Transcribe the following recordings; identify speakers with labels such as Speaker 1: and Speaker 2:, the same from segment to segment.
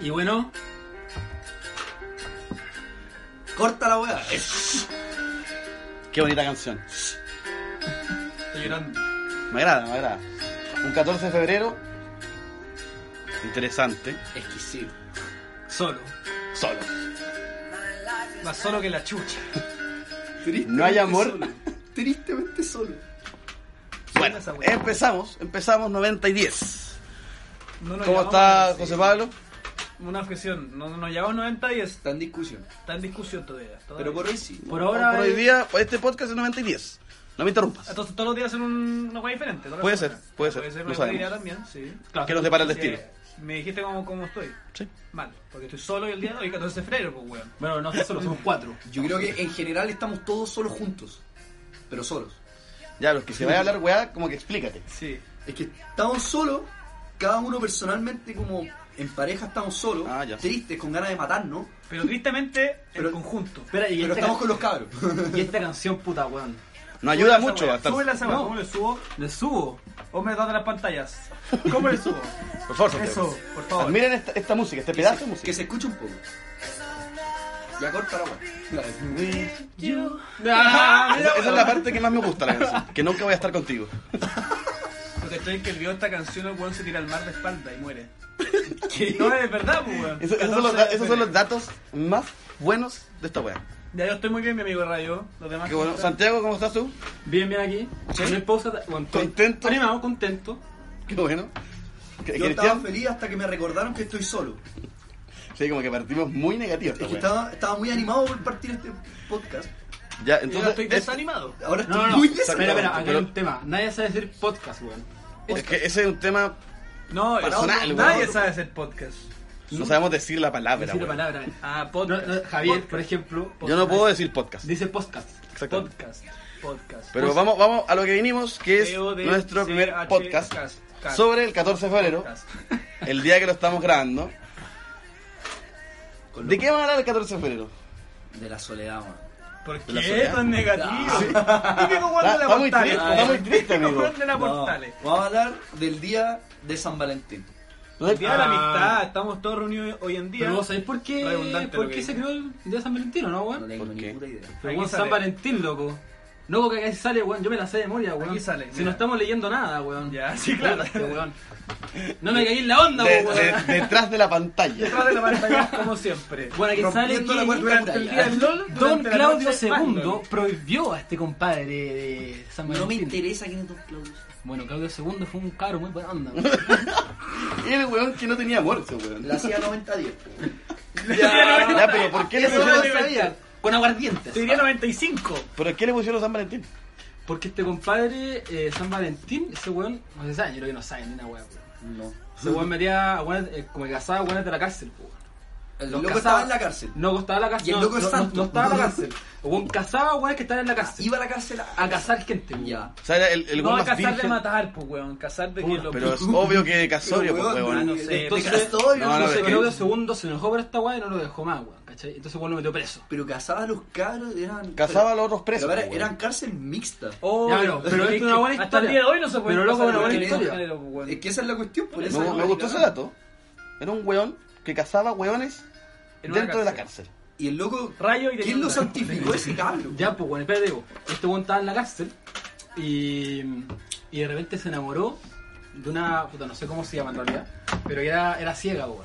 Speaker 1: Y bueno,
Speaker 2: Corta la weá. Qué bonita canción.
Speaker 1: estoy llorando.
Speaker 2: Me agrada, me agrada. Un 14 de febrero. Interesante.
Speaker 1: Exquisito. Solo.
Speaker 2: Solo.
Speaker 1: Más solo que la chucha.
Speaker 2: No hay amor.
Speaker 3: Tristemente solo.
Speaker 2: Bueno,
Speaker 1: esa weá.
Speaker 2: empezamos. Empezamos 90 y 10.
Speaker 1: No nos
Speaker 2: ¿Cómo
Speaker 1: llevamos
Speaker 2: está
Speaker 1: a-
Speaker 2: José Pablo?
Speaker 1: Una objeción. No, no nos llevamos 90 y es-
Speaker 3: Está en discusión.
Speaker 1: está en discusión todavía. todavía.
Speaker 3: Pero por hoy sí.
Speaker 1: Por ahora.
Speaker 2: Por hoy
Speaker 1: eh,
Speaker 2: día, por este podcast es 90 y 10. No me interrumpas.
Speaker 1: Entonces todos los días son un- una hueá diferente. todas las
Speaker 2: Puede
Speaker 1: semanas.
Speaker 2: ser, puede ser,
Speaker 1: Puede ser
Speaker 2: no
Speaker 1: una
Speaker 2: sabemos.
Speaker 1: idea también, sí. Claro,
Speaker 2: ¿Qué nos depara el
Speaker 1: porque
Speaker 2: destino?
Speaker 1: Me dijiste cómo, cómo estoy.
Speaker 2: Sí.
Speaker 1: Mal, porque estoy solo y el día de hoy, 14 de febrero, pues weón. Bueno, no estoy solo, somos cuatro.
Speaker 3: Yo creo que en general estamos todos solos juntos. Pero solos.
Speaker 2: Ya, los que se vaya a hablar weá, como que explícate.
Speaker 1: Sí.
Speaker 3: Es que estamos solos, cada uno personalmente como en pareja estamos solos,
Speaker 2: Ah, ya.
Speaker 3: tristes, con ganas de matarnos,
Speaker 1: Pero tristemente,
Speaker 3: Pero-
Speaker 1: en conjunto.
Speaker 4: Espera, y,
Speaker 3: pero
Speaker 4: esta,
Speaker 3: estamos con los cabros.
Speaker 4: y esta canción, puta weón.
Speaker 2: Nos ayuda mucho a estar.
Speaker 1: Sube la
Speaker 4: No.
Speaker 1: ¿cómo le subo? Le subo. Hombre, date las pantallas. ¿Cómo le subo?
Speaker 2: Por favor, sorteo.
Speaker 1: Eso, por favor.
Speaker 2: Admiren esta, esta música, este pedazo de música.
Speaker 3: Que se escuche un poco. Ya corta la weá.
Speaker 1: Ah,
Speaker 4: Ah.
Speaker 2: Esa, esa es la parte que más me gusta la canción. Que nunca voy a estar contigo.
Speaker 1: Porque estoy que vio esta canción, el weón se tira al mar de espalda y muere. No, es verdad, pues, weón.
Speaker 2: Eso- esos, son los,
Speaker 1: 14
Speaker 2: da-
Speaker 1: de
Speaker 2: esos son los
Speaker 1: febrero.
Speaker 2: datos más buenos de esta weá.
Speaker 1: Ya, yo estoy muy bien, mi amigo Rayo. Los demás.
Speaker 2: Qué bueno.
Speaker 1: ¿cómo están?
Speaker 2: Santiago, ¿cómo estás tú?
Speaker 4: Bien, bien aquí. No hay pausa. weón, estoy
Speaker 2: Contento.
Speaker 4: Animado, contento.
Speaker 2: Qué bueno. ¿Qué-
Speaker 3: Yo estaba
Speaker 2: Cristian?
Speaker 3: feliz hasta que me recordaron que estoy solo.
Speaker 2: Sí, como que partimos muy negativos.
Speaker 3: Es que
Speaker 2: esta weá.
Speaker 3: estaba, estaba muy animado por partir este podcast.
Speaker 2: Ya,
Speaker 1: Yo
Speaker 2: entonces.
Speaker 1: ya estoy
Speaker 2: es-
Speaker 1: desanimado.
Speaker 3: Ahora
Speaker 4: No,
Speaker 3: estoy
Speaker 4: no, no.
Speaker 3: muy
Speaker 4: Espera,
Speaker 3: desanimado.
Speaker 4: espera, acá hay
Speaker 2: pero-
Speaker 4: un tema. Nadie sabe decir podcast, weón.
Speaker 2: es que ese es un tema.
Speaker 1: No,
Speaker 2: Personal,
Speaker 1: no,
Speaker 2: weón.
Speaker 1: nadie sabe hacer podcast.
Speaker 2: No sabemos decir la palabra.
Speaker 4: Decir la
Speaker 2: weón.
Speaker 4: palabra.
Speaker 1: Ah,
Speaker 4: No,
Speaker 1: podcast.
Speaker 4: no, Javier,
Speaker 1: Podcast.
Speaker 4: por ejemplo,
Speaker 2: Yo no puedo decir podcast.
Speaker 4: dice podcast.
Speaker 2: Exactamente.
Speaker 1: Podcast. Podcast.
Speaker 2: Pero vamos, vamos a lo que vinimos, que es
Speaker 1: POD,
Speaker 2: nuestro primer
Speaker 1: CH,
Speaker 2: podcast
Speaker 1: cast, cast,
Speaker 2: sobre el 14 de febrero,
Speaker 1: podcast.
Speaker 2: el día que lo estamos grabando.
Speaker 3: Con lo-
Speaker 2: ¿De qué van a hablar el 14 de febrero?
Speaker 3: De la soledad, weón.
Speaker 1: ¿Por
Speaker 2: La
Speaker 1: qué
Speaker 2: soledad.
Speaker 1: tan negativo?
Speaker 3: Sí.
Speaker 1: Típico Juan de la
Speaker 2: Está muy
Speaker 1: Portales.
Speaker 2: triste, está muy triste,
Speaker 1: Típico
Speaker 2: amigo.
Speaker 1: Juan de la
Speaker 3: No,
Speaker 1: Portales.
Speaker 3: Vamos a hablar del día de San Valentín.
Speaker 1: El día de la
Speaker 4: Ah.
Speaker 1: amistad, estamos todos reunidos hoy en día.
Speaker 4: Pero vos sabés por
Speaker 1: Está
Speaker 4: qué,
Speaker 1: abundante
Speaker 4: por
Speaker 1: lo que
Speaker 4: qué se
Speaker 1: dice.
Speaker 4: creó el día de San Valentino, ¿no,
Speaker 3: No
Speaker 4: weón?
Speaker 3: tengo
Speaker 2: ¿Por
Speaker 3: ni
Speaker 2: qué?
Speaker 3: puta idea.
Speaker 4: Pero
Speaker 1: Aquí
Speaker 4: weón,
Speaker 1: sale.
Speaker 4: San Valentín, loco. No, que acá sale, weón. Yo me la sé de memoria, weón.
Speaker 1: Aquí sale,
Speaker 4: Si
Speaker 1: mira.
Speaker 4: no estamos leyendo nada, weón.
Speaker 1: Ya, sí, claro.
Speaker 4: Puta, weón. No me caí en la onda,
Speaker 2: De-
Speaker 4: po, weón.
Speaker 2: de- detrás de la pantalla.
Speaker 1: Detrás de la pantalla, como siempre.
Speaker 4: Bueno, que sale
Speaker 3: Rompiendo la
Speaker 4: que
Speaker 3: cuarta
Speaker 4: durante el
Speaker 3: muralla.
Speaker 4: día del LOL, Don
Speaker 1: Durante la
Speaker 4: Claudio
Speaker 1: noche,
Speaker 4: II
Speaker 1: Magnum.
Speaker 4: prohibió a este compadre de San
Speaker 3: No me
Speaker 4: Valentín.
Speaker 3: interesa quién es Don Claudio.
Speaker 4: bueno, Claudio II fue un cabro muy buena onda. weón.
Speaker 2: El weón que no tenía amor, ese weón.
Speaker 3: La hacía 90-10.
Speaker 2: Ya, pero ¿por qué, le este?
Speaker 4: Eso no
Speaker 2: pusieron,
Speaker 4: lo sabía. Con aguardientes.
Speaker 1: Te diría 95.
Speaker 2: ¿por qué le pusieron San Valentín?
Speaker 4: Porque este compadre, eh, San Valentín, ese weón, no se sabe, yo creo que no sabe ni una weá, weón.
Speaker 3: No.
Speaker 4: Ese weón metía a weones, eh, como que casaba a weones de la cárcel, po, weón.
Speaker 3: El
Speaker 4: Los
Speaker 3: loco
Speaker 4: casaba-
Speaker 3: estaba en la cárcel.
Speaker 4: No, estaba en la cárcel.
Speaker 3: Y el
Speaker 4: no,
Speaker 3: loco es
Speaker 4: no, no,
Speaker 3: santo.
Speaker 4: no estaba en la cárcel. O weón casaba a weones que estaban en la cárcel.
Speaker 3: Iba a la cárcel a,
Speaker 4: A cazar gente, weón.
Speaker 3: Ya.
Speaker 2: O sea, era el, el
Speaker 1: No
Speaker 2: weón
Speaker 1: a
Speaker 2: más
Speaker 1: cazar de
Speaker 2: virgen.
Speaker 1: matar, pues, weón. Cazar de que
Speaker 4: Puta,
Speaker 1: lo...
Speaker 2: Pero es obvio que Casorio, pues
Speaker 3: Pero, weón,
Speaker 2: weón.
Speaker 1: no
Speaker 3: de-
Speaker 1: sé,
Speaker 3: de
Speaker 1: entonces-
Speaker 2: No,
Speaker 3: Castorio,
Speaker 2: no,
Speaker 4: Entonces
Speaker 2: pero es que-
Speaker 4: Claudio II se enojó por esta weá y no lo dejó más, weón, ¿cachai? Entonces weón lo metió preso.
Speaker 3: Pero cazaba a los cabros, eran.
Speaker 2: Cazaba a
Speaker 3: pero-
Speaker 2: los otros presos.
Speaker 3: pero era-
Speaker 2: pues, weón.
Speaker 3: eran cárcel mixta.
Speaker 1: Oh,
Speaker 4: Ya, pero- pero esto es una buena
Speaker 1: Hasta el
Speaker 4: historia.
Speaker 1: día de hoy no se puede
Speaker 4: Pero, loco,
Speaker 1: pasar
Speaker 4: una
Speaker 1: de
Speaker 4: buena
Speaker 1: género,
Speaker 4: historia.
Speaker 1: género, pues, weón.
Speaker 3: Es que esa es la cuestión, por eso.
Speaker 2: Me,
Speaker 3: no
Speaker 2: me
Speaker 3: hay
Speaker 2: gustó ese
Speaker 3: nada.
Speaker 2: dato. Era un weón que cazaba weones
Speaker 1: En una
Speaker 2: dentro de la cárcel.
Speaker 3: Y el loco.
Speaker 1: Rayo y
Speaker 3: ¿Quién lo
Speaker 1: leyenda.
Speaker 3: santificó ese cabro?
Speaker 4: Ya, pues, bueno, espérate, digo, este weón estaba en la cárcel y, y de repente se enamoró de una, puta, no sé cómo se llama en realidad, pero era, era ciega, weón.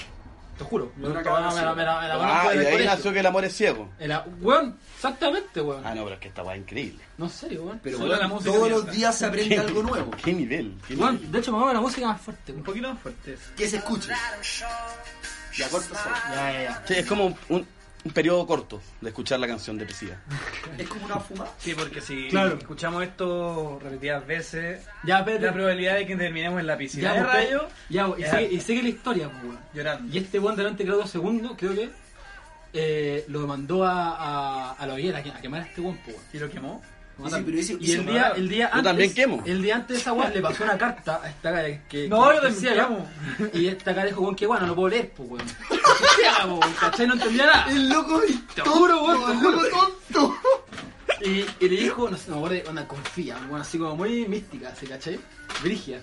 Speaker 4: Te juro. Yo
Speaker 3: una
Speaker 4: estaba-
Speaker 3: cabra
Speaker 4: me
Speaker 3: ciega.
Speaker 4: la- me la- me la conozco
Speaker 2: Ah, y
Speaker 4: desde
Speaker 2: de
Speaker 4: el
Speaker 2: ahí
Speaker 4: colegio.
Speaker 2: nació que el amor es ciego.
Speaker 4: Era, weón, exactamente, weón.
Speaker 2: Ah, no, pero es que esta weá es increíble.
Speaker 4: No, en serio, weón.
Speaker 3: Pero
Speaker 1: Solo
Speaker 3: bueno,
Speaker 1: la música
Speaker 3: todos
Speaker 1: mierda.
Speaker 3: los días se aprende algo nuevo.
Speaker 2: Qué nivel. qué nivel.
Speaker 4: Weón, de hecho, me mueve la música más fuerte,
Speaker 1: Un
Speaker 4: weón.
Speaker 1: poquito más fuerte.
Speaker 3: Que se escuche. Ya corta esa.
Speaker 4: Ya, ya, ya.
Speaker 2: Sí, es como un, un- un periodo corto de escuchar la canción de Priscila.
Speaker 3: Es como una fumada.
Speaker 1: Sí, porque si
Speaker 4: Claro.
Speaker 1: escuchamos esto repetidas veces,
Speaker 4: Ya, Pepe.
Speaker 1: la probabilidad de que terminemos en la
Speaker 4: Ya,
Speaker 1: piscina de
Speaker 4: pues, Pepe,
Speaker 1: rayo
Speaker 4: ya, pues, y,
Speaker 1: Ya.
Speaker 4: sigue, y sigue la historia, pues, weón.
Speaker 1: llorando.
Speaker 4: Y este weón delante creo dos segundos, creo que eh, lo mandó a, a, a la hoguera a quemar a este weón, pues, weón.
Speaker 1: ¿Y lo quemó?
Speaker 4: Lo
Speaker 3: Sí,
Speaker 4: mataron.
Speaker 3: pero ese-
Speaker 4: y
Speaker 3: ese
Speaker 4: el día, el día
Speaker 2: Yo
Speaker 4: antes,
Speaker 2: también quemo.
Speaker 4: el día antes de esa weón le pasó una carta a esta cara que que-
Speaker 1: No, yo
Speaker 4: que
Speaker 1: también
Speaker 4: ciega,
Speaker 1: quemo.
Speaker 4: Y esta cara dijo, weón, que bueno, no puedo leer, pues weón. Ciega, po, weón, ¿cachai? No entendía nada.
Speaker 3: El loco y
Speaker 4: Te juro, weón, te
Speaker 3: el
Speaker 4: juro.
Speaker 3: loco tonto.
Speaker 4: Y, y le dijo, no sé, no me acuerdo, una confía, bueno, así como muy mística, ¿sí, cachai? Brigia.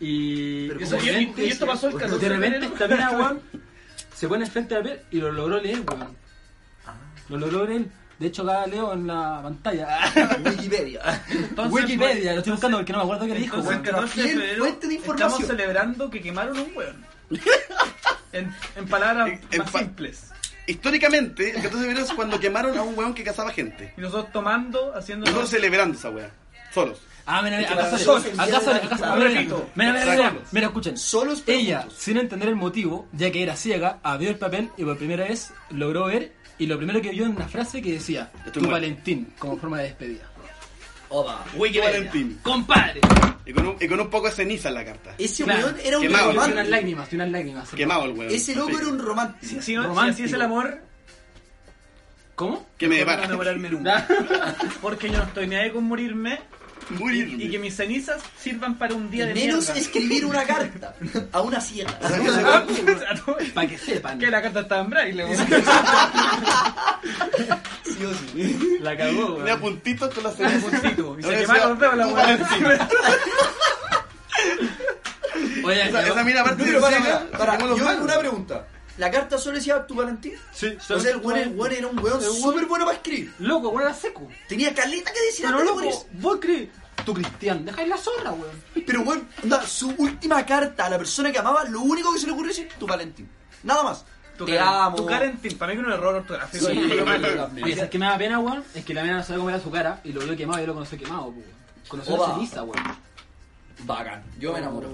Speaker 4: Y,
Speaker 3: Pero
Speaker 4: y
Speaker 1: eso-
Speaker 4: de
Speaker 1: y- y-
Speaker 4: repente-
Speaker 1: y esto pasó el
Speaker 4: de
Speaker 1: 14 de
Speaker 4: repente
Speaker 1: enero.
Speaker 4: esta mina, weón, se pone frente a ver y lo logró leer, weón. Lo logró leer. De hecho, acá leo en la pantalla.
Speaker 3: Wikipedia.
Speaker 1: Entonces,
Speaker 4: Wikipedia, lo estoy buscando porque no me acuerdo qué le dijo,
Speaker 1: Entonces, el
Speaker 4: weón.
Speaker 1: 14 de
Speaker 3: Fiel
Speaker 1: febrero
Speaker 3: fuente de
Speaker 1: estamos
Speaker 3: información.
Speaker 1: celebrando que quemaron un hueón. En, en palabras
Speaker 2: En- en
Speaker 1: más
Speaker 2: pa-
Speaker 1: simples.
Speaker 2: Históricamente, el 14 de febrero es cuando quemaron a un weón que cazaba gente.
Speaker 1: Y nosotros tomando, haciendo...
Speaker 2: Nosotros celebrando esa weá. Solos.
Speaker 4: Ah, mira, mira, acá
Speaker 3: la-
Speaker 4: sale,
Speaker 3: la-
Speaker 4: acá sale, acá
Speaker 3: la-
Speaker 4: sale. Mira,
Speaker 1: repito.
Speaker 4: Mira, mira, mira, mira,
Speaker 2: Solos.
Speaker 4: mira, escuchen.
Speaker 3: Solos, pero
Speaker 4: Ella,
Speaker 3: juntos.
Speaker 4: sin entender el motivo, ya que era ciega, abrió el papel y por primera vez logró ver y lo primero que vio era una frase que decía
Speaker 2: Estoy
Speaker 4: tu
Speaker 2: muerto".
Speaker 4: Valentín como forma de despedida.
Speaker 3: Opa.
Speaker 2: Valentín.
Speaker 4: ¡Compadre!
Speaker 2: Y con, un, y con un poco de ceniza en la carta.
Speaker 3: Ese
Speaker 4: Claro.
Speaker 3: weón era
Speaker 2: Quemado.
Speaker 3: un
Speaker 4: Tiene unas
Speaker 3: romántico.
Speaker 4: lágrimas, tiene unas lágrimas.
Speaker 2: Quemado el weón.
Speaker 3: Ese loco
Speaker 2: Sí.
Speaker 3: era un romántico.
Speaker 1: Si, si no- si
Speaker 4: Romántico.
Speaker 1: así es el amor,
Speaker 4: ¿Cómo?
Speaker 2: Que me
Speaker 1: no puedo
Speaker 2: depara.
Speaker 1: enamorarme nunca. Porque yo no estoy ni ahí con morirme
Speaker 2: Morir.
Speaker 1: y que mis cenizas sirvan para un día de
Speaker 3: Menos
Speaker 1: mierda. Ah, pues,
Speaker 3: escribir una carta a una ciega.
Speaker 4: Para que sepan.
Speaker 1: que la carta está en braille. weón.
Speaker 3: Sí o sí.
Speaker 4: La cagó, weón.
Speaker 2: Tenía puntitos con la ceniza.
Speaker 1: Puntito. Y se
Speaker 2: Ahora
Speaker 1: quemaron los
Speaker 2: decía,
Speaker 1: dedos la
Speaker 2: "Tú,
Speaker 1: weá.
Speaker 2: Valentín".
Speaker 4: Oye,
Speaker 2: Esa, esa mina aparte
Speaker 3: Pero
Speaker 2: de
Speaker 3: para,
Speaker 2: ciega,
Speaker 3: para, para,
Speaker 2: quemó los
Speaker 3: yo
Speaker 2: manos.
Speaker 3: hago una pregunta. ¿La carta solo decía tu Valentín?
Speaker 4: Sí,
Speaker 3: O sea, el weón, el weón era un weón
Speaker 4: El weón-
Speaker 3: súper bueno para escribir.
Speaker 4: Loco, weón, era seco.
Speaker 3: Tenía caleta que decir
Speaker 4: Pero
Speaker 3: antes de
Speaker 4: loco,
Speaker 3: morirse.
Speaker 4: vos crees. Tu Cristian, dejáis la zorra, weón.
Speaker 3: Pero weón, onda, su última carta a la persona que amaba, lo único que se le ocurrió es decir tu Valentín. Nada más.
Speaker 1: Tu
Speaker 3: Te
Speaker 1: Karen-
Speaker 3: amo.
Speaker 1: Tu Karen, para mí que un error ortográfico.
Speaker 3: Sí.
Speaker 1: Yo creo que-
Speaker 4: Oye, ¿sabes qué me da pena, weón? Es que la mina no sabía cómo era su cara y lo vio quemado y yo lo conoció quemado, weón. Conoció la
Speaker 3: Oba.
Speaker 4: ceniza, weón.
Speaker 3: Bacán. Yo me enamoro.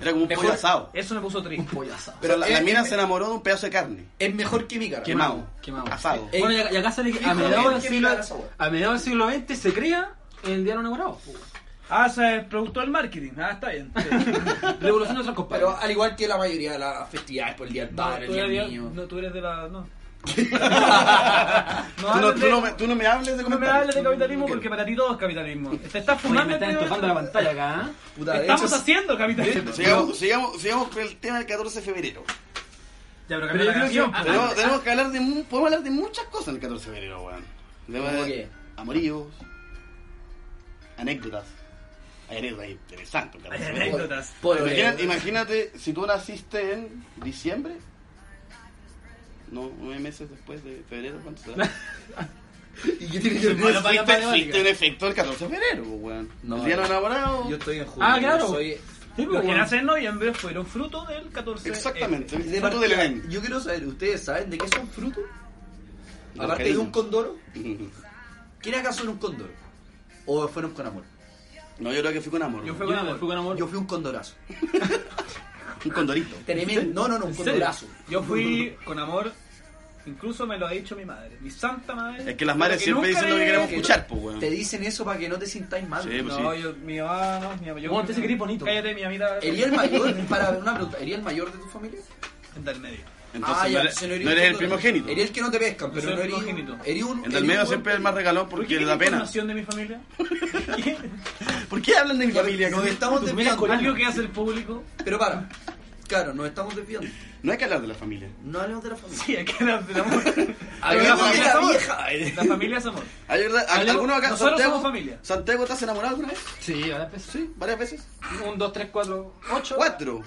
Speaker 2: Era como un
Speaker 3: Mejor-
Speaker 2: pollo asado.
Speaker 1: Eso me puso
Speaker 4: Un
Speaker 1: triste.
Speaker 4: pollazo.
Speaker 2: Pero la,
Speaker 3: Eh,
Speaker 2: la mina
Speaker 3: eh,
Speaker 2: se enamoró de un pedazo de carne.
Speaker 3: Es mejor que mi cara.
Speaker 4: Quemado,
Speaker 2: Quemado.
Speaker 4: quemado.
Speaker 2: Asado.
Speaker 3: Eh,
Speaker 4: bueno, y acá- y acá sale que a
Speaker 3: Hijo de
Speaker 4: mediados del
Speaker 3: Dios, ¿quién
Speaker 4: siglo,
Speaker 3: le da esa weá?
Speaker 4: a mediados del siglo XX se crea el diario enamorado. po, weón.
Speaker 1: Ah, o sea, es producto del marketing. Ah, está bien. Sí.
Speaker 4: Revolución de otros compadres.
Speaker 3: al igual que la mayoría de las festividades, por el día del
Speaker 4: Ah,
Speaker 1: No, tú eres, no, tú eres de la... No. no,
Speaker 2: Tú no,
Speaker 1: hables
Speaker 2: tú
Speaker 1: de-
Speaker 2: no me, tú no me hables de
Speaker 1: no me
Speaker 2: comentar.
Speaker 1: hables de capitalismo
Speaker 2: No
Speaker 1: porque
Speaker 2: quiero.
Speaker 1: para ti todo es capitalismo. Te estás
Speaker 4: Oye,
Speaker 1: fumando.
Speaker 4: me están
Speaker 1: tío.
Speaker 4: estofando la pantalla acá. ¿eh?
Speaker 3: Puta, de
Speaker 1: Estamos
Speaker 3: hecho,
Speaker 1: haciendo capitalismo.
Speaker 2: Sigamos, sigamos, sigamos con el tema del 14 de febrero.
Speaker 1: Ya, pero
Speaker 4: Pero yo
Speaker 1: cambió la
Speaker 4: creo
Speaker 1: canción.
Speaker 4: que-
Speaker 1: pues.
Speaker 2: Tenemos, tenemos que hablar de. mu- Podemos hablar de muchas cosas en el 14 de febrero, weón. Tenemos
Speaker 3: ¿Cómo
Speaker 2: de-
Speaker 3: qué?
Speaker 2: Amoríos. Anécdotas. Hay anécdotas interesantes. el 14 de
Speaker 1: Hay
Speaker 2: febrero.
Speaker 1: Ah, anécdotas.
Speaker 3: por-
Speaker 2: Imagínate, imagínate si tú naciste en diciembre. No, nueve meses después de febrero, ¿cuánto será?
Speaker 3: ¿Y qué tiene que ver?
Speaker 4: Bueno, vaya,
Speaker 2: existe, este
Speaker 4: vaya, vaya.
Speaker 2: existe un efecto el 14 de febrero, pues, weón.
Speaker 3: No,
Speaker 2: el día de los
Speaker 3: no.
Speaker 2: enamorados.
Speaker 3: Yo estoy eh, en julio.
Speaker 4: Ah, claro.
Speaker 3: yo soy-
Speaker 4: Sí, po,
Speaker 1: Los que
Speaker 4: weón.
Speaker 1: nacen en noviembre pues, fueron fruto del 14.
Speaker 2: Exactamente,
Speaker 1: eh,
Speaker 2: el fruto del evento.
Speaker 3: Yo quiero saber, ¿ustedes saben de qué son frutos?
Speaker 2: Los
Speaker 3: Aparte
Speaker 2: cariños.
Speaker 3: de un condoro, ¿quién acaso era un condoro? ¿O fueron con amor?
Speaker 2: No, yo creo que fui con amor.
Speaker 1: Yo
Speaker 2: weón.
Speaker 1: fui-
Speaker 4: Yo no, fui con amor.
Speaker 3: Yo fui un condorazo.
Speaker 2: Un condorito.
Speaker 3: Tremendo. No, no, no, un
Speaker 4: ¿En serio?
Speaker 3: condorazo.
Speaker 1: Yo fui con amor. Incluso me lo ha dicho mi madre. Mi santa madre.
Speaker 2: Es que las madres
Speaker 1: Porque
Speaker 2: siempre
Speaker 1: nunca
Speaker 2: dicen lo que
Speaker 1: le-
Speaker 2: queremos escuchar, pues, weón.
Speaker 3: Te dicen eso para que no te sintáis mal.
Speaker 2: Sí, pues.
Speaker 1: No, yo, mi mamá, no, mi mamá. Yo
Speaker 4: Bueno, te querís bonito.
Speaker 1: Cállate, mi amita.
Speaker 3: ¿Ería el mayor? Para una pregunta, ¿ería el mayor de tu familia?
Speaker 1: Está en medio.
Speaker 2: Entonces,
Speaker 3: ah,
Speaker 2: no
Speaker 3: ya,
Speaker 2: eres,
Speaker 3: entonces
Speaker 2: no
Speaker 3: erí
Speaker 2: eres
Speaker 3: un
Speaker 2: el
Speaker 3: condoro.
Speaker 2: primogénito.
Speaker 3: Erí el que no te pescan,
Speaker 1: No
Speaker 3: pero
Speaker 1: soy
Speaker 3: no
Speaker 1: el
Speaker 3: erí un-
Speaker 1: primogénito.
Speaker 3: erí un.
Speaker 2: El
Speaker 3: erí
Speaker 2: del
Speaker 3: un
Speaker 2: medio
Speaker 3: buen
Speaker 2: siempre es el más regalón porque le
Speaker 1: tienes
Speaker 2: da pena.
Speaker 1: información de mi familia? Pues
Speaker 2: ¿Por qué hablan de mi
Speaker 3: Ya,
Speaker 2: familia?
Speaker 3: Nos estamos
Speaker 4: Tu familia es
Speaker 3: desviando.
Speaker 1: ¿Algo que hace el público?
Speaker 3: Pero para. Claro, nos estamos desviando.
Speaker 2: No hay que hablar de la familia.
Speaker 3: No hablemos de la familia.
Speaker 1: Sí, acá la, del amor.
Speaker 3: Hablemos
Speaker 2: la
Speaker 3: de
Speaker 2: familia
Speaker 3: la
Speaker 2: somos-
Speaker 3: vieja.
Speaker 1: La familia es amor.
Speaker 2: ¿Hay verdad? ¿Al-
Speaker 4: Hablemos-
Speaker 2: ¿Alguno acá?
Speaker 1: nosotros
Speaker 2: Santiago,
Speaker 1: somos familia.
Speaker 2: ¿Santiago estás enamorado alguna vez?
Speaker 4: Sí, ahora empecé. Sí.
Speaker 2: ¿Varias veces?
Speaker 4: 1, 2, 3, 4, 8.
Speaker 2: ¿Cuatro?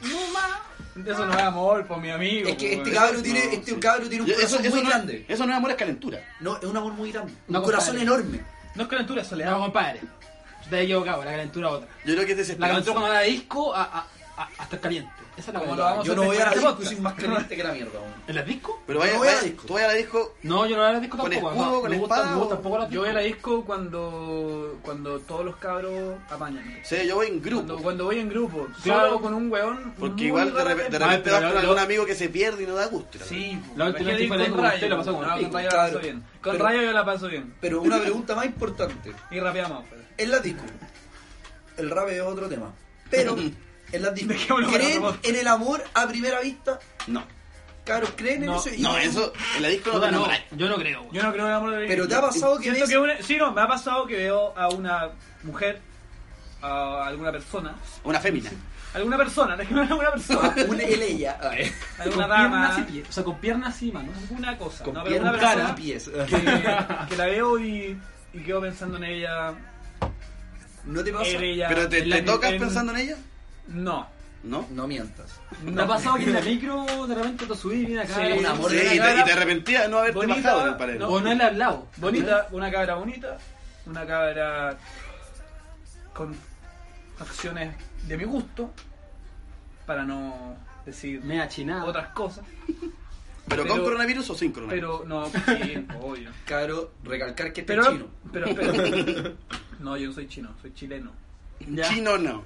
Speaker 1: Eso no es amor, por mi amigo.
Speaker 3: Es que
Speaker 1: po,
Speaker 3: este
Speaker 1: weón.
Speaker 3: cabro tiene, este cabro tiene un
Speaker 2: Yo-
Speaker 3: corazón muy
Speaker 2: no,
Speaker 3: grande.
Speaker 2: Eso no es amor, es calentura.
Speaker 3: No, es un amor muy grande.
Speaker 4: No,
Speaker 3: un corazón
Speaker 4: compadre.
Speaker 3: enorme.
Speaker 1: No es calentura, es
Speaker 4: No,
Speaker 1: soledad.
Speaker 4: compadre. Tú te has equivocado, la calentura es otra.
Speaker 2: Yo creo que es
Speaker 4: La calentura
Speaker 2: desesperanza.
Speaker 4: cuando da disco a, a, a, a estar caliente. Esa es la
Speaker 1: Como
Speaker 4: weá.
Speaker 1: lo vamos
Speaker 3: Yo
Speaker 1: a
Speaker 3: no voy a la
Speaker 1: hacer en este
Speaker 3: disco,
Speaker 1: podcast.
Speaker 3: soy más caliente que la mierda, weón.
Speaker 4: ¿En las disco?
Speaker 2: Pero vaya,
Speaker 3: No voy a la
Speaker 2: vaya,
Speaker 3: disco.
Speaker 2: tú vaya a la disco.
Speaker 4: No, yo no voy a las disco
Speaker 2: Con
Speaker 4: tampoco.
Speaker 2: escudo,
Speaker 4: no,
Speaker 2: con
Speaker 4: me gusta-
Speaker 2: espada,
Speaker 4: me gusta
Speaker 2: o-
Speaker 4: tampoco las
Speaker 1: Yo
Speaker 4: disco.
Speaker 1: voy a la disco cuando, cuando todos los cabros apañan.
Speaker 2: Sí, yo voy en
Speaker 1: Cuando,
Speaker 2: grupo.
Speaker 1: cuando voy en grupo,
Speaker 4: Claro.
Speaker 1: solo con un weón.
Speaker 2: Porque
Speaker 1: muy
Speaker 2: igual de,
Speaker 1: rara
Speaker 2: repe- de
Speaker 1: vez. Ah,
Speaker 4: Ay,
Speaker 2: repente
Speaker 4: pero
Speaker 2: vas con
Speaker 4: lo-
Speaker 2: algún amigo que se pierde y no da gusto. la verdad.
Speaker 1: Sí, po.
Speaker 4: La última
Speaker 1: Imagínate
Speaker 4: vez que
Speaker 1: con
Speaker 4: fue con usted,
Speaker 1: Rayo.
Speaker 4: la pasó con
Speaker 1: No,
Speaker 4: pico.
Speaker 1: con Rayo la pasó
Speaker 3: Claro.
Speaker 1: bien. Con
Speaker 3: Pero-
Speaker 1: Rayo yo la paso bien.
Speaker 3: Pero una pregunta más importante.
Speaker 1: Y rapeamos. pues.
Speaker 3: En la disco. El rap es otro tema. Pero en la disco.
Speaker 1: Me quedo una
Speaker 3: ¿Creen
Speaker 1: buena
Speaker 3: en el amor a primera vista?
Speaker 2: No.
Speaker 3: Cabros, ¿creen en
Speaker 4: No,
Speaker 3: eso? Y-
Speaker 2: No, eso en la disco no te
Speaker 4: Puta, no,
Speaker 2: enamoráis.
Speaker 4: yo no creo. weón.
Speaker 1: Yo no creo en el amor de
Speaker 3: Pero te ha pasado que
Speaker 1: Siento
Speaker 3: ves-
Speaker 1: que una- Sí, no, me ha pasado que veo a una mujer, a alguna persona.
Speaker 2: Una fémina.
Speaker 1: Alguna persona, déjame ver alguna persona.
Speaker 3: Una él ella. A ver.
Speaker 1: Alguna
Speaker 4: con piernas
Speaker 1: dama.
Speaker 4: y pies. O sea, con piernas y manos.
Speaker 1: Alguna cosa.
Speaker 3: Con
Speaker 1: no, pero una
Speaker 3: piernas
Speaker 1: persona
Speaker 3: y pies.
Speaker 1: que, que la veo y, y quedo pensando en ella.
Speaker 3: ¿No te pasa?
Speaker 1: en ella
Speaker 2: Pero te,
Speaker 1: en la-
Speaker 2: te tocas
Speaker 1: en-
Speaker 2: pensando en ella,
Speaker 1: No.
Speaker 2: ¿no?
Speaker 3: No mientas.
Speaker 4: ¿No ha pasado que en la micro de repente te subí y viene acá?
Speaker 1: Sí,
Speaker 4: y-
Speaker 3: un amor
Speaker 2: Sí,
Speaker 3: de
Speaker 2: y,
Speaker 3: la
Speaker 2: te, y
Speaker 3: cara.
Speaker 2: te arrepentías de no haberte
Speaker 1: Bonita,
Speaker 2: bajado en el pared.
Speaker 1: no.
Speaker 4: O no le he hablado.
Speaker 1: Bonita, una cabra bonita, una cabra con acciones de mi gusto, para no decir
Speaker 4: Me ha chinado.
Speaker 1: otras cosas,
Speaker 2: Pero, con
Speaker 1: pero-
Speaker 2: coronavirus o sin coronavirus.
Speaker 1: pero no, sí, obvio.
Speaker 3: Caro, recalcar que este
Speaker 1: Pero,
Speaker 3: es chino.
Speaker 1: pero, pero, no, yo no soy chino, soy chileno.
Speaker 4: Ya.
Speaker 2: Chino no.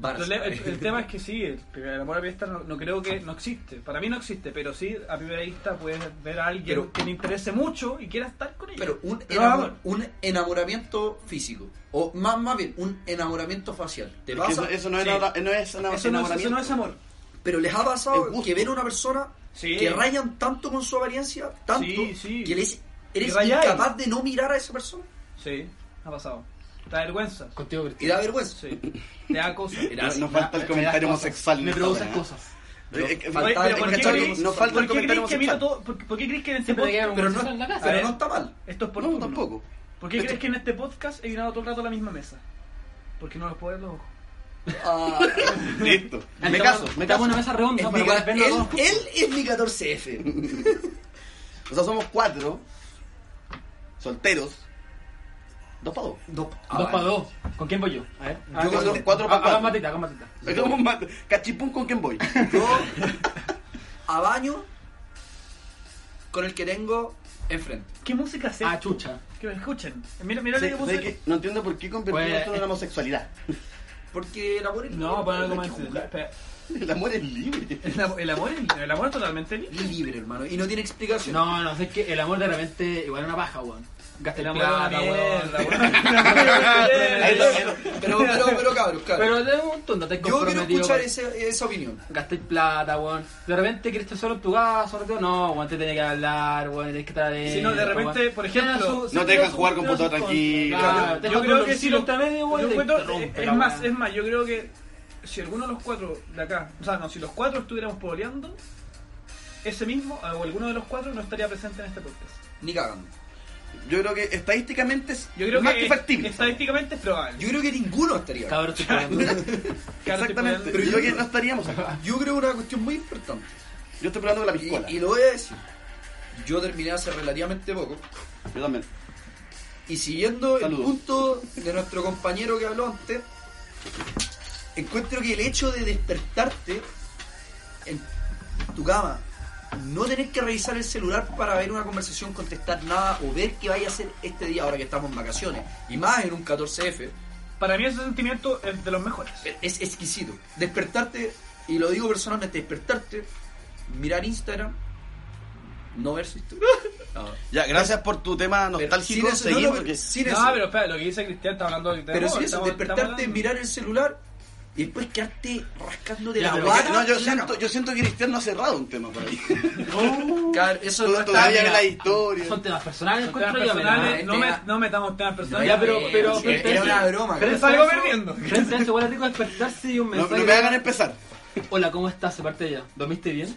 Speaker 3: Barça.
Speaker 1: Entonces, el, el tema es que sí, el, primer- el amor a primera vista no, no creo que no existe. Para mí no existe, pero sí, a primera vista puedes ver a alguien
Speaker 3: Pero-
Speaker 1: que te interese mucho y quieras estar con ella.
Speaker 3: Pero un,
Speaker 1: Pero
Speaker 3: enamor-
Speaker 1: amor.
Speaker 3: un enamoramiento físico. O más, más bien, un enamoramiento facial. ¿Te
Speaker 2: Es que
Speaker 3: pasa?
Speaker 2: eso, eso no, es
Speaker 1: Sí.
Speaker 2: nada- no es nada-
Speaker 1: Eso no, es, eso no es amor.
Speaker 3: Pero les ha
Speaker 2: El
Speaker 3: pasado
Speaker 2: gusto.
Speaker 3: que ven a una persona
Speaker 1: Sí.
Speaker 3: que rayan tanto con su apariencia, tanto,
Speaker 1: Sí, sí.
Speaker 3: que les,
Speaker 1: Y
Speaker 3: eres
Speaker 1: rayáis.
Speaker 3: incapaz de no mirar a esa persona.
Speaker 1: Sí, ha pasado. Te da vergüenza.
Speaker 4: Contigo, Cristian.
Speaker 3: Y da vergüenza.
Speaker 1: Sí. Te da cosas.
Speaker 2: No- Nos
Speaker 4: Me-
Speaker 2: falta
Speaker 4: me
Speaker 2: el
Speaker 4: das
Speaker 2: comentario
Speaker 4: cosas.
Speaker 2: homosexual. en
Speaker 4: Me
Speaker 2: esta
Speaker 4: produces
Speaker 2: weá.
Speaker 4: cosas.
Speaker 2: Eh, eh, eh,
Speaker 3: Falta-
Speaker 2: ¿cachai?
Speaker 3: pero ¿por qué crees-
Speaker 2: Nos falta
Speaker 1: ¿Por
Speaker 2: el
Speaker 1: qué
Speaker 2: comentario
Speaker 1: crees que a mí no
Speaker 2: homosexual.
Speaker 1: todo- por, por qué crees que en este
Speaker 4: Siempre que
Speaker 1: podcast...
Speaker 4: hay
Speaker 3: Pero, no,
Speaker 4: homosexual en la casa.
Speaker 3: pero
Speaker 1: eh.
Speaker 3: no está mal.
Speaker 1: Esto es por
Speaker 2: No,
Speaker 1: turno.
Speaker 2: tampoco.
Speaker 1: ¿Por qué crees que en este podcast he llenado todo el rato la misma mesa? Porque no los puedo ver los ojos.
Speaker 3: Ah,
Speaker 2: Listo. Me
Speaker 4: Estamos-
Speaker 2: caso, me
Speaker 4: estamos en una
Speaker 2: caso.
Speaker 4: mesa
Speaker 3: es
Speaker 4: redonda
Speaker 3: mi
Speaker 4: para
Speaker 3: ca-
Speaker 4: poder verlo
Speaker 3: él,
Speaker 4: a todos.
Speaker 3: él es mi 14F.
Speaker 2: O sea, somos cuatro solteros. Dos para dos.
Speaker 3: Dos,
Speaker 4: Dos para dos. ¿Con quién voy yo? A ver.
Speaker 2: Yo
Speaker 4: Ah,
Speaker 2: con
Speaker 4: con-
Speaker 2: dos, cuatro
Speaker 4: ah,
Speaker 2: pa'
Speaker 4: ah,
Speaker 2: cuatro.
Speaker 4: Con matita, con matita.
Speaker 2: Es como un mat- cachipún con quien voy.
Speaker 3: Yo a baño con el que tengo enfrente.
Speaker 1: ¿Qué música hace?
Speaker 4: Ah, chucha.
Speaker 1: que me escuchen. Mira, mira
Speaker 2: Sí,
Speaker 1: la
Speaker 2: ¿sabes
Speaker 1: música.
Speaker 2: qué? no entiendo por qué convertimos
Speaker 4: Pues-
Speaker 2: esto en la homosexualidad.
Speaker 3: Porque el amor es
Speaker 1: No, para algo
Speaker 3: hay
Speaker 1: más.
Speaker 3: que jugar.
Speaker 1: Espera,
Speaker 2: El amor es libre.
Speaker 1: El, am- el amor es- el amor es totalmente libre.
Speaker 3: Y libre, hermano. Y no tiene explicación.
Speaker 4: No, no, es que el amor de repente igual es una paja, weón. Gasta
Speaker 1: El
Speaker 4: el
Speaker 1: amor es una
Speaker 4: plata, weón.
Speaker 1: mierda, weón. El amor es una mierda.
Speaker 3: Pero, pero, pero, cabros, cabros.
Speaker 4: Pero de un montón, no te
Speaker 3: Yo quiero
Speaker 4: comprometido
Speaker 3: escuchar
Speaker 4: con-
Speaker 3: ese- esa opinión.
Speaker 4: Gastáis plata, weón. De repente querés estar solo en tu casa, solo en tu- No, weón, te tenés que hablar, weón, tenés que estar ahí.
Speaker 1: Si no, de repente, por ejemplo,
Speaker 2: Eh, No te dejan jugar computador tranquilo.
Speaker 4: Claro,
Speaker 1: yo creo que si
Speaker 4: lo
Speaker 1: lo
Speaker 4: está medio, weón,
Speaker 1: yo
Speaker 4: te
Speaker 1: encuentro- eh,
Speaker 4: interrumpe
Speaker 1: es
Speaker 4: la
Speaker 1: más,
Speaker 4: weá.
Speaker 1: es más, yo creo que si alguno de los cuatro de acá, o sea, no, si los cuatro estuviéramos poleando, ese mismo o alguno de los cuatro no estaría presente en este podcast.
Speaker 3: Ni cagando.
Speaker 2: Yo creo que estadísticamente es
Speaker 1: Yo creo
Speaker 2: más
Speaker 1: que,
Speaker 2: que, factible.
Speaker 1: estadísticamente es probable.
Speaker 3: Yo creo que ninguno estaría.
Speaker 4: Cabrón, estoy jugando.
Speaker 1: Claro, estoy
Speaker 2: Exactamente.
Speaker 1: poleando.
Speaker 2: Yo creo que no estaríamos acá.
Speaker 3: Yo creo una cuestión muy importante.
Speaker 2: Yo estoy probando con la
Speaker 3: Y,
Speaker 2: piscola.
Speaker 3: y lo voy a decir. Yo terminé hace relativamente poco.
Speaker 2: Yo también.
Speaker 3: Y siguiendo
Speaker 2: Saludos.
Speaker 3: el punto de nuestro compañero que habló antes, encuentro que el hecho de despertarte en tu cama, no tener que revisar el celular para ver una conversación, contestar nada o ver qué vaya a hacer este día ahora que estamos en vacaciones, y más en un 14F,
Speaker 1: Para mí ese sentimiento es de los mejores.
Speaker 3: es exquisito. Despertarte, y lo digo personalmente, despertarte, mirar Instagram, no ver su historia. No,
Speaker 2: Ya, gracias por tu tema
Speaker 3: pero
Speaker 2: nostálgico.
Speaker 3: sin eso, no,
Speaker 2: Seguimos,
Speaker 3: no, pero
Speaker 2: porque-
Speaker 3: sin
Speaker 1: No,
Speaker 3: eso.
Speaker 1: pero espera, lo que dice Cristian está hablando de
Speaker 3: Pero si eso,
Speaker 1: estamos- estamos-
Speaker 3: despertarte,
Speaker 1: estamos-
Speaker 3: mirar el celular y después quedarte rascándote
Speaker 4: Ya,
Speaker 3: la
Speaker 4: pero
Speaker 2: Porque-
Speaker 3: guata.
Speaker 2: no, yo
Speaker 3: y la
Speaker 2: siento,
Speaker 3: cama.
Speaker 2: yo siento que Cristian no ha cerrado un tema por ahí.
Speaker 3: Claro, eso no está
Speaker 2: Todavía ve
Speaker 3: bien.
Speaker 2: Ah, la historia.
Speaker 4: Son temas personales, ¿eh?
Speaker 1: Son temas
Speaker 4: encuentro yo,
Speaker 1: personales,
Speaker 3: no,
Speaker 1: no, me-
Speaker 3: tema-
Speaker 1: no metamos temas
Speaker 3: este, No,
Speaker 1: personales.
Speaker 4: Ya, pero,
Speaker 3: eh,
Speaker 4: pero,
Speaker 3: sí, era una broma,
Speaker 4: pero
Speaker 3: claro.
Speaker 1: Salgo
Speaker 4: eso-
Speaker 1: perdiendo.
Speaker 4: Frente a eso, igual es rico despertarse y un
Speaker 2: No,
Speaker 4: mensaje.
Speaker 2: no me hagan empezar.
Speaker 4: Hola, ¿cómo estás? Se parte de ella. ¿Dormiste bien?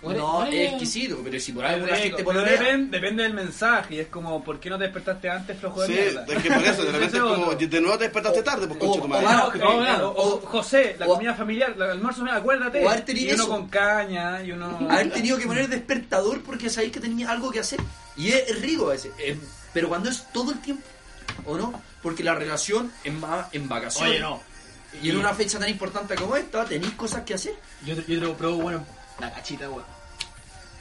Speaker 3: No,
Speaker 4: Oye,
Speaker 3: es exquisito, pero si por
Speaker 1: Pero
Speaker 3: algo la gente
Speaker 1: pero
Speaker 3: polonea.
Speaker 1: depen- depende del mensaje, y es como, ¿por qué no te despertaste antes, flojo de
Speaker 2: Sí,
Speaker 1: mierda?
Speaker 2: es que por eso, de repente es
Speaker 1: Ese
Speaker 2: como,
Speaker 1: otro.
Speaker 2: de nuevo te despertaste tarde, pues
Speaker 3: O-
Speaker 2: concha tu
Speaker 3: o
Speaker 2: madre.
Speaker 3: van a-
Speaker 1: No, que-
Speaker 4: No, claro.
Speaker 1: o- o- José, la
Speaker 3: O-
Speaker 1: comida familiar, el almuerzo, mira, acuérdate.
Speaker 3: O haber tenido
Speaker 1: y uno
Speaker 3: eso.
Speaker 1: con caña, y uno.
Speaker 3: Haber tenido que poner despertador porque sabéis que tenía algo que hacer. Y es rico a veces. eh, pero cuando es todo el tiempo, ¿o no? Porque la relación en, va- en vacaciones.
Speaker 4: Oye, no.
Speaker 3: Y en una fecha tan importante como esta, tenéis cosas que hacer.
Speaker 4: Yo, yo te lo pruebo, bueno, la cachita, weón.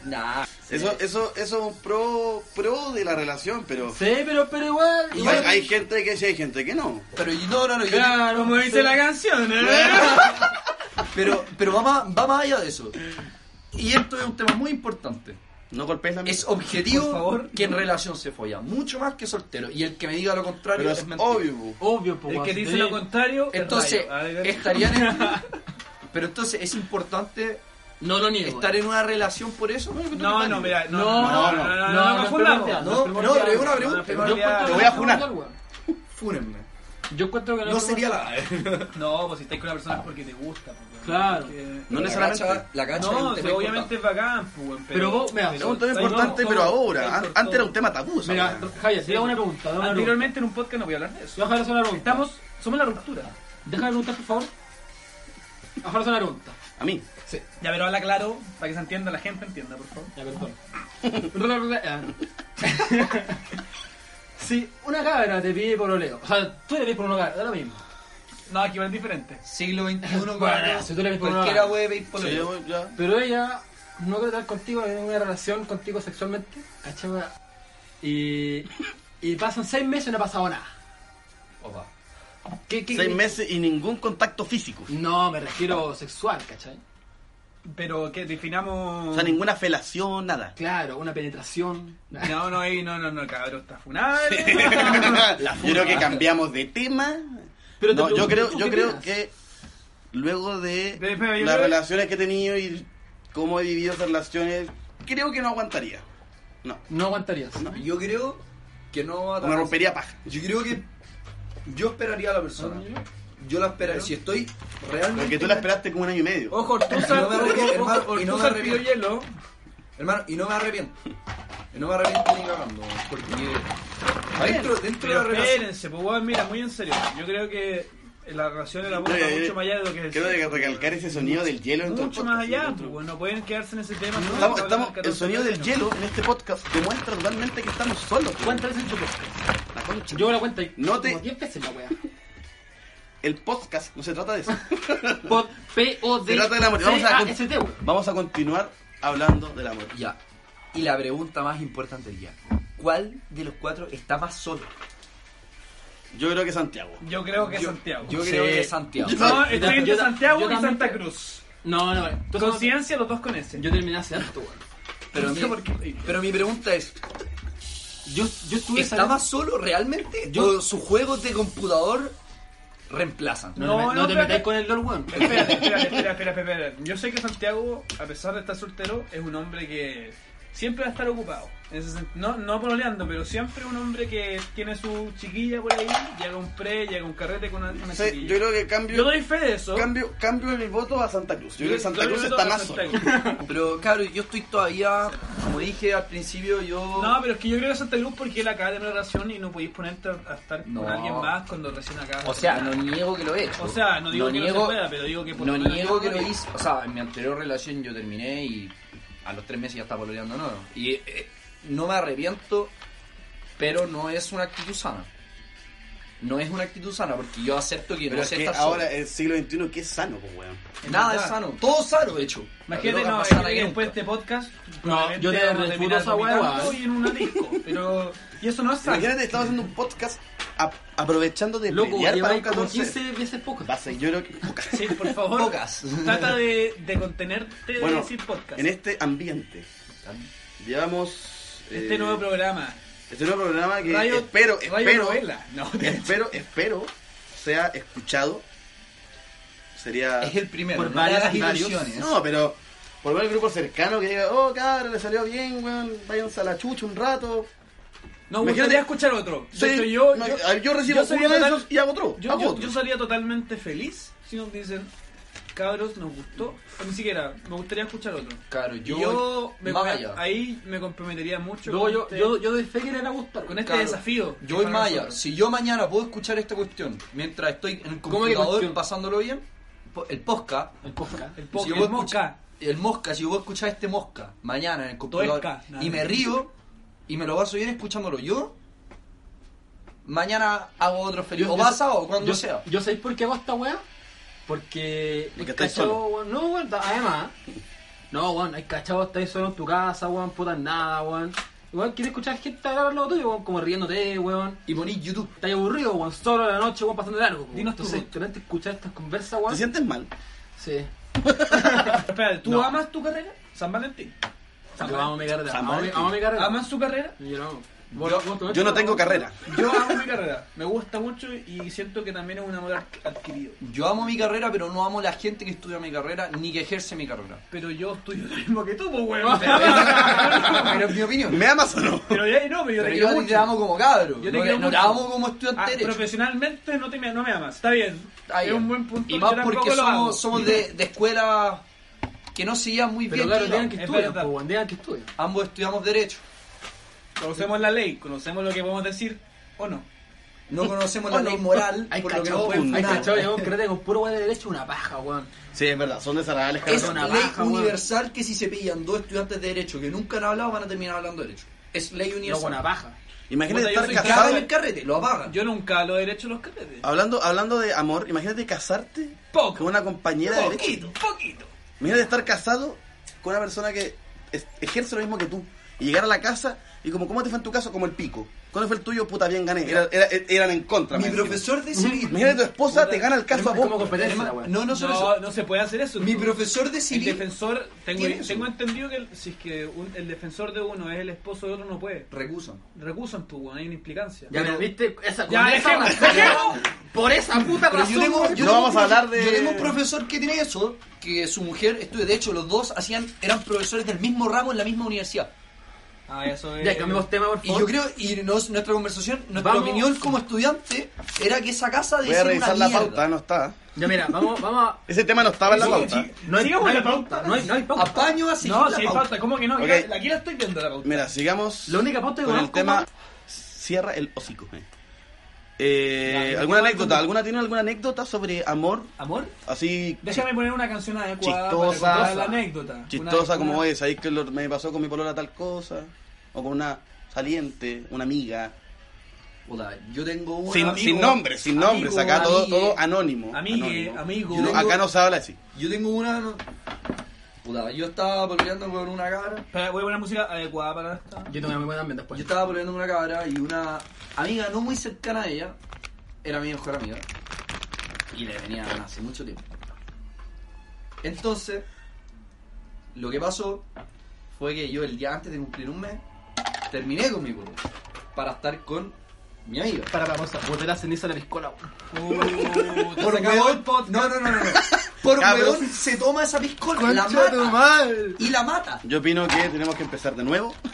Speaker 3: Nah.
Speaker 2: Eso, eso, eso es un pro, pro de la relación, pero
Speaker 4: Sí, pero, pero igual.
Speaker 2: hay,
Speaker 4: igual-
Speaker 2: hay gente que sí, hay gente que no.
Speaker 3: Pero y no, no, no. yo-
Speaker 1: Claro, como dice la canción, ¿eh?
Speaker 3: Pero, pero va, más, va más allá de eso. Y esto es un tema muy importante.
Speaker 2: No golpees la
Speaker 3: Es
Speaker 2: mesa.
Speaker 3: objetivo
Speaker 1: Por favor.
Speaker 3: que en relación se folla, mucho más que soltero. Y el que me diga lo contrario
Speaker 2: Pero
Speaker 3: es,
Speaker 2: es
Speaker 3: mentira.
Speaker 2: obvio, po.
Speaker 4: Obvio, pues.
Speaker 1: El que
Speaker 4: weón, si
Speaker 1: dice
Speaker 4: te-
Speaker 1: lo contrario. es
Speaker 3: Entonces,
Speaker 1: rayo. A ver,
Speaker 3: estarían en- Pero entonces es importante
Speaker 4: No lo niego.
Speaker 3: estar en una relación por eso. Bueno, que tú
Speaker 1: No,
Speaker 3: te
Speaker 1: no,
Speaker 3: pares.
Speaker 1: mira, no,
Speaker 4: No,
Speaker 1: no, no, no, no, no,
Speaker 4: no,
Speaker 1: no, confundamos.
Speaker 4: no,
Speaker 3: No, no, pero es una pregunta.
Speaker 1: no,
Speaker 4: Yo
Speaker 1: no,
Speaker 2: Te voy a
Speaker 4: encuentro que
Speaker 2: funar.
Speaker 4: no, weón.
Speaker 3: Fúrenme.
Speaker 4: Yo encuentro que
Speaker 3: No sería la.
Speaker 1: No, pues si estáis con una persona es porque te gusta. pues, weón.
Speaker 4: Claro.
Speaker 1: Porque-
Speaker 2: No
Speaker 3: la
Speaker 2: necesariamente.
Speaker 3: cacha- La cacha es
Speaker 1: No,
Speaker 3: un
Speaker 1: o
Speaker 3: tema
Speaker 1: sea,
Speaker 3: importante.
Speaker 1: obviamente es bacán, pues, weón,
Speaker 4: Pero vos, mira,
Speaker 2: Es un tema
Speaker 1: Ay,
Speaker 2: importante,
Speaker 1: no,
Speaker 2: pero
Speaker 1: no,
Speaker 2: ahora.
Speaker 1: no,
Speaker 2: An-
Speaker 1: no,
Speaker 2: Antes era
Speaker 1: no.
Speaker 2: un tema tabú. esa
Speaker 4: Mira,
Speaker 2: weá.
Speaker 4: Javier, te hago una pregunta. te hago una pregunta.
Speaker 1: Anteriormente en un podcast no voy a hablar de
Speaker 4: Yo
Speaker 1: eso.
Speaker 4: voy a hacer una pregunta.
Speaker 1: Estamos, somos la ruptura.
Speaker 4: Déjame preguntar, por favor. Bajar una pregunta.
Speaker 2: A mí.
Speaker 4: Sí.
Speaker 1: Ya, pero habla claro para que se entienda, la gente entienda, por favor.
Speaker 4: Ya, perdón. si una cabra te pide pololeo, o sea, tú le pides por una cabra, da lo mismo.
Speaker 1: No, aquí van diferente.
Speaker 3: Siglo XXI,
Speaker 4: Bueno,
Speaker 3: bueno,
Speaker 4: si tú le ves por
Speaker 3: Eh, cualquiera
Speaker 4: una-
Speaker 3: puede pedir por
Speaker 2: Sí, yo- ya.
Speaker 4: Pero ella no quiere estar contigo en una relación contigo sexualmente, ¿cachai? weá? Y, y pasan seis meses y no ha pasado nada.
Speaker 3: Opa.
Speaker 4: ¿Qué, qué-
Speaker 2: Seis meses y ningún contacto físico.
Speaker 4: No, me refiero sexual, ¿cachai?
Speaker 1: Pero que definamos.
Speaker 2: O sea, ninguna felación, nada.
Speaker 4: Claro, una penetración.
Speaker 1: No, no, ahí, no, no, no, cabrón, está funado.
Speaker 2: yo creo que cambiamos de tema.
Speaker 4: Pero te
Speaker 2: No,
Speaker 4: pregunto,
Speaker 2: yo creo,
Speaker 4: ¿tú
Speaker 2: yo
Speaker 4: qué
Speaker 2: creo
Speaker 4: opinas?
Speaker 2: que luego de
Speaker 1: Pero, pero, yo
Speaker 2: las
Speaker 1: creo-
Speaker 2: relaciones que he tenido y cómo he vivido esas relaciones, creo que no aguantaría. No,
Speaker 4: No aguantarías.
Speaker 3: Yo creo que no va a
Speaker 2: me rompería paja.
Speaker 3: Yo creo que yo esperaría a la persona. Yo la esperaría. Si estoy realmente.
Speaker 2: Porque tú la esperaste como un año y medio.
Speaker 1: Ojo, Ortuzar,
Speaker 3: No me arrepiento,
Speaker 1: ojo,
Speaker 3: hermano, y no me
Speaker 1: Ortuzar pidió
Speaker 3: arrepiento.
Speaker 1: hielo.
Speaker 3: Hermano, y no me arrepiento. Y no me arrepiento ni cagando. Porque. Dentro, dentro de la
Speaker 1: Pero
Speaker 3: relación.
Speaker 1: espérense, pues, weón, mira, muy en serio. Yo creo que la relación de la
Speaker 2: No,
Speaker 1: puta
Speaker 2: eh,
Speaker 1: va mucho más allá de lo que es el
Speaker 2: Quiero
Speaker 1: sexo,
Speaker 2: recalcar ese sonido del hielo en todo el
Speaker 1: Mucho
Speaker 2: podcast.
Speaker 1: más allá, pues, weón, no pueden quedarse en ese tema. No,
Speaker 2: Estamos,
Speaker 1: hablan
Speaker 2: estamos, el
Speaker 1: 14
Speaker 2: sonido del
Speaker 1: años.
Speaker 2: hielo en este podcast demuestra totalmente que estamos solos. weón.
Speaker 4: ¿Cuántas veces he hecho podcast?
Speaker 2: La concha.
Speaker 4: Yo la cuenta y
Speaker 2: No te-
Speaker 4: como 10 veces la wea.
Speaker 2: El podcast no se trata de eso.
Speaker 4: Pod, P O D
Speaker 2: Se trata del amor. Vamos a-
Speaker 4: C, A, S, T, wea.
Speaker 2: Vamos a continuar hablando del amor.
Speaker 3: Ya. Y la pregunta más importante del día. ¿Cuál de los cuatro está más solo?
Speaker 2: Yo creo que Santiago.
Speaker 1: Yo creo que Santiago.
Speaker 3: Yo
Speaker 4: Sí.
Speaker 3: creo que es Santiago.
Speaker 1: No, estoy
Speaker 4: Yo
Speaker 1: entre
Speaker 4: ta-
Speaker 1: Santiago
Speaker 4: yo
Speaker 1: y
Speaker 4: también
Speaker 1: Santa
Speaker 4: creo.
Speaker 1: Cruz.
Speaker 4: No, no, wea. Tú sabes-
Speaker 1: Conciencia, los dos con ese.
Speaker 4: Yo terminé hace harto, wea.
Speaker 3: Pero,
Speaker 1: No
Speaker 3: mi,
Speaker 1: sé por qué.
Speaker 3: pero mi pregunta es,
Speaker 4: Yo, yo estuve
Speaker 3: ¿está
Speaker 4: saliendo-
Speaker 3: más solo realmente?
Speaker 4: Yo-
Speaker 3: ¿O sus juegos de computador reemplazan?
Speaker 4: No,
Speaker 1: No,
Speaker 4: no,
Speaker 1: no,
Speaker 4: te
Speaker 1: pero-
Speaker 4: metáis con el LOL, weón.
Speaker 1: Espérate, espérate, espera, espera, espera. Yo sé que Santiago, a pesar de estar soltero, es un hombre que siempre va a estar ocupado. En ese sen- no, no pololeando, pero siempre un hombre que tiene su chiquilla por ahí, llega un pre, llega un carrete con una, una
Speaker 2: Sí,
Speaker 1: chiquilla.
Speaker 2: yo
Speaker 1: Yo,
Speaker 2: creo que cambio,
Speaker 1: doy fe de eso.
Speaker 2: cambio, cambio el voto a Santa Cruz. Yo creo que Santa
Speaker 1: doy
Speaker 2: Cruz
Speaker 1: voto
Speaker 2: está
Speaker 1: a
Speaker 2: más
Speaker 1: Santa
Speaker 2: solo.
Speaker 1: Cruz.
Speaker 3: Pero claro, yo estoy todavía, como dije al principio, yo...
Speaker 1: No, pero es que yo creo que Santa Cruz porque él acaba de tener una relación y no podéis ponerte a a estar
Speaker 3: No.
Speaker 1: con alguien más cuando recién acabas. de
Speaker 3: o sea, no
Speaker 1: terminar.
Speaker 3: niego que lo he hecho.
Speaker 1: O sea, no digo que no
Speaker 3: niego,
Speaker 1: se pueda, pero digo que por
Speaker 3: no
Speaker 1: lo menos
Speaker 3: niego que
Speaker 1: yo-
Speaker 3: lo hice. O sea, en mi anterior relación yo terminé y a los tres meses ya estaba pololeando, no. Y eh, no me arrepiento, pero no es una actitud sana. No es una actitud sana porque yo acepto que
Speaker 2: Pero
Speaker 3: no
Speaker 2: es
Speaker 3: sé
Speaker 2: que
Speaker 3: estar solo.
Speaker 2: ahora el siglo XXI, ¿qué es sano, pues, weón?
Speaker 3: Nada es sano, todo sano de hecho.
Speaker 1: Imagínate,
Speaker 3: Droga
Speaker 1: no,
Speaker 3: más
Speaker 1: es
Speaker 3: sana
Speaker 1: que
Speaker 3: que
Speaker 1: después
Speaker 3: nunca.
Speaker 1: de este podcast,
Speaker 4: No, yo te
Speaker 1: probablemente vamos
Speaker 4: refuto
Speaker 1: a terminar
Speaker 4: esa hueá,
Speaker 1: vomitando
Speaker 4: weón.
Speaker 1: y en una disco, pero... Y eso no es sano.
Speaker 2: Imagínate, estamos haciendo un podcast a- aprovechando de
Speaker 4: Loco,
Speaker 2: pelear para un
Speaker 4: lleváis como
Speaker 2: 14.
Speaker 4: 15 veces poco.
Speaker 2: Va a ser, yo creo que...
Speaker 1: Sí, por favor,
Speaker 3: Pocas.
Speaker 1: trata de, de contenerte de
Speaker 2: Bueno,
Speaker 1: decir podcast.
Speaker 2: en este ambiente, llevamos...
Speaker 1: Este
Speaker 2: eh,
Speaker 1: nuevo programa.
Speaker 2: Este nuevo programa que
Speaker 1: Radio-
Speaker 2: espero,
Speaker 1: Radio
Speaker 2: espero,
Speaker 1: novela. No,
Speaker 2: espero, espero sea escuchado. Sería...
Speaker 3: Es el primero,
Speaker 4: Por
Speaker 3: no te hagas
Speaker 4: varias
Speaker 3: ilusiones.
Speaker 2: No, pero por ver el grupo cercano que diga, oh, cabrón, le salió bien, weón, váyanse a la chucha un rato.
Speaker 1: no
Speaker 2: Imagínate-
Speaker 1: gustaría escuchar otro. De
Speaker 2: Sí,
Speaker 1: hecho, yo,
Speaker 2: me-
Speaker 1: yo,
Speaker 2: ah, yo recibo
Speaker 1: yo sería
Speaker 2: uno de
Speaker 1: total-
Speaker 2: esos y hago otro.
Speaker 1: yo-
Speaker 2: hago
Speaker 1: yo-
Speaker 2: otro.
Speaker 1: yo sería totalmente feliz si nos dicen, cabros, nos gustó. O ni siquiera, me gustaría escuchar otro.
Speaker 3: Claro,
Speaker 1: Y
Speaker 3: yo,
Speaker 1: Yo, me,
Speaker 3: más allá.
Speaker 1: ahí me comprometería mucho
Speaker 4: Luego
Speaker 1: con
Speaker 4: yo,
Speaker 1: este-
Speaker 4: yo, yo doy fe que le va a gustar.
Speaker 1: con este
Speaker 3: claro.
Speaker 1: desafío.
Speaker 3: Yo voy
Speaker 1: para
Speaker 3: más allá.
Speaker 1: nosotros.
Speaker 3: Si yo mañana puedo escuchar esta cuestión mientras estoy en el
Speaker 4: ¿Cómo que
Speaker 3: computador
Speaker 4: cuestión?
Speaker 3: pasándolo bien, po- el posca,
Speaker 4: El podcast.
Speaker 1: El
Speaker 4: El...
Speaker 1: podcast,
Speaker 3: si yo voy a
Speaker 1: mosca.
Speaker 3: escuchar- el mosca, si yo voy a escuchar este mosca mañana en el computador
Speaker 1: Tuesca, nada.
Speaker 3: y me río y me lo voy a subir escuchándolo yo, mañana hago otro feliz.
Speaker 4: Yo-
Speaker 3: O
Speaker 4: yo-
Speaker 3: pasado, o cuando
Speaker 4: yo,
Speaker 3: sea.
Speaker 4: ¿Yo sabéis por qué hago esta weá? Porque.
Speaker 2: Porque
Speaker 4: he
Speaker 2: estáis
Speaker 4: cachado,
Speaker 2: solo.
Speaker 4: weón. No, weón, ta- además. No, weón, hay cachado, estáis solo en tu casa, weón, puta nada, weón. Igual quieres escuchar gente hablar lo tuyo, weón, como riéndote, weón.
Speaker 3: Y ponís YouTube.
Speaker 4: Estás aburrido, weón, solo a la noche, weón, pasando de largo. weón.
Speaker 1: Dinos tu
Speaker 4: Entonces,
Speaker 1: voz.
Speaker 4: realmente escuchar estas conversas,
Speaker 2: ¿Te
Speaker 4: weón.
Speaker 2: sientes mal?
Speaker 4: Sí.
Speaker 1: Pero espérate, ¿tú
Speaker 4: No.
Speaker 1: amas tu carrera? San Valentín.
Speaker 4: Yo amo mi carrera.
Speaker 2: San
Speaker 4: Amo mi-
Speaker 2: Valentín.
Speaker 4: amo mi carrera.
Speaker 1: ¿Amas tu carrera?
Speaker 4: Yo la amo.
Speaker 2: Yo, yo no tengo carrera.
Speaker 1: Yo amo mi carrera. Me gusta mucho y siento que también es un amor ad- adquirido.
Speaker 3: Yo amo mi carrera, pero no amo la gente que estudia mi carrera ni que ejerce mi carrera.
Speaker 1: Pero yo estudio lo mismo que tú, pues, weón.
Speaker 3: pero es mi opinión.
Speaker 2: ¿Me amas o no?
Speaker 1: Pero ya, no, pero yo
Speaker 3: Pero yo
Speaker 1: te quiero
Speaker 3: a ti
Speaker 1: mucho.
Speaker 3: te amo como cabro.
Speaker 1: Yo te
Speaker 3: no,
Speaker 1: quiero
Speaker 3: no
Speaker 1: mucho.
Speaker 3: te amo como estudiante
Speaker 1: Ah,
Speaker 3: de derecho.
Speaker 1: profesionalmente no, te, me- no me amas, está bien.
Speaker 3: Está
Speaker 1: Es
Speaker 3: bien.
Speaker 1: un buen punto.
Speaker 3: Ah, Y
Speaker 1: yo
Speaker 3: más
Speaker 1: tampoco
Speaker 3: porque
Speaker 1: lo hago.
Speaker 3: somos, somos de, de escuela que no se llevan muy
Speaker 4: Pero
Speaker 3: bien.
Speaker 4: claro,
Speaker 3: digamos.
Speaker 4: digan que
Speaker 1: Es
Speaker 4: estudian,
Speaker 1: verdad.
Speaker 4: pues, weón, digan que estudian.
Speaker 3: Ambos estudiamos derecho.
Speaker 1: Conocemos la ley, conocemos lo que podemos decir o no.
Speaker 3: No conocemos
Speaker 4: Oh,
Speaker 3: la
Speaker 4: no.
Speaker 3: ley moral,
Speaker 4: Hay
Speaker 3: por lo que
Speaker 4: cachado,
Speaker 3: no
Speaker 1: pues,
Speaker 3: pueden
Speaker 4: weón, Hay
Speaker 3: funar.
Speaker 4: cachado, llegamos carrete con puro weón de derecho, una paja, weón.
Speaker 2: Sí, es verdad, son desagradables.
Speaker 3: Es
Speaker 4: Una
Speaker 3: ley
Speaker 4: baja, weón.
Speaker 3: universal que si se pillan dos estudiantes de derecho que nunca han hablado van a terminar hablando derecho. Es ley
Speaker 4: No,
Speaker 3: universal.
Speaker 4: una paja.
Speaker 2: Imagínate
Speaker 1: Puta, yo
Speaker 2: estar
Speaker 1: soy
Speaker 3: Cagan
Speaker 2: casado.
Speaker 3: el carrete, lo apagan.
Speaker 1: Yo nunca lo he hecho los carretes.
Speaker 3: Ah,
Speaker 2: Hablando, hablando de amor, imagínate casarte
Speaker 1: Poco.
Speaker 2: con una compañera de derecho.
Speaker 1: Poquito, poquito.
Speaker 2: Imagínate estar casado con una persona que es- ejerce lo mismo que tú. Y llegar a la casa y como, ¿cómo te fue en tu caso? Como el pico. ¿Cuándo fue el tuyo? Puta, bien gané. Era- era- eran en contra.
Speaker 3: Mi
Speaker 2: más encima.
Speaker 3: profesor de civil.
Speaker 2: Imagínate tu esposa, te gana el caso a
Speaker 4: Es como
Speaker 2: vos.
Speaker 4: competencia, la weón.
Speaker 3: No, no solo
Speaker 1: No,
Speaker 3: eso.
Speaker 1: no se puede hacer eso.
Speaker 3: Mi
Speaker 1: No.
Speaker 3: profesor de
Speaker 1: El
Speaker 3: civil.
Speaker 1: defensor, tengo,
Speaker 3: tiene eso.
Speaker 1: tengo entendido que el- si es que un- el defensor de uno es el esposo de otro, no puede.
Speaker 3: Recusan.
Speaker 1: Recusan tu weón, hay una implicancia.
Speaker 4: Ya, pero viste, esa,
Speaker 1: Ya,
Speaker 4: con esa-
Speaker 1: dejemos, dejemos.
Speaker 4: Por esa puta
Speaker 3: Pero
Speaker 4: razón.
Speaker 3: yo tengo,
Speaker 4: weón.
Speaker 3: yo
Speaker 2: No
Speaker 3: tengo
Speaker 2: vamos
Speaker 3: un
Speaker 2: a
Speaker 3: profe-
Speaker 2: hablar de-
Speaker 3: Yo tengo un profesor que tiene eso, que su mujer, estudia, de hecho los dos hacían, eran profesores del mismo ramo en la misma universidad.
Speaker 1: Ah, eso es.
Speaker 4: Ya, cambiamos tema, por
Speaker 3: Y
Speaker 4: favor.
Speaker 3: yo creo, y nos- nuestra conversación, nuestra
Speaker 4: Vamos.
Speaker 3: opinión como estudiante era que esa casa de
Speaker 2: Voy a revisar la pauta, no está.
Speaker 4: Ya, mira, vamos, vamos a...
Speaker 2: Ese tema no estaba en la
Speaker 1: Sí,
Speaker 2: pauta.
Speaker 1: sí.
Speaker 4: No hay,
Speaker 1: Sigamos
Speaker 4: no hay
Speaker 1: la pauta.
Speaker 4: No hay, no hay pauta.
Speaker 3: Apaño a seguir
Speaker 1: No,
Speaker 3: la
Speaker 1: si hay
Speaker 3: pauta.
Speaker 1: pauta, ¿cómo que no?
Speaker 2: Ok.
Speaker 1: Aquí la- Aquí la estoy viendo la pauta.
Speaker 2: Mira, sigamos
Speaker 4: La única pauta que
Speaker 2: con el
Speaker 4: conozco,
Speaker 2: tema.
Speaker 4: weón.
Speaker 2: Cierra el hocico. eh. Eh,
Speaker 1: Ya,
Speaker 2: ¿Alguna
Speaker 1: ya, ya,
Speaker 2: anécdota?
Speaker 1: ya.
Speaker 2: ¿Alguna tiene alguna anécdota sobre amor?
Speaker 1: Amor,
Speaker 2: Así
Speaker 1: déjame poner una canción adecuada
Speaker 2: Chistosa.
Speaker 1: para contar la anécdota.
Speaker 2: chistosa
Speaker 1: Una-
Speaker 2: como
Speaker 1: una-
Speaker 2: es, ahí que lo- me pasó con mi polola tal cosa, o con una saliente, una amiga,
Speaker 3: Puta, yo tengo una.
Speaker 2: sin,
Speaker 1: amigo,
Speaker 2: sin nombres, sin
Speaker 1: amigo,
Speaker 2: nombres, acá todo,
Speaker 3: amigue.
Speaker 2: todo anónimo.
Speaker 1: Amigue,
Speaker 2: anónimo.
Speaker 1: amigo.
Speaker 2: No, acá no se habla así.
Speaker 3: Yo tengo una. no- Puta, yo estaba peleando con una cara.
Speaker 1: Espera, voy a poner música adecuada para esta.
Speaker 4: Yo tengo una muy buena también
Speaker 3: Yo
Speaker 4: después.
Speaker 3: estaba peleando con una cabra y una amiga no muy cercana a ella era mi mejor amiga y le venía a hace mucho tiempo. Entonces, lo que pasó fue que yo el día antes de cumplir un mes terminé con mi grupo para estar con mi amiga.
Speaker 4: Para, para, pausa. Volver a ceniza a la piscola, weón.
Speaker 1: Uh, te
Speaker 3: Por
Speaker 1: sacamos el
Speaker 3: hueón,
Speaker 1: podcast.
Speaker 3: no, no, no, no, no. Por
Speaker 2: Ya, pero-
Speaker 3: hueón se toma esa piscola, la
Speaker 4: Concha tu
Speaker 3: mata
Speaker 4: madre.
Speaker 3: y la mata.
Speaker 2: Yo opino que tenemos que empezar de nuevo.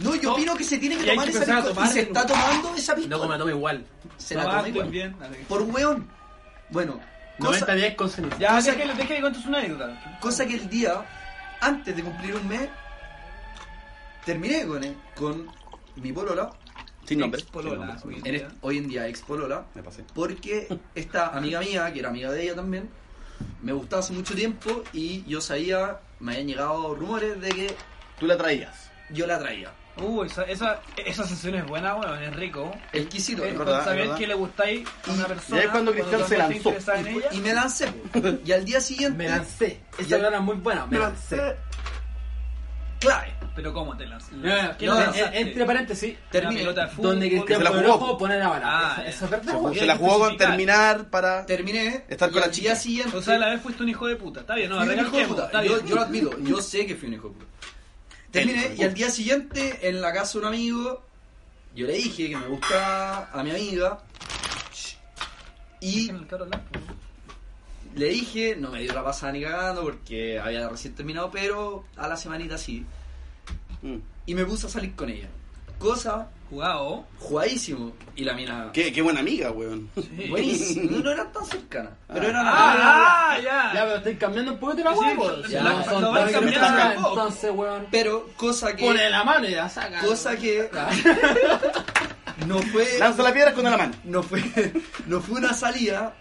Speaker 3: No, yo opino que se tiene que
Speaker 1: Y hay
Speaker 3: tomar
Speaker 1: que
Speaker 3: esa
Speaker 1: empezar a
Speaker 3: piscola y
Speaker 1: tomar
Speaker 3: se
Speaker 1: el-
Speaker 3: está tomando esa
Speaker 4: No, como
Speaker 3: piscola.
Speaker 4: la tomo igual.
Speaker 3: Se
Speaker 1: No,
Speaker 3: la
Speaker 1: ah,
Speaker 3: toma igual.
Speaker 1: estoy bien, dale.
Speaker 3: Por weón. Bueno, cosa,
Speaker 4: 90 días con ceniza.
Speaker 1: Ya,
Speaker 3: Cosa-
Speaker 1: déjale, déjale cuento una anécdota.
Speaker 3: cosa que el día, antes de cumplir un mes, terminé con, él, con mi polola,
Speaker 2: Sin nombres.
Speaker 1: Ex polola,
Speaker 2: sin nombres.
Speaker 1: güey.
Speaker 3: en es- hoy en día ex polola,
Speaker 2: Me pasé.
Speaker 3: porque esta amiga mía, que era amiga de ella también, me gustaba hace mucho tiempo y yo sabía, me habían llegado rumores de que
Speaker 2: Tú la traías.
Speaker 3: yo la traía.
Speaker 1: Uh, esa, esa, esa sesión es buena, weón, es rico.
Speaker 3: Exquisito.
Speaker 1: Es
Speaker 3: ¿no?
Speaker 2: verdad,
Speaker 1: con saber
Speaker 2: verdad.
Speaker 1: que le gustáis a una
Speaker 3: Y-
Speaker 1: persona.
Speaker 2: y ahí cuando Cristian se
Speaker 1: también
Speaker 2: lanzó.
Speaker 1: te interesas en ella.
Speaker 3: Y, y me lancé. Y al día siguiente,
Speaker 4: Me lancé.
Speaker 3: Ya-
Speaker 4: Esa palabra es muy buena. Me lancé.
Speaker 3: clave,
Speaker 1: Pero ¿cómo te lanzas?
Speaker 4: Ya,
Speaker 1: ¿Qué
Speaker 4: ya,
Speaker 1: te
Speaker 4: ya,
Speaker 1: lanzaste?
Speaker 4: eh, Entre parénteles,
Speaker 3: Termina.
Speaker 1: Una pelota de fútbol.
Speaker 4: donde Cristian
Speaker 2: se la
Speaker 4: por el
Speaker 2: jugó.
Speaker 4: ojo pone la bala.
Speaker 1: Ah,
Speaker 4: Esa-
Speaker 1: ya.
Speaker 4: Esa es verdad,
Speaker 1: Se
Speaker 4: weón.
Speaker 2: Se la jugó con terminar para...
Speaker 3: terminé.
Speaker 2: Estar
Speaker 3: y
Speaker 2: con la
Speaker 3: al día
Speaker 2: chica.
Speaker 3: siguiente.
Speaker 1: O sea, a la vez fuiste un hijo de puta. Está bien,
Speaker 3: Fui
Speaker 1: no,
Speaker 3: un hijo de
Speaker 1: recalquemos.
Speaker 3: puta.
Speaker 1: Está
Speaker 3: Yo,
Speaker 1: bien.
Speaker 3: yo lo admiro, yo sé que fui un hijo de puta. Terminé
Speaker 2: El-
Speaker 3: y al día siguiente en la casa de un amigo, yo le dije que me gustaba a mi amiga y
Speaker 1: Dejen al cabro hablar, pues.
Speaker 3: le dije, no me dio la pasada ni cagando porque había recién terminado, pero a la semanita sí.
Speaker 2: Mm.
Speaker 3: Y me puse a salir con ella. Cosa
Speaker 1: Jugado.
Speaker 3: jugadísimo. Y la mina...
Speaker 2: Qué, qué buena amiga, weón.
Speaker 3: Buenísima. No, no eran tan cercanas, pero eran...
Speaker 1: Ah,
Speaker 4: Ya,
Speaker 1: ya.
Speaker 4: pero estoy cambiando un poquito la
Speaker 1: Sí,
Speaker 4: hueá, weón.
Speaker 1: sí,
Speaker 4: Ya,
Speaker 3: la-
Speaker 4: son
Speaker 3: lo vas
Speaker 4: dos que me
Speaker 3: cambiando
Speaker 4: sacan,
Speaker 1: un poco.
Speaker 4: Entonces, weón.
Speaker 3: Pero cosa que...
Speaker 4: Pone la mano y la saca.
Speaker 3: Cosa que
Speaker 4: Ya.
Speaker 3: no fue...
Speaker 2: Lanza la piedra con la mano.
Speaker 3: no fue, no fue una salida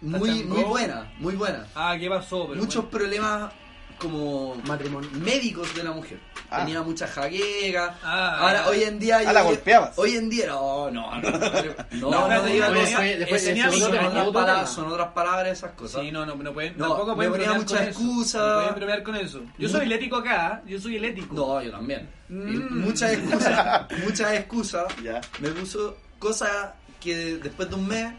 Speaker 3: muy, muy buena, muy buena.
Speaker 1: Ah, ¿qué pasó? Pero
Speaker 3: Muchos problemas como
Speaker 4: Matrimonio.
Speaker 3: médicos de la mujer.
Speaker 2: Ah.
Speaker 3: tenía muchas jaquecas.
Speaker 1: Ah.
Speaker 3: Ahora, hoy en día.
Speaker 2: Ah,
Speaker 3: yo-
Speaker 2: la golpeabas.
Speaker 3: Hoy en día, no, no, no. No, no,
Speaker 1: No,
Speaker 3: no,
Speaker 1: te digo,
Speaker 3: no,
Speaker 1: tenía-
Speaker 3: no,
Speaker 4: después- después
Speaker 3: ese
Speaker 4: tenía
Speaker 3: son
Speaker 4: otro
Speaker 3: otras
Speaker 4: tema, otro
Speaker 3: palabras-
Speaker 4: tema.
Speaker 3: Son otras palabras esas cosas.
Speaker 1: Sí, no, no, no pueden,
Speaker 3: No,
Speaker 1: tampoco
Speaker 3: me
Speaker 1: pueden
Speaker 3: ponía
Speaker 1: bromear
Speaker 3: muchas
Speaker 1: con eso.
Speaker 3: excusas.
Speaker 1: No pueden bromear con eso. Yo soy el ético acá, yo soy el ético.
Speaker 3: No, yo también. Y
Speaker 1: Mm.
Speaker 3: Muchas excusas, muchas excusas.
Speaker 2: Ya.
Speaker 3: Me puso cosas que de- después de un mes.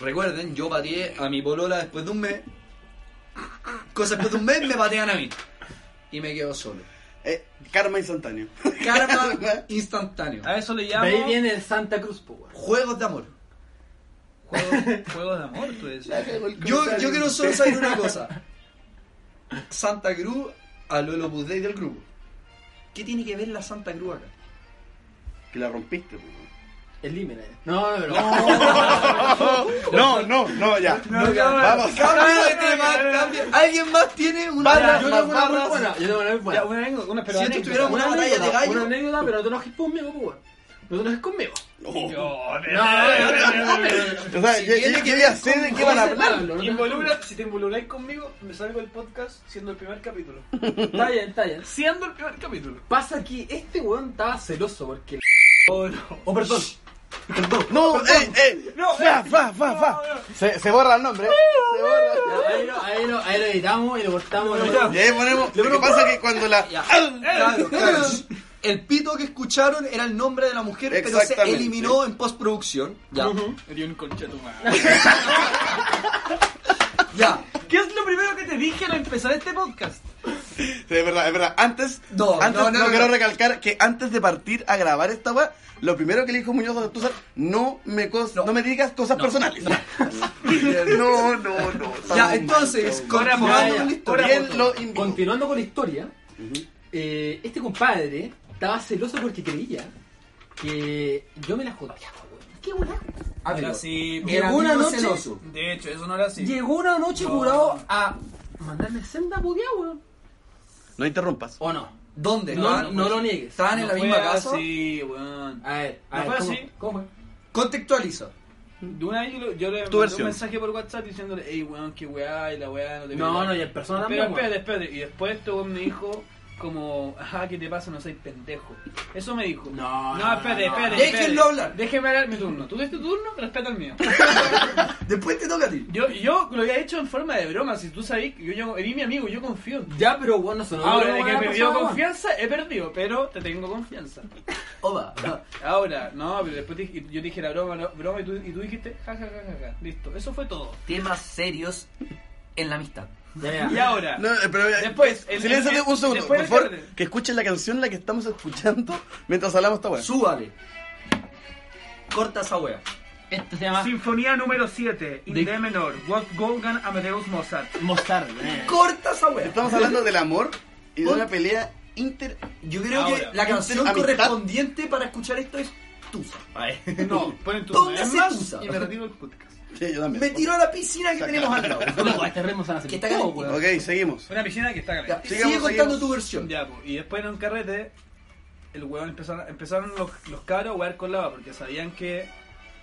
Speaker 3: Recuerden, yo pateé a mi polola después de un mes. Cosas después de un mes me patean a mí. Y me quedo solo.
Speaker 2: Eh, karma instantáneo.
Speaker 3: Karma instantáneo.
Speaker 1: A eso le
Speaker 4: De
Speaker 1: llamo
Speaker 4: ahí viene el Santa Cruz, po, weón.
Speaker 3: Juegos de amor.
Speaker 1: juego- juegos de amor, pues. tú dices.
Speaker 3: Yo, yo quiero solo saber una cosa. Santa Cruz a Lolo Day del grupo. ¿Qué tiene que ver la Santa Cruz acá?
Speaker 2: Que la rompiste, pues.
Speaker 4: El límite. No, no, no.
Speaker 2: No, no, no, ya.
Speaker 1: No, no,
Speaker 2: Vamos.
Speaker 3: Cambio de tema, cambio. ¿Alguien más tiene una
Speaker 4: Ya, yo
Speaker 3: más
Speaker 4: tengo una muy
Speaker 3: barras?
Speaker 4: buena, yo tengo una muy buena.
Speaker 1: Ya, una vengo, una pero
Speaker 3: Si
Speaker 1: anécdota.
Speaker 3: esto tuviera una
Speaker 4: Una
Speaker 3: batalla
Speaker 4: anécdota,
Speaker 3: de gallo.
Speaker 4: Una anécdota, pero no te enojes conmigo, po, weón. No te enojes conmigo.
Speaker 2: No.
Speaker 1: Yo, de-
Speaker 4: No, no,
Speaker 2: O sea, yo, yo- yo ya sé de qué van a hablar.
Speaker 4: no, no.
Speaker 1: Involucra, si te involucráis conmigo, me salgo del podcast siendo el primer capítulo.
Speaker 4: Está bien, está bien.
Speaker 1: Siendo el primer capítulo.
Speaker 4: Pasa que este weón estaba celoso porque. la- Oh, perdón. Perdón.
Speaker 2: No, eh, eh.
Speaker 1: No,
Speaker 2: fa,
Speaker 1: eh.
Speaker 2: fa, fa, fa. Se, se borra el nombre. Se borra.
Speaker 4: Ahí lo, ahí lo, ahí lo editamos y lo cortamos.
Speaker 2: Y ahí ponemos. Lo que pasa es que cuando la.
Speaker 3: Ya. Claro, claro. El pito que escucharon era el nombre de la mujer, pero se
Speaker 2: Exactamente.
Speaker 3: eliminó en postproducción. Ya.
Speaker 1: Sería un concheto
Speaker 3: Ya.
Speaker 1: ¿Qué es lo primero que te dije al empezar este podcast?
Speaker 2: Sí, es verdad, es verdad. Antes,
Speaker 3: No,
Speaker 2: antes
Speaker 3: no, no,
Speaker 2: no,
Speaker 3: no.
Speaker 2: quiero recalcar que antes de partir a grabar esta weá, lo primero que le dijo Muñoz a Tuzar, no me cos- no. me digas cosas personales. No, no, no.
Speaker 3: Ya, entonces,
Speaker 4: Ya,
Speaker 3: continuando
Speaker 4: ya.
Speaker 3: con la
Speaker 4: Ahora,
Speaker 3: historia.
Speaker 2: Bien lo invito.
Speaker 4: pues, Continuando con la historia, eh, este compadre estaba celoso porque creía que yo me la jodía, po, weón. ¿Qué weón?
Speaker 1: Era así.
Speaker 4: Llegó una
Speaker 3: Ah, amigo
Speaker 4: noche.
Speaker 3: celoso.
Speaker 1: De hecho, eso no era así.
Speaker 4: Llegó una noche
Speaker 1: No.
Speaker 4: curado a mandarme senda puteada, weón.
Speaker 2: No interrumpas.
Speaker 4: ¿O no?
Speaker 3: ¿Dónde?
Speaker 4: No,
Speaker 3: ¿Estaban-
Speaker 4: no lo niegues.
Speaker 3: ¿Estaban en la
Speaker 1: No
Speaker 3: misma
Speaker 1: fue
Speaker 3: casa?
Speaker 1: así, weón.
Speaker 4: A ver, a
Speaker 1: ¿No
Speaker 4: ver,
Speaker 1: fue
Speaker 4: ¿cómo,
Speaker 1: así?
Speaker 4: ¿cómo fue?
Speaker 3: Contextualiza.
Speaker 1: De una vez yo, le- yo le
Speaker 2: Tu
Speaker 1: mandé un
Speaker 2: versión.
Speaker 1: mensaje por WhatsApp diciéndole, hey weón, qué weá, y la weá no te
Speaker 4: No,
Speaker 1: veo".
Speaker 4: no, y en persona
Speaker 1: Pero
Speaker 4: también,
Speaker 1: espérate, espérate. Y después este weón me dijo, como, ajá, ¿qué te pasa? No soy pendejo. Eso me dijo.
Speaker 4: No, no,
Speaker 1: no,
Speaker 4: no,
Speaker 1: espérate, espérate.
Speaker 4: no.
Speaker 1: espérate.
Speaker 3: Déjenlo hablar.
Speaker 1: Déjeme hablar mi turno. ¿Tú tuviste tu turno? Respeta el mío.
Speaker 3: Después te toca a ti.
Speaker 1: Yo, yo lo había hecho en forma de broma. Si tú sabes, yo, yo eres mi amigo, yo confío en ti.
Speaker 4: Ya, pero bueno, sonó.
Speaker 1: Ahora,
Speaker 4: pero
Speaker 1: de que
Speaker 4: buena
Speaker 1: he perdido
Speaker 4: persona,
Speaker 1: confianza, he perdido, pero te tengo confianza.
Speaker 3: Oba.
Speaker 1: Ahora, no, pero después te- yo te dije la broma, la broma y tú, y tú dijiste, ja, ja, ja, ja, ja. Listo, eso fue todo.
Speaker 3: Temas serios en la amistad.
Speaker 4: weón. Ya,
Speaker 1: Y
Speaker 4: ya.
Speaker 1: ahora,
Speaker 2: No, eh, pero eh,
Speaker 1: Después, el-
Speaker 2: silencio
Speaker 1: el-
Speaker 2: un segundo,
Speaker 1: después
Speaker 2: por
Speaker 1: del
Speaker 2: favor,
Speaker 1: carrete.
Speaker 2: que escuchen la canción la que estamos escuchando mientras hablamos esta weá.
Speaker 3: Súbale. Corta esa wea.
Speaker 4: Esto se llama
Speaker 1: Sinfonía número 7, in
Speaker 4: De-
Speaker 1: D menor, Wolfgang Amadeus Mozart.
Speaker 4: Mozart. eh.
Speaker 3: Corta esa wea.
Speaker 2: Estamos hablando del amor y de una pelea inter
Speaker 3: Yo creo
Speaker 1: Ahora,
Speaker 3: que la canción
Speaker 2: amistad.
Speaker 3: correspondiente para escuchar esto es Tusa.
Speaker 1: No, ponen tu
Speaker 3: ¿Dónde
Speaker 1: es
Speaker 3: se
Speaker 1: más,
Speaker 3: usa?
Speaker 1: y me retiro el podcast.
Speaker 2: Sí, yo también.
Speaker 3: Me tiró a la piscina que
Speaker 2: Saca.
Speaker 3: tenemos al lado.
Speaker 4: No, este remo se
Speaker 3: Que está
Speaker 4: todo,
Speaker 3: calentito.
Speaker 4: weón.
Speaker 2: Ok, seguimos.
Speaker 1: Una piscina que está
Speaker 3: Ya,
Speaker 1: caliente.
Speaker 3: sigue
Speaker 2: Sigamos,
Speaker 3: contando
Speaker 2: sigamos.
Speaker 3: tu versión.
Speaker 1: Ya, po, y después en un carrete, el huevón empezaron, empezaron los, los cabros a huear con lava porque sabían que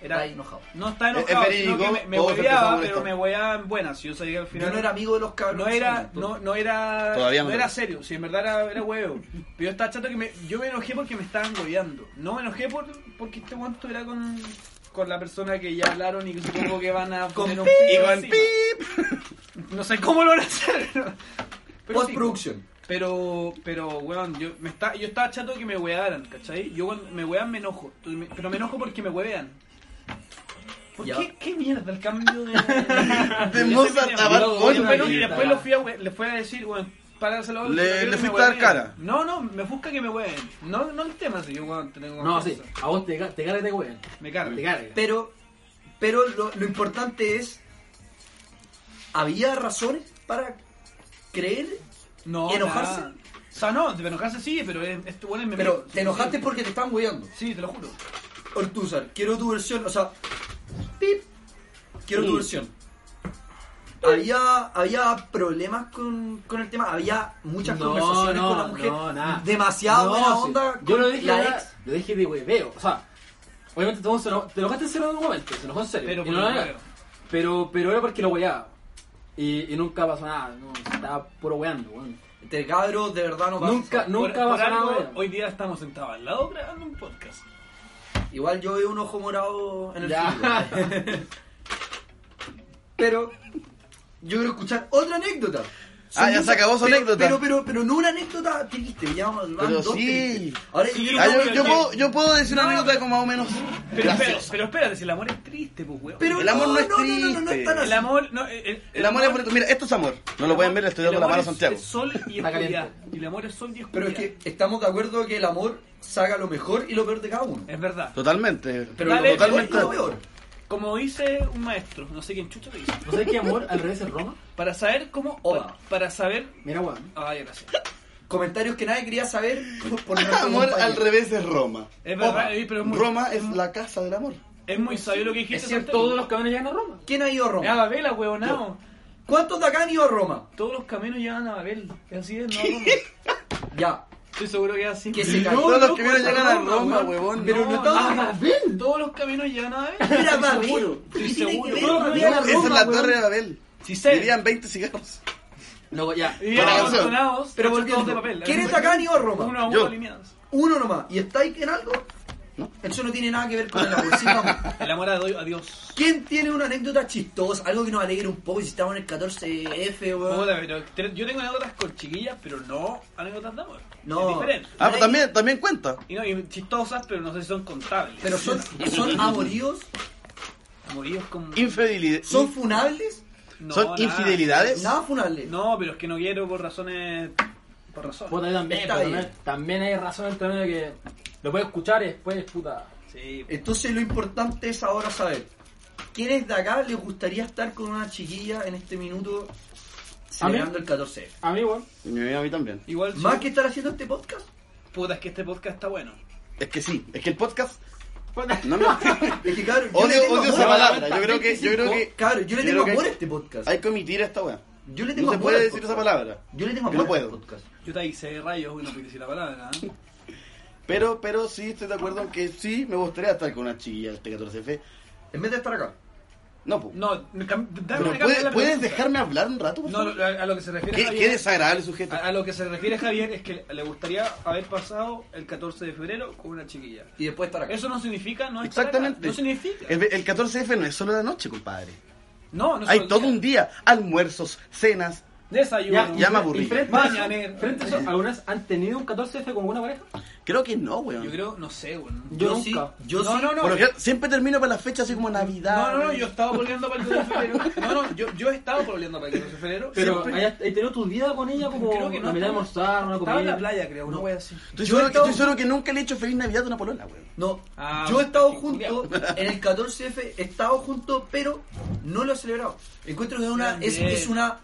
Speaker 1: era.
Speaker 3: Está enojado.
Speaker 1: No está
Speaker 2: Es- es
Speaker 1: enojado, sino
Speaker 2: verídico,
Speaker 1: que me, me
Speaker 2: todos empezamos a
Speaker 1: hueveaba, pero
Speaker 2: molestar.
Speaker 1: me hueveaba en buenas. Yo sabía que al final.
Speaker 3: Yo no era amigo de los cabros.
Speaker 1: No era, no, no era,
Speaker 2: Todavía no
Speaker 1: no
Speaker 2: lo
Speaker 1: era
Speaker 2: es.
Speaker 1: serio, si en verdad era, era huevo. Pero yo estaba chato que me, yo me enojé porque me estaban goleando. No me enojé por, porque este guante estuviera con, con la persona que ya hablaron y que supongo que van a poner un
Speaker 2: Y con
Speaker 1: pip
Speaker 2: pip.
Speaker 1: encima. No sé cómo lo van a hacer. Pero
Speaker 3: Postproducción.
Speaker 1: sí, Pero, pero, weón, yo, me está, yo estaba chato que me huearan, ¿cachai? Yo cuando me huean me enojo, Entonces me- pero me enojo porque me huevean. ¿Por
Speaker 3: Ya.
Speaker 1: qué, qué mierda el cambio de... de-
Speaker 2: Mozart
Speaker 1: de-
Speaker 2: a Bad
Speaker 1: Oye,
Speaker 4: Oye,
Speaker 1: pero
Speaker 4: Margarita.
Speaker 1: y después lo fui a, we- le fui a decir, weón, páranselo.
Speaker 2: Le-
Speaker 1: yo creo
Speaker 2: le
Speaker 1: que
Speaker 2: fuiste
Speaker 1: me
Speaker 2: a dar
Speaker 1: hueven.
Speaker 2: cara.
Speaker 1: No, no, me busca que me hueven. No, no el tema, si yo, weón, te tengo
Speaker 4: No, sí,
Speaker 1: confianza.
Speaker 4: a vos te, ca- te carga y te weón.
Speaker 1: Me
Speaker 4: Te
Speaker 1: carga.
Speaker 4: carga.
Speaker 3: Pero, pero lo, lo importante es, ¿había razones para creer?
Speaker 1: No,
Speaker 3: ¿Y enojarse?
Speaker 1: nada. O sea, no, de enojarse sí, pero eh, este weón es mi
Speaker 3: Pero
Speaker 1: amigo.
Speaker 3: te enojaste porque te están hueando.
Speaker 1: Sí, te lo juro.
Speaker 3: Ortuzar, quiero tu versión, o sea, pip, quiero tu versión. Había, había problemas con, con el tema, había muchas
Speaker 4: No,
Speaker 3: conversaciones
Speaker 4: no,
Speaker 3: con la mujer,
Speaker 4: no, nada.
Speaker 3: demasiado buena
Speaker 4: sí.
Speaker 3: onda.
Speaker 4: Yo
Speaker 3: con
Speaker 4: lo dije,
Speaker 3: la
Speaker 4: era-
Speaker 3: ex.
Speaker 4: lo dije de hueveo. O sea, obviamente todos se eno- te enojaste en serio en un momento, se enojó en serio.
Speaker 1: Pero
Speaker 4: Y
Speaker 1: por
Speaker 4: no
Speaker 1: lo
Speaker 4: era-
Speaker 1: hueveo.
Speaker 4: pero, pero era porque lo hueaba. Y, y nunca pasó nada, no, se estaba puro hueando, weón.
Speaker 3: Entre cabros, Este de verdad no pasa.
Speaker 4: Nunca, nunca
Speaker 1: Por-
Speaker 4: va a
Speaker 1: por
Speaker 4: sonar
Speaker 1: algo,
Speaker 4: ahora.
Speaker 1: Hoy día estamos sentados al lado grabando un podcast.
Speaker 3: Igual yo veo un ojo morado en el
Speaker 4: Ya.
Speaker 3: cielo. Pero yo quiero escuchar otra anécdota. Son
Speaker 2: Ah, ya
Speaker 3: muchas-
Speaker 2: se acabó su
Speaker 3: pero-
Speaker 2: anécdota.
Speaker 3: Pero, pero, pero no una anécdota triste, ya van van
Speaker 2: Pero
Speaker 3: dos
Speaker 2: sí.
Speaker 3: tristes. Ahora
Speaker 1: Sí,
Speaker 3: yo
Speaker 2: Ah,
Speaker 3: creo
Speaker 2: yo,
Speaker 3: que-
Speaker 2: yo puedo, yo puedo decir una anécdota como más o menos
Speaker 1: Pero, espera,
Speaker 2: graciosa.
Speaker 1: pero espérate, si el amor es triste, pues, weón.
Speaker 3: Pero
Speaker 2: el amor no es
Speaker 3: No, no, no, es tan
Speaker 2: triste.
Speaker 3: así.
Speaker 1: el amor, no, el, el-
Speaker 2: El amor es bonito. Mira, esto es amor. No lo pueden ver, le estoy dando
Speaker 1: el
Speaker 2: la
Speaker 1: amor
Speaker 2: mano a
Speaker 1: es-
Speaker 2: Santiago.
Speaker 1: Es sol y
Speaker 4: Está
Speaker 1: oscuridad.
Speaker 4: caliente.
Speaker 1: Y el amor es sol y oscuridad.
Speaker 3: Pero es que estamos de acuerdo que el amor saca lo mejor y lo peor de cada uno.
Speaker 1: Es verdad.
Speaker 2: Totalmente.
Speaker 3: Pero lo mejor
Speaker 1: Dale,
Speaker 3: y
Speaker 2: totalmente.
Speaker 3: lo peor.
Speaker 1: Como dice un maestro, no sé quién chucha lo dice.
Speaker 4: ¿No sabes qué amor al revés es Roma?
Speaker 1: Para saber cómo.
Speaker 3: Oda.
Speaker 1: Para, para saber.
Speaker 4: Mira, weón.
Speaker 1: Ay, gracias.
Speaker 3: Comentarios que nadie quería saber por, por nuestro
Speaker 2: Amor
Speaker 3: compañero.
Speaker 2: al revés es Roma.
Speaker 1: Es verdad,
Speaker 3: Oda.
Speaker 1: eh, pero es muy.
Speaker 2: Roma es la casa del amor.
Speaker 1: Es muy sabio lo que dijiste.
Speaker 4: Es cierto,
Speaker 1: Santiago.
Speaker 4: todos los caminos llegan a Roma.
Speaker 3: ¿Quién ha ido a
Speaker 1: A
Speaker 3: Roma?
Speaker 1: Babel, huevonao.
Speaker 3: ¿Cuántos de acá han ido a Roma?
Speaker 1: Todos los caminos llevan a Babel. Es así, es, no a Roma.
Speaker 3: Ya.
Speaker 1: Estoy seguro que es así.
Speaker 3: Que se cagó.
Speaker 2: Todos los
Speaker 3: no,
Speaker 2: que vieron
Speaker 3: pues,
Speaker 2: llegan a
Speaker 3: Roma,
Speaker 2: Roma,
Speaker 3: weón.
Speaker 2: huevón.
Speaker 3: Pero no
Speaker 1: Ah,
Speaker 3: estamos...
Speaker 4: Babel.
Speaker 1: Todos los caminos llevan a Babel.
Speaker 3: Mira,
Speaker 1: Estoy
Speaker 3: Babel.
Speaker 1: seguro,
Speaker 3: ¿Qué
Speaker 1: Estoy
Speaker 3: tiene que
Speaker 1: seguro.
Speaker 3: ver?
Speaker 1: Todos los
Speaker 3: No,
Speaker 1: caminos
Speaker 4: no,
Speaker 1: llevan a
Speaker 2: Esa es
Speaker 1: Roma,
Speaker 2: la
Speaker 1: weón.
Speaker 2: torre de Babel.
Speaker 1: Si sé.
Speaker 2: Vivían 20 cigarros.
Speaker 4: No, ya.
Speaker 1: Y
Speaker 2: Buena
Speaker 1: eran
Speaker 2: canción.
Speaker 1: amontonados,
Speaker 3: Pero
Speaker 1: hechos todos
Speaker 3: volviendo,
Speaker 1: de papel.
Speaker 3: ¿quién es acá ni Roma?
Speaker 1: Uno a uno
Speaker 2: Yo.
Speaker 1: alineados.
Speaker 3: Uno nomás. ¿Y estáis en algo?
Speaker 2: No.
Speaker 3: Eso no tiene nada que ver con el amor. sino amor.
Speaker 1: El amor a Dios- a Dios.
Speaker 3: ¿Quién tiene una anécdota chistosa? Algo que nos alegre un poco si estamos en el 14F, weón.
Speaker 1: Puta, pero te- yo tengo anécdotas con chiquillas, pero no anécdotas de amor.
Speaker 3: No.
Speaker 1: Es diferente.
Speaker 2: Ah, pero también, también cuenta.
Speaker 1: Y no, y chistosas, pero no sé si son contables.
Speaker 3: Pero son, son amoríos,
Speaker 1: Amoríos con.
Speaker 2: Infidelidad.
Speaker 3: son funables.
Speaker 1: no,
Speaker 2: son
Speaker 1: nada.
Speaker 2: infidelidades.
Speaker 3: Nada funable.
Speaker 1: No, pero es que no quiero por razones. Por razones.
Speaker 4: Puta, yo también,
Speaker 3: Está
Speaker 4: pero
Speaker 3: bien.
Speaker 4: también, también hay razón entre medio que lo puedes escuchar y después, puta.
Speaker 1: Sí.
Speaker 3: Entonces lo importante es ahora saber. ¿Quiénes de acá les gustaría estar con una chiquilla en este minuto celebrando el 14F?
Speaker 4: A mí, weón.
Speaker 2: Y mi amiga a mí también.
Speaker 1: Igual. sí.
Speaker 3: Más que estar haciendo este podcast,
Speaker 1: Puta, es que este podcast está bueno.
Speaker 2: Es que sí, es que el podcast.
Speaker 4: Puta.
Speaker 2: No, no.
Speaker 3: es que cabrón, yo le
Speaker 2: Odio, odio
Speaker 3: tengo amor
Speaker 2: esa
Speaker 3: a-
Speaker 2: palabra. Yo creo que, yo
Speaker 1: Oh,
Speaker 2: creo que
Speaker 3: Cabrón, yo le
Speaker 2: yo
Speaker 3: tengo
Speaker 2: creo que
Speaker 3: amor a
Speaker 2: hay-
Speaker 3: este podcast.
Speaker 2: hay que omitir a esta weá.
Speaker 3: Yo le tengo
Speaker 2: No se
Speaker 3: amor
Speaker 2: puede
Speaker 3: al
Speaker 2: decir esa
Speaker 3: podcast.
Speaker 2: palabra.
Speaker 3: Yo le tengo
Speaker 2: Que
Speaker 3: amor
Speaker 2: no
Speaker 3: a este
Speaker 2: puedo.
Speaker 3: podcast.
Speaker 1: Yo te hice rayos, uy, no puedo decir la palabra. ¿eh?
Speaker 2: Pero, pero sí estoy de acuerdo en que sí me gustaría estar con una chiquilla este 14F.
Speaker 3: En vez de estar acá.
Speaker 2: No, po.
Speaker 1: No, cam- dame
Speaker 2: Pero
Speaker 1: una
Speaker 2: ¿puedes,
Speaker 1: cambia la
Speaker 2: ¿puedes
Speaker 1: pregunta.
Speaker 2: dejarme hablar un rato, por
Speaker 1: No,
Speaker 2: favor?
Speaker 1: lo- a, a lo que se refiere.
Speaker 2: ¿Qué,
Speaker 1: Javier-
Speaker 2: qué desagradable sujeto.
Speaker 1: a, a lo que se refiere Javier es que le gustaría haber pasado el 14 de febrero con una chiquilla.
Speaker 3: Y después estar acá.
Speaker 1: Eso no significa no estar acá.
Speaker 2: Exactamente.
Speaker 1: No significa.
Speaker 2: El, el 14F no es solo la noche, compadre.
Speaker 1: No, no es
Speaker 2: Hay
Speaker 1: el
Speaker 2: todo un día. Almuerzos, cenas.
Speaker 1: Desayuno.
Speaker 2: Ya me aburrí.
Speaker 4: y frente,
Speaker 1: Mañanero.
Speaker 4: Mañanero. Frente a eso, ¿algunas han tenido un 14F con alguna pareja?
Speaker 2: Creo que no, weón.
Speaker 1: Yo creo, no sé, bueno.
Speaker 4: Yo
Speaker 3: sí.
Speaker 4: nunca.
Speaker 3: Yo
Speaker 1: no,
Speaker 3: sí.
Speaker 1: no, no.
Speaker 2: Por lo general, siempre termino para la fecha así como Navidad.
Speaker 1: No, no, no, yo estaba volviendo para el 14 de febrero. No, no, yo, yo estaba volviendo para el 14 de febrero.
Speaker 4: Pero
Speaker 1: Siempre-
Speaker 4: hayas ¿hay tenido tu vida con ella como
Speaker 1: Creo que no,
Speaker 4: la mitad de
Speaker 1: estaba-
Speaker 4: almorzar, una
Speaker 1: Estaba en la
Speaker 4: comida.
Speaker 1: playa, creo, una wea así.
Speaker 2: Estoy
Speaker 3: Yo
Speaker 2: seguro,
Speaker 3: he estado-
Speaker 2: estoy seguro que nunca le he hecho feliz Navidad a una polona, weón.
Speaker 3: No,
Speaker 1: Ah,
Speaker 3: yo he estado
Speaker 1: qué
Speaker 3: junto en el 14F, he estado junto, pero no lo he celebrado. Encuentro que es una, es,
Speaker 1: También.
Speaker 3: es una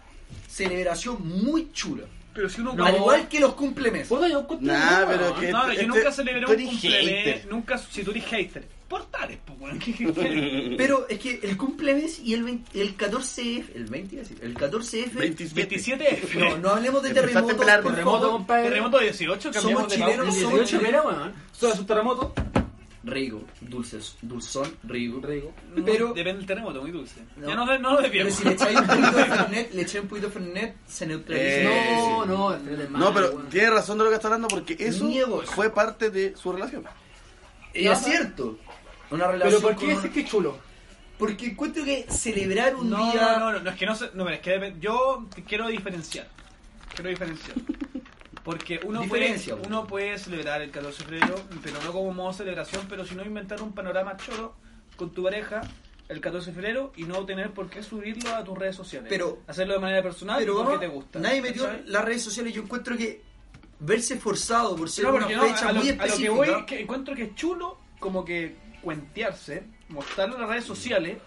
Speaker 3: celebración muy chula.
Speaker 1: Pero si uno.
Speaker 3: Al igual que los cumplemes.
Speaker 4: Puta, yo encuentro que
Speaker 2: Nah,
Speaker 4: no,
Speaker 2: pero
Speaker 4: weón.
Speaker 2: que-
Speaker 1: No, no, yo
Speaker 2: este-
Speaker 1: nunca celebré
Speaker 2: tú
Speaker 1: un
Speaker 2: eres
Speaker 1: cumpleaños.
Speaker 2: hater.
Speaker 1: Nunca, si tú eres hater. Portales, pues, bueno. ¿qué- qué- qué?
Speaker 3: Pero es que el cumplemes y el, 20 el 14F, el 20, iba a decir, el 14F,
Speaker 1: 27
Speaker 3: no, no hablemos
Speaker 2: Empezaste
Speaker 3: de
Speaker 2: a
Speaker 3: terremotos,
Speaker 2: pelar
Speaker 3: por
Speaker 4: Terremoto,
Speaker 3: favor.
Speaker 4: compadre.
Speaker 1: Terremoto 18, cambiamos
Speaker 3: Somos
Speaker 1: de
Speaker 3: chilenos,
Speaker 4: El
Speaker 1: pauta.
Speaker 3: somos
Speaker 4: 18 que era, weón. Todo es un terremoto.
Speaker 3: Rigo, dulces, dulzón, rigo.
Speaker 4: Rigo.
Speaker 3: Pero,
Speaker 1: Depende del terremoto, muy dulce.
Speaker 3: No.
Speaker 1: Ya no, no lo
Speaker 3: pero
Speaker 1: debíamos.
Speaker 3: si le echáis un poquito de Fernet, le echáis un poquito de Fernet, se neutraliza.
Speaker 2: Eh,
Speaker 4: No, no, este es de
Speaker 2: No,
Speaker 4: madre,
Speaker 2: pero
Speaker 4: weón.
Speaker 2: tiene razón de lo que está hablando porque eso
Speaker 3: Niego eso.
Speaker 2: fue parte de su relación.
Speaker 3: Y es cierto. Una
Speaker 4: Pero
Speaker 3: relación
Speaker 4: ¿por qué
Speaker 3: con
Speaker 4: decir
Speaker 3: una-
Speaker 4: que es chulo?
Speaker 3: Porque encuentro que celebrar un
Speaker 1: No,
Speaker 3: día...
Speaker 1: no, no, no, no, es que no sé, no, pero es que dep- yo te quiero diferenciar. Quiero diferenciar. Porque uno puede,
Speaker 3: Diferencia, pues.
Speaker 1: uno puede celebrar el 14 de febrero, pero no como modo celebración, pero si no inventar un panorama choro con tu pareja el 14 de febrero y no tener por qué subirlo a tus redes sociales.
Speaker 3: Pero-
Speaker 1: hacerlo de manera personal
Speaker 3: Pero
Speaker 1: porque
Speaker 3: vamos,
Speaker 1: te gusta.
Speaker 3: nadie metió
Speaker 1: ¿cachai?
Speaker 3: en las redes sociales. Yo encuentro que verse forzado por ser
Speaker 1: No,
Speaker 3: una
Speaker 1: porque no,
Speaker 3: fecha
Speaker 1: a, lo,
Speaker 3: muy
Speaker 1: a lo que
Speaker 3: específica...
Speaker 1: voy es que encuentro que es chulo como que cuentearse, mostrarlo en las redes sociales,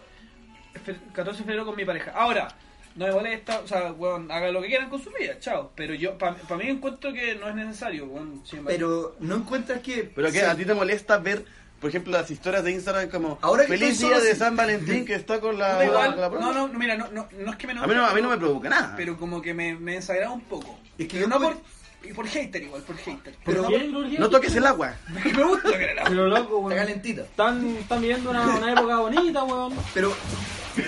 Speaker 1: fe- 14 de febrero con mi pareja. Ahora, no me molesta, o sea, weón, haga lo que quieran con su vida, chao. Pero yo, para mí encuentro que no es necesario, weón, sin embargo.
Speaker 3: Pero no encuentras que...
Speaker 2: Pero que
Speaker 3: se-
Speaker 2: a ti te molesta ver, por ejemplo, las historias de Instagram como
Speaker 3: Ahora que
Speaker 2: feliz
Speaker 3: estoy
Speaker 2: día
Speaker 3: solo,
Speaker 2: de
Speaker 3: sí.
Speaker 2: San Valentín que está con la,
Speaker 1: Da igual,
Speaker 2: con la
Speaker 1: no,
Speaker 2: polona.
Speaker 1: no, no, mira, no, no, no es que me
Speaker 2: A mí no, a mí no me provoca nada.
Speaker 1: Pero como que me, me desagrada un poco.
Speaker 3: Es que yo
Speaker 1: Pero no por,
Speaker 3: encuentro-
Speaker 1: y por hater igual, por hater.
Speaker 3: Pero-
Speaker 4: ¿Por qué? Porque-
Speaker 2: no toques el agua.
Speaker 1: Porque me gusta que la-
Speaker 4: Pero loco,
Speaker 3: Está
Speaker 4: weón.
Speaker 3: calentita.
Speaker 4: Están, están viviendo una, una época bonita, weón.
Speaker 3: Pero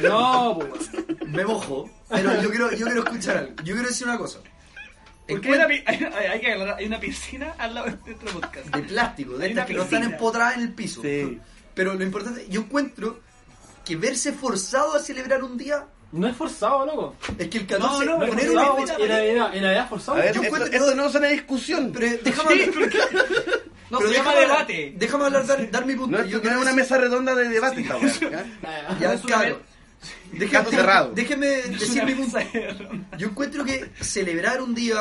Speaker 4: No, pues, weón.
Speaker 3: me mojo. Pero yo quiero, yo quiero escuchar algo. Yo quiero decir una cosa.
Speaker 1: Porque hay una, pi- hay, hay- hay que aclarar, hay una piscina al lado de nuestro podcast.
Speaker 3: de plástico, de
Speaker 1: Hay
Speaker 3: estas
Speaker 1: una
Speaker 3: que no están
Speaker 1: piscina.
Speaker 3: empotradas en el piso.
Speaker 2: Sí.
Speaker 3: Pero lo importante, yo encuentro que verse forzado a celebrar un día
Speaker 4: No es forzado, loco.
Speaker 3: es que el
Speaker 1: No,
Speaker 3: 14
Speaker 1: no,
Speaker 4: No es
Speaker 3: poner
Speaker 1: no,
Speaker 3: una
Speaker 4: forzado.
Speaker 3: fecha-
Speaker 4: En Navidad, en Navidad es
Speaker 2: A
Speaker 4: forzado.
Speaker 2: ver,
Speaker 3: yo
Speaker 2: esto,
Speaker 3: encuentro-
Speaker 2: esto no es una discusión.
Speaker 3: Pero déjame hablar.
Speaker 1: No,
Speaker 3: pero
Speaker 1: se llama
Speaker 3: déjame hablar-
Speaker 1: debate.
Speaker 3: Déjame hablar, dar, dar mi punto.
Speaker 2: No, es-
Speaker 3: Yo
Speaker 2: no es
Speaker 3: creo
Speaker 2: una
Speaker 3: que-
Speaker 2: mesa redonda de debate esta weá, ¿eh?
Speaker 4: Ah,
Speaker 3: Ya,
Speaker 1: Es una
Speaker 3: claro. Déjenme-
Speaker 2: Caso cerrado.
Speaker 3: Déjenme
Speaker 1: Es
Speaker 3: decir
Speaker 1: una
Speaker 3: mi punto.
Speaker 1: mesa de ronda.
Speaker 3: Yo encuentro que celebrar un día,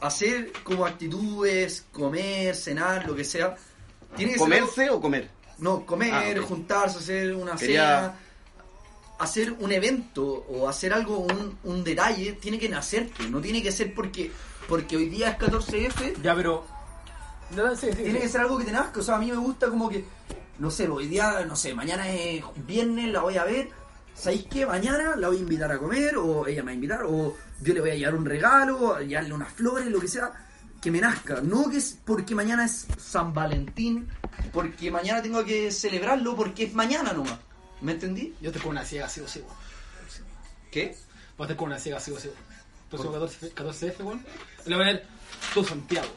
Speaker 3: hacer como actitudes, comer, cenar, lo que sea, tiene que ser algo-
Speaker 2: ¿Comerse o comer?
Speaker 3: No, comer,
Speaker 2: Ah, ok.
Speaker 3: juntarse, hacer una
Speaker 2: Quería-
Speaker 3: cena, hacer un evento o hacer algo, un, un detalle, tiene que nacerte, no tiene que ser porque porque hoy día es 14F,
Speaker 4: Ya, pero. No, no, sí, sí,
Speaker 3: tiene
Speaker 4: sí.
Speaker 3: que ser algo que te nazca, o sea, a mí me gusta como que, no sé, pues, hoy día, no sé, mañana es viernes, la voy a ver, ¿sabéis qué? Mañana la voy a invitar a comer, o ella me va a invitar, o yo le voy a llevar un regalo, a llevarle unas flores, lo que sea, que me nazca, no que es porque mañana es San Valentín, porque mañana tengo que celebrarlo, porque es mañana nomás, ¿me entendí?
Speaker 4: Yo te con una ciega, sí o sí, weón.
Speaker 3: ¿Qué?
Speaker 4: Vos te con una ciega, sí o sí, weón. Próximo 14, 14F, weón. Le voy a poner tú, Santiago.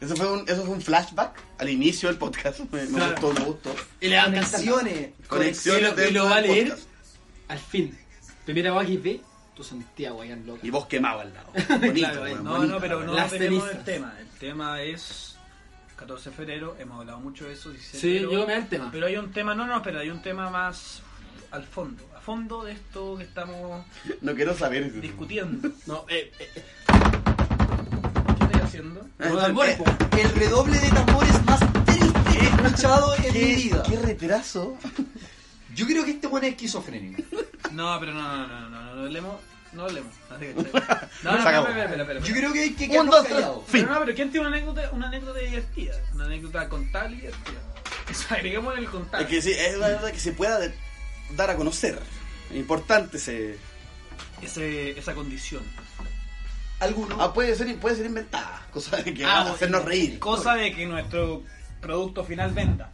Speaker 2: Eso fue un, eso fue un flashback al inicio del podcast. Me, me
Speaker 4: Claro.
Speaker 2: gustó, me gustó.
Speaker 4: Y le dan
Speaker 3: Canciones.
Speaker 2: Conexiones
Speaker 4: y lo- y
Speaker 2: dentro
Speaker 4: lo va a
Speaker 2: del
Speaker 4: leer.
Speaker 2: podcast.
Speaker 4: Al fin. Primera va que ve, tú, Santiago, allá en loca.
Speaker 2: Y vos quemado al lado. Bonito,
Speaker 4: Claro,
Speaker 2: weón,
Speaker 4: ahí,
Speaker 1: No,
Speaker 2: bonito,
Speaker 1: no, pero no
Speaker 4: Las
Speaker 1: tenemos
Speaker 4: cenizas.
Speaker 1: el tema. El tema es 14 de febrero, hemos hablado mucho de eso. 16 de
Speaker 4: Sí,
Speaker 1: febrero.
Speaker 4: yo me da el tema.
Speaker 1: Pero hay un tema, no, no, pero hay un tema más al fondo, a fondo de esto que estamos
Speaker 2: No quiero saber.
Speaker 1: discutiendo.
Speaker 4: No, eh, eh, eh.
Speaker 1: ¿Qué estoy haciendo?
Speaker 2: Ah,
Speaker 4: Los tambores, po.
Speaker 3: El redoble de tambores más triste que he escuchado en mi
Speaker 2: ¿Qué,
Speaker 3: vida.
Speaker 2: qué retraso.
Speaker 3: Yo creo que este bueno es esquizofrénico.
Speaker 1: No, pero no, no, no, no, no, no hablemos. No hablemos. Así que- No, no,
Speaker 2: Se
Speaker 1: no,
Speaker 2: acabó.
Speaker 1: espera, espera, espera,
Speaker 3: Yo
Speaker 1: espera.
Speaker 3: creo que hay que
Speaker 2: Un,
Speaker 3: quedarnos
Speaker 2: dos, tres.
Speaker 3: callados.
Speaker 2: Fin.
Speaker 1: Pero no, pero ¿quién tiene una anécdota, una anécdota divertida? Una anécdota contable y divertida. Eso, agreguemos en el contable.
Speaker 2: Es que sí, es una verdad que se pueda de- dar a conocer. Importante ese.
Speaker 1: Ese, esa condición.
Speaker 3: Alguno.
Speaker 2: Ah, puede ser, puede ser inventada. Cosa de que
Speaker 4: Ah,
Speaker 2: va a hacernos reír.
Speaker 1: Cosa de que nuestro producto final venda.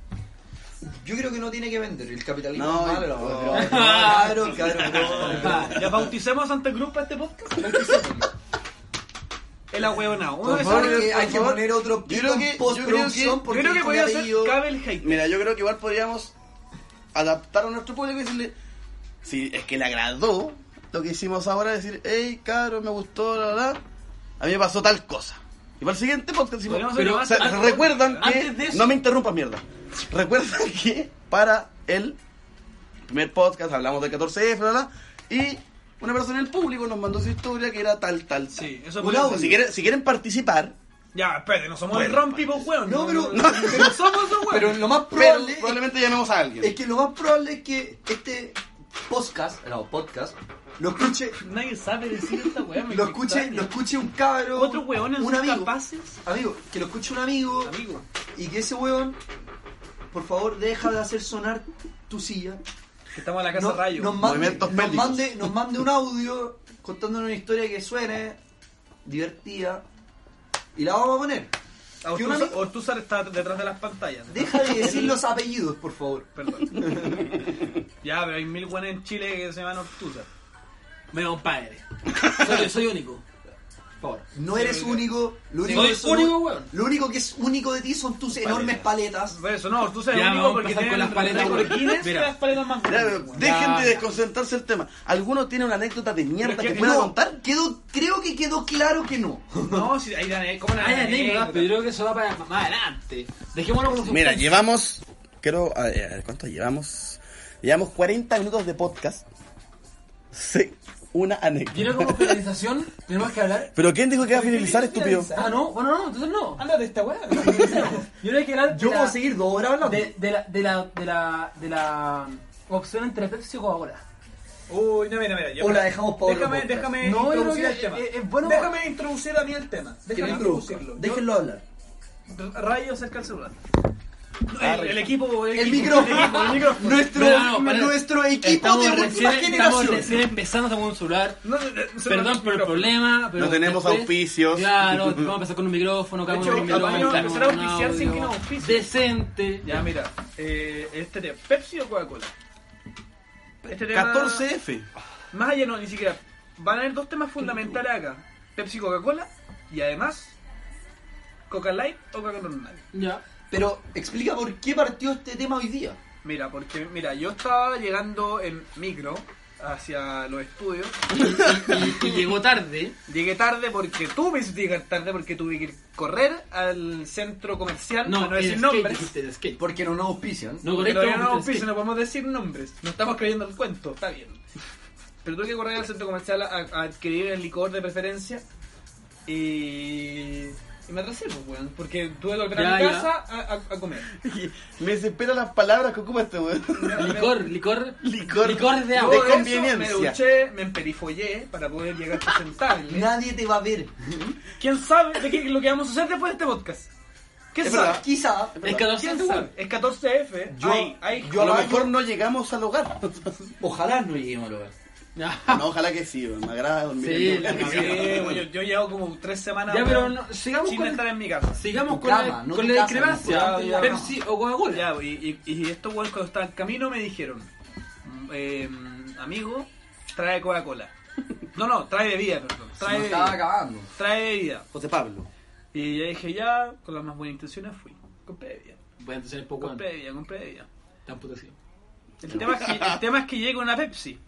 Speaker 3: Yo creo que no tiene que vender el capitalismo.
Speaker 2: No,
Speaker 3: es malo,
Speaker 2: no,
Speaker 3: pero-
Speaker 2: no.
Speaker 3: Claro, claro, no, no.
Speaker 1: Ya bauticemos a Santa Cruz para este podcast. El ahueonado. Uno
Speaker 3: Por
Speaker 1: que
Speaker 3: favor,
Speaker 1: sabe-
Speaker 3: que
Speaker 2: por
Speaker 3: hay que
Speaker 2: favor.
Speaker 3: poner otro
Speaker 2: Yo creo que-
Speaker 3: pito en
Speaker 2: yo creo
Speaker 3: postproducción
Speaker 2: que-
Speaker 3: porque
Speaker 1: Yo creo que
Speaker 3: tiene
Speaker 1: podría ser
Speaker 3: apellido.
Speaker 1: Cabel Hate.
Speaker 2: Mira, yo creo que igual podríamos adaptar a nuestro público y decirle, si es que le agradó lo que hicimos ahora, decir, hey, cabrón, me gustó, la verdad, a mí me pasó tal cosa. Y para el siguiente podcast, decimos,
Speaker 1: Podríamos
Speaker 4: Pero
Speaker 1: hacer-
Speaker 2: o sea,
Speaker 4: antes-
Speaker 2: recuerdan que...
Speaker 4: antes de eso-
Speaker 2: No me interrumpas, mierda. Recuerdan que para el primer podcast hablamos del 14F, bla, bla, y una persona del público nos mandó su historia que era tal, tal, tal.
Speaker 1: Sí, eso
Speaker 2: Un
Speaker 1: podría
Speaker 2: audio.
Speaker 1: ser.
Speaker 2: si, quieren, si quieren participar,
Speaker 1: Ya, espérate, no somos
Speaker 2: Bueno,
Speaker 1: el rompi, pues, weón.
Speaker 3: No, pero-
Speaker 1: No, no somos los
Speaker 3: Pero
Speaker 1: weón.
Speaker 3: lo más
Speaker 2: pero
Speaker 3: probable es-
Speaker 2: probablemente llamemos a alguien.
Speaker 3: es que lo más probable es que este podcast, no, podcast, lo escuche,
Speaker 1: Nadie sabe decir esta weón. me
Speaker 3: lo escuche,
Speaker 1: extraña.
Speaker 3: lo escuche un cabro,
Speaker 1: Otros weones
Speaker 3: un
Speaker 1: son
Speaker 3: amigo,
Speaker 1: capaces.
Speaker 3: amigo, que lo escuche un amigo,
Speaker 1: Amigo.
Speaker 3: y que ese weón, por favor, deja de hacer sonar tu silla.
Speaker 1: Que estamos en la casa
Speaker 3: No-
Speaker 1: rayo.
Speaker 3: Nos mande,
Speaker 2: Movimientos
Speaker 3: nos,
Speaker 2: pérdicos.
Speaker 3: mande, nos mande un audio contándonos una historia que suene divertida y la vamos a poner.
Speaker 1: Ah,
Speaker 3: que un
Speaker 1: Ortúzar-
Speaker 3: amigo-
Speaker 1: Ortúzar está detrás de las pantallas.
Speaker 3: Deja de decir los apellidos, por favor.
Speaker 1: Perdón. ya, pero hay mil weones en Chile que se llaman Ortúzar.
Speaker 4: Me compadre. Soy, soy único. Por favor.
Speaker 3: No eres único, lo único,
Speaker 4: Soy
Speaker 3: que son-
Speaker 4: único, weón.
Speaker 3: lo único que es único de ti son tus enormes paletas.
Speaker 1: Por eso, no, Ortúzar es
Speaker 4: Ya,
Speaker 1: el único
Speaker 4: vamos a
Speaker 1: porque
Speaker 4: empezar
Speaker 1: tiene
Speaker 4: con las paletas,
Speaker 1: récord
Speaker 4: weón.
Speaker 1: Guinness de
Speaker 4: Mira.
Speaker 1: las paletas más
Speaker 2: Ya,
Speaker 1: grandes,
Speaker 2: pero
Speaker 1: weón.
Speaker 2: dejen
Speaker 4: Ya.
Speaker 2: de desconcentrarse el tema. ¿Alguno tiene una anécdota de mierda
Speaker 1: Pero es
Speaker 2: que
Speaker 1: que
Speaker 2: pueda
Speaker 1: no.
Speaker 2: contar?
Speaker 3: Quedó, creo que quedó claro que no.
Speaker 1: No, si hay dan- ¿cómo la
Speaker 4: Ay,
Speaker 1: dan-
Speaker 4: anécdotas,
Speaker 1: anécdota?
Speaker 4: pero yo creo que eso va para más adelante. Dejémoslo con
Speaker 2: Mira, llevamos. Creo. a ver, a ver, ¿Cuánto llevamos? Llevamos 40 minutos de podcast. Sí, una
Speaker 4: Yo
Speaker 2: anécdota.
Speaker 4: como finalización tenemos que hablar.
Speaker 2: ¿Pero quién dijo que iba a finalizar, estúpido?
Speaker 4: Ah, no, bueno, no, entonces Ah, no.
Speaker 1: Ándate esta weá.
Speaker 4: Yo creo que hablar de
Speaker 3: Yo puedo
Speaker 4: la-
Speaker 3: seguir dos horas hablando.
Speaker 4: de, de la, de la, de la, de la opción entre Pepsi o Coca-Cola.
Speaker 1: Uy, no, mira, mira. yo-
Speaker 3: O la dejamos para otro
Speaker 1: Déjame,
Speaker 3: podcast.
Speaker 1: déjame
Speaker 4: No, yo
Speaker 1: introducir
Speaker 4: creo
Speaker 1: el
Speaker 4: que
Speaker 1: tema.
Speaker 4: es- es bueno-
Speaker 1: déjame introducir a mí el tema. Déjame introducirlo.
Speaker 3: Déjenlo hablar.
Speaker 1: Yo- Rayo cerca el celular.
Speaker 4: Ah,
Speaker 1: El, el equipo. El,
Speaker 3: El
Speaker 1: equipo, el equipo,
Speaker 3: micrófono.
Speaker 1: el micrófono.
Speaker 3: Nuestro,
Speaker 4: No, no, no, para-
Speaker 3: nuestro equipo de última
Speaker 4: estamos
Speaker 3: generación.
Speaker 4: recién empezando, estamos con un celular.
Speaker 1: No, no, no, celular,
Speaker 4: Perdón por el
Speaker 1: micrófono.
Speaker 4: problema. Pero
Speaker 2: No tenemos
Speaker 4: después-
Speaker 2: auspicios.
Speaker 4: Claro, vamos a empezar con un micrófono, cada
Speaker 1: De
Speaker 4: uno
Speaker 1: hecho,
Speaker 4: con un micrófono.
Speaker 1: capaz
Speaker 4: con
Speaker 1: empezar a
Speaker 4: un
Speaker 1: auspiciar
Speaker 4: audio.
Speaker 1: sin que nos auspicien.
Speaker 4: Decente.
Speaker 1: Ya, mira, eh, este tema, ¿Pepsi o Coca-Cola? Este tema,
Speaker 2: 14F.
Speaker 1: Más allá no, ni siquiera. van a haber dos temas fundamentales acá. Pepsi Coca-Cola y además Coca Light o Coca Normal.
Speaker 4: Ya.
Speaker 3: Pero explica por qué partió este tema hoy día.
Speaker 1: Mira, porque mira, yo estaba llegando en micro hacia los estudios.
Speaker 4: Y, y llegó tarde.
Speaker 1: Llegué tarde porque tú me hiciste llegar tarde porque tuve que ir correr al centro comercial.
Speaker 4: No,
Speaker 1: para
Speaker 4: no
Speaker 1: decir
Speaker 4: el skate,
Speaker 1: nombres.
Speaker 4: dijiste el skate.
Speaker 3: Porque no nos auspician.
Speaker 4: No, correcto.
Speaker 1: Pero ya no
Speaker 4: dijiste el
Speaker 1: auspicio,
Speaker 4: skate.
Speaker 1: no podemos decir nombres. No estamos creyendo el cuento, está bien. Pero tuve que correr al centro comercial a, a adquirir el licor de preferencia. Y, y me atrasé, pues, weón. Porque tuve que volver a
Speaker 4: Ya,
Speaker 1: mi
Speaker 4: ya.
Speaker 1: casa a, a- a comer.
Speaker 2: Me desesperan las palabras que ocupa este weón.
Speaker 4: Licor, licor.
Speaker 2: Licor.
Speaker 4: Licor de
Speaker 1: Todo
Speaker 4: agua.
Speaker 2: De
Speaker 1: eso,
Speaker 2: conveniencia.
Speaker 1: Me duché, me emperifollé para poder llegar presentable.
Speaker 3: Nadie te va a ver.
Speaker 1: ¿Quién sabe de qué lo que vamos a hacer después de este podcast? ¿Quién
Speaker 2: Es
Speaker 1: sabe?
Speaker 2: verdad.
Speaker 3: Quizá.
Speaker 4: Es que
Speaker 1: ¿Quién
Speaker 4: no
Speaker 1: sabe? Es 14F.
Speaker 2: Yo,
Speaker 1: Ay, ay,
Speaker 2: yo a lo
Speaker 1: ay,
Speaker 2: mejor no llegamos al hogar.
Speaker 3: Ojalá no lleguemos al hogar.
Speaker 2: No, ojalá que sí, weón. me agrada dormir.
Speaker 4: Sí,
Speaker 2: en
Speaker 4: la
Speaker 1: yo-
Speaker 4: cagué.
Speaker 2: tu-
Speaker 1: yo, yo, llevo como tres semanas
Speaker 4: Ya, pero
Speaker 1: weón,
Speaker 4: no, sigamos
Speaker 1: sin
Speaker 4: con,
Speaker 1: estar en mi casa.
Speaker 4: sigamos
Speaker 3: Tu
Speaker 4: con
Speaker 3: cama,
Speaker 4: la,
Speaker 3: no
Speaker 4: con
Speaker 3: tu
Speaker 4: la
Speaker 3: casa,
Speaker 4: discrepancia.
Speaker 1: no tu cama.
Speaker 4: Pepsi o Coca-Cola.
Speaker 1: Ya, y, y, y estos weones cuando estaban en camino me dijeron, mm, eh, amigo, trae Coca-Cola. No, no, trae bebida, perdón. Trae
Speaker 3: Se nos estaba
Speaker 1: bebida.
Speaker 3: acabando.
Speaker 1: Trae bebida.
Speaker 2: José Pablo.
Speaker 1: Y yo dije, ya, con las más buenas intenciones fui. Compré bebida.
Speaker 4: Voy a empezar el poco
Speaker 1: Compré bebida, compré bebida.
Speaker 4: Tan puto así.
Speaker 1: El tema, es que, el tema es que llegue una Pepsi.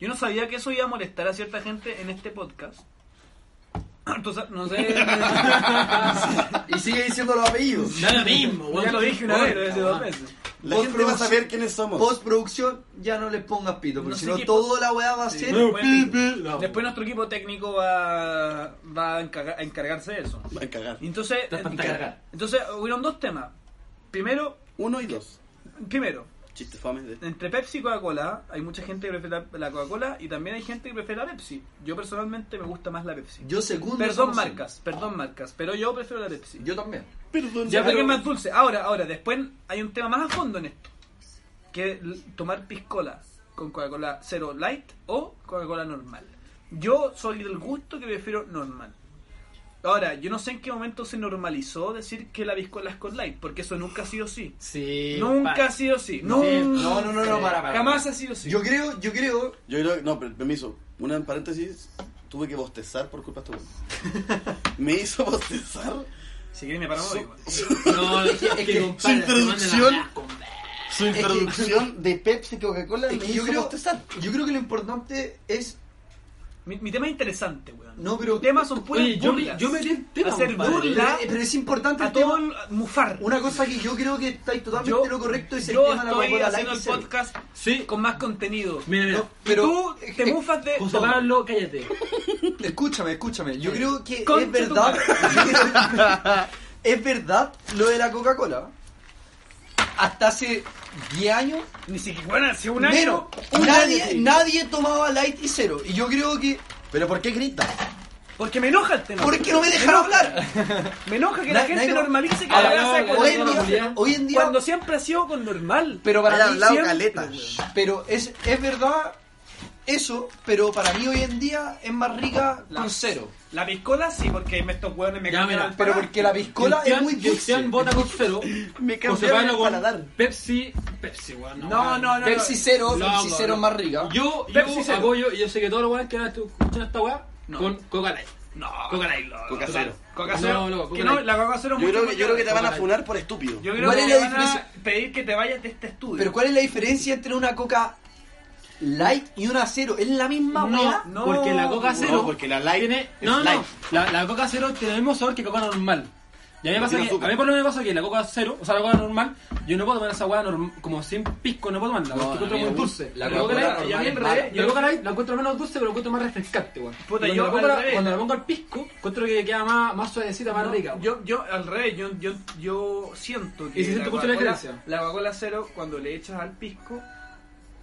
Speaker 1: Yo no sabía que eso iba a molestar a cierta gente en este podcast. Entonces, no sé.
Speaker 3: Y sigue diciendo los apellidos.
Speaker 4: Da lo mismo, weón.
Speaker 1: ya lo dije una vez, lo he dicho dos
Speaker 4: Cabrón.
Speaker 1: veces.
Speaker 2: La
Speaker 3: Post
Speaker 2: gente va a
Speaker 3: produc-
Speaker 2: saber quiénes somos.
Speaker 3: Postproducción, ya no les pongas pito, porque
Speaker 1: No
Speaker 3: si
Speaker 1: sé
Speaker 3: no
Speaker 1: qué-
Speaker 3: toda la weá va a
Speaker 1: Sí,
Speaker 3: ser.
Speaker 1: después-
Speaker 4: No.
Speaker 1: Después nuestro equipo técnico va, va a, encarga- a encargarse de eso.
Speaker 2: Va a cagar.
Speaker 1: Y Entonces,
Speaker 4: Te vas a encargar.
Speaker 1: entonces hubieron dos temas. Primero,
Speaker 2: Uno y dos.
Speaker 1: primero,
Speaker 2: Chistes fames de...
Speaker 1: entre Pepsi y Coca-Cola, hay mucha gente que prefiere la- la Coca-Cola y también hay gente que prefiere la Pepsi. Yo personalmente me gusta más la Pepsi.
Speaker 3: Yo segundo. esa
Speaker 1: Perdón
Speaker 3: moción.
Speaker 1: marcas, perdón marcas, pero yo prefiero la Pepsi.
Speaker 3: Yo también.
Speaker 2: Perdón.
Speaker 1: Ya
Speaker 2: pero-
Speaker 1: porque es más dulce. Ahora, ahora, después hay un tema más a fondo en esto. Que l- tomar piscola con Coca-Cola Zero Light o Coca-Cola normal. Yo soy del gusto que prefiero normal. Ahora, yo no sé en qué momento se normalizó decir que la piscola es con light, porque eso nunca ha sido así.
Speaker 4: Sí.
Speaker 1: nunca ha
Speaker 4: pa-
Speaker 1: sido así.
Speaker 4: No,
Speaker 1: Nunca.
Speaker 3: No, no, no, no, para, para.
Speaker 1: Jamás ha sido así.
Speaker 3: Yo creo, yo creo.
Speaker 2: Yo creo... No, pero permiso. Una en paréntesis. Tuve que bostezar por culpa de este weón. Me hizo bostezar.
Speaker 1: Si quieres me paramos hoy, weón.
Speaker 4: No, es que, es que compadre, te mandan
Speaker 2: su
Speaker 4: a
Speaker 2: introducción-
Speaker 4: hablar con-
Speaker 2: Su introducción de Pepsi Coca-Cola
Speaker 3: es
Speaker 2: me
Speaker 3: que yo
Speaker 2: hizo
Speaker 3: creo.
Speaker 2: bostezar.
Speaker 3: Yo creo que lo importante es.
Speaker 1: Mi, mi tema es interesante, weón.
Speaker 3: No, pero-
Speaker 1: Mis temas son puras
Speaker 4: Oye, yo me-
Speaker 1: burlas.
Speaker 4: yo me di el tema,
Speaker 1: Hacer
Speaker 4: compadre.
Speaker 1: burla
Speaker 3: Pero es importante el
Speaker 1: a todo
Speaker 3: tema.
Speaker 1: el mufar.
Speaker 3: Una cosa que yo creo que estáis totalmente
Speaker 1: Yo-
Speaker 3: lo correcto es el
Speaker 1: yo
Speaker 3: tema de la
Speaker 1: estoy
Speaker 3: Coca-Cola
Speaker 1: haciendo
Speaker 3: Light
Speaker 1: el
Speaker 3: y cero.
Speaker 1: podcast
Speaker 4: Sí.
Speaker 1: con más contenido.
Speaker 4: Mira, mira.
Speaker 3: No, pero
Speaker 1: tú te mufas de
Speaker 4: José
Speaker 1: todo.
Speaker 4: Pablo, cállate.
Speaker 3: Escúchame, escúchame. Yo creo que
Speaker 1: Concha
Speaker 3: es verdad. es verdad lo de la Coca-Cola. Hasta hace 10 años,
Speaker 1: Ni siquiera, bueno, hace un
Speaker 3: menos,
Speaker 1: año. un año,
Speaker 3: nadie,
Speaker 1: sí.
Speaker 3: nadie tomaba light y cero. Y yo creo que.
Speaker 2: ¿Pero por qué grita?
Speaker 1: Porque me enoja el tema.
Speaker 3: ¿Por qué no me dejaron hablar?
Speaker 1: Me enoja que la
Speaker 3: Na-
Speaker 1: gente
Speaker 3: nadie-
Speaker 1: normalice que
Speaker 4: Ahora,
Speaker 1: la grasa
Speaker 4: no,
Speaker 1: es
Speaker 3: Hoy
Speaker 4: Hoy
Speaker 3: en
Speaker 4: en
Speaker 1: con
Speaker 4: día-
Speaker 3: día. Hoy en día
Speaker 1: Cuando siempre ha sido con normal.
Speaker 3: pero para
Speaker 2: Ahí
Speaker 3: mí.
Speaker 2: hablaba
Speaker 1: siempre,
Speaker 2: caleta.
Speaker 3: Pero es, es verdad eso. Pero para mí hoy en día es más rica
Speaker 1: La-
Speaker 3: con cero.
Speaker 1: La piscola sí, porque me- estos hueones me
Speaker 4: Ya,
Speaker 1: cambian
Speaker 4: mira,
Speaker 1: al
Speaker 3: Pero
Speaker 1: paladar.
Speaker 3: porque la piscola es muy
Speaker 4: Cristian
Speaker 3: dulce.
Speaker 4: vota con cero.
Speaker 2: Me
Speaker 4: José
Speaker 2: cambiaron
Speaker 4: Pablo
Speaker 2: el paladar.
Speaker 4: con Pepsi. Pepsi, weón.
Speaker 1: No, no, no.
Speaker 3: Pepsi cero,
Speaker 4: Loco,
Speaker 3: Pepsi cero
Speaker 4: no.
Speaker 3: más rica.
Speaker 4: Yo,
Speaker 1: Pepsi
Speaker 4: yo
Speaker 1: cero.
Speaker 4: apoyo, y yo sé que todos los weones que ahora tú escuchando esta weá,
Speaker 1: No.
Speaker 4: con Coca Light.
Speaker 1: No,
Speaker 4: Coca Light, loco.
Speaker 2: Coca cero.
Speaker 1: Coca cero.
Speaker 4: No, no,
Speaker 1: que
Speaker 4: Coca
Speaker 1: no,
Speaker 4: Light.
Speaker 1: la coca cero es
Speaker 2: Yo
Speaker 1: mucho
Speaker 2: creo, que, yo creo que te van a
Speaker 4: Coca-Cola.
Speaker 2: funar por estúpido.
Speaker 1: Yo creo
Speaker 3: ¿Cuál
Speaker 1: que
Speaker 3: es
Speaker 1: te
Speaker 3: la
Speaker 1: van a
Speaker 3: diferencia?
Speaker 1: pedir que te vayas de este estudio.
Speaker 3: Pero ¿cuál es la diferencia entre una coca light y una cero? ¿Es la misma weá?
Speaker 4: No,
Speaker 1: no,
Speaker 4: porque la Coca
Speaker 2: no,
Speaker 4: Cero.
Speaker 2: porque la Light
Speaker 4: tiene-
Speaker 2: es
Speaker 4: No,
Speaker 2: light.
Speaker 4: no. La, la Coca Cero tiene el mismo sabor que Coca normal. Y a mí, me pasa
Speaker 2: tiene
Speaker 4: que,
Speaker 2: azúcar.
Speaker 4: a mí por lo menos me pasa que la Coca Cero, o sea, la Coca normal, yo no puedo tomar esa weá norm- como sin pisco, no puedo tomarla, porque
Speaker 3: a
Speaker 4: encuentro
Speaker 3: mí
Speaker 4: muy
Speaker 3: me gusta.
Speaker 4: dulce.
Speaker 3: La
Speaker 4: Coca
Speaker 3: Coca-Cola
Speaker 4: Light-
Speaker 3: normal
Speaker 4: y a mí en
Speaker 3: es
Speaker 4: realidad,
Speaker 3: mala.
Speaker 4: yo la Coca Light la encuentro menos dulce, pero la encuentro más refrescante, weón.
Speaker 1: Puta,
Speaker 4: Cuando
Speaker 1: yo
Speaker 4: la
Speaker 1: al
Speaker 4: Coca-
Speaker 1: revés.
Speaker 4: Cuando la pongo al pisco, encuentro que queda más, más suavecita, más
Speaker 1: No,
Speaker 4: rica. weón.
Speaker 1: Yo, yo, al revés, yo, yo, yo siento que.
Speaker 4: ¿Y si se te escucha la
Speaker 1: Coca-Cola-
Speaker 4: diferencia?
Speaker 1: La Coca-Cola cero, cuando le echas al pisco,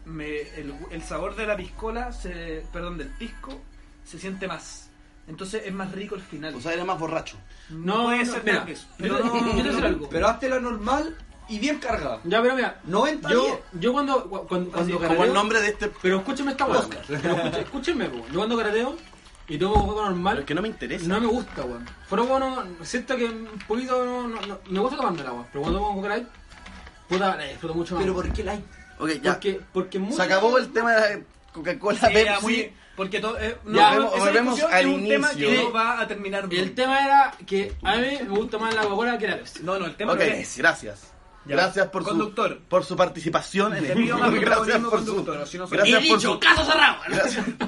Speaker 1: me- el, el sabor de la piscola, se, perdón, del pisco, se siente más. Entonces es más rico el final.
Speaker 2: O sea, era más borracho.
Speaker 4: No,
Speaker 1: puede
Speaker 4: no,
Speaker 1: ser
Speaker 4: mira,
Speaker 1: peor que eso.
Speaker 4: yo-
Speaker 1: Pero
Speaker 4: yo te voy a decir
Speaker 1: no,
Speaker 4: algo.
Speaker 3: Pero hazte la normal y bien cargada.
Speaker 4: Ya, pero mira,
Speaker 3: 90
Speaker 4: yo,
Speaker 3: días.
Speaker 4: yo cuando, cu- cuando, cuando
Speaker 2: Como el
Speaker 4: carreteo-
Speaker 2: nombre de este...
Speaker 4: Pero escúchame esta weá. Pero escucha- Escúchame, weón. Yo cuando carreteo y tomo Coca normal,
Speaker 2: Pero que no me interesa.
Speaker 4: No me gusta, weón. Pero bueno, siento que un poquito no, no, no- me gusta tomándola, weón. Pero cuando tomo Coca Light, puta, la disfruto mucho más.
Speaker 3: Pero ¿por qué light?
Speaker 2: Ok, ya.
Speaker 4: porque, porque mucho-
Speaker 2: Se acabó el tema de Coca-Cola,
Speaker 1: Sí, era
Speaker 2: Pepsi.
Speaker 1: muy- porque todo, eh, no,
Speaker 4: Ya,
Speaker 1: no,
Speaker 2: volvemos-
Speaker 1: esa
Speaker 2: volvemos
Speaker 1: discusión
Speaker 2: al
Speaker 1: es un tema
Speaker 2: inicio.
Speaker 1: que no va a terminar.
Speaker 4: Y
Speaker 1: bien.
Speaker 4: el tema era que a mí me gusta más la Coca-Cola que la Pepsi.
Speaker 1: no, no, el tema
Speaker 2: Ok,
Speaker 1: no es.
Speaker 2: gracias.
Speaker 1: Ya.
Speaker 2: Gracias por
Speaker 1: Conductor.
Speaker 2: su por su participación en
Speaker 1: Te
Speaker 2: el
Speaker 1: pido más
Speaker 2: Gracias
Speaker 1: protagonismo,
Speaker 2: por su
Speaker 1: conductor, o si no soy-
Speaker 2: gracias
Speaker 4: y
Speaker 2: por
Speaker 4: dicho,
Speaker 2: su
Speaker 4: caso cerrado.
Speaker 2: gracias
Speaker 3: Yo creo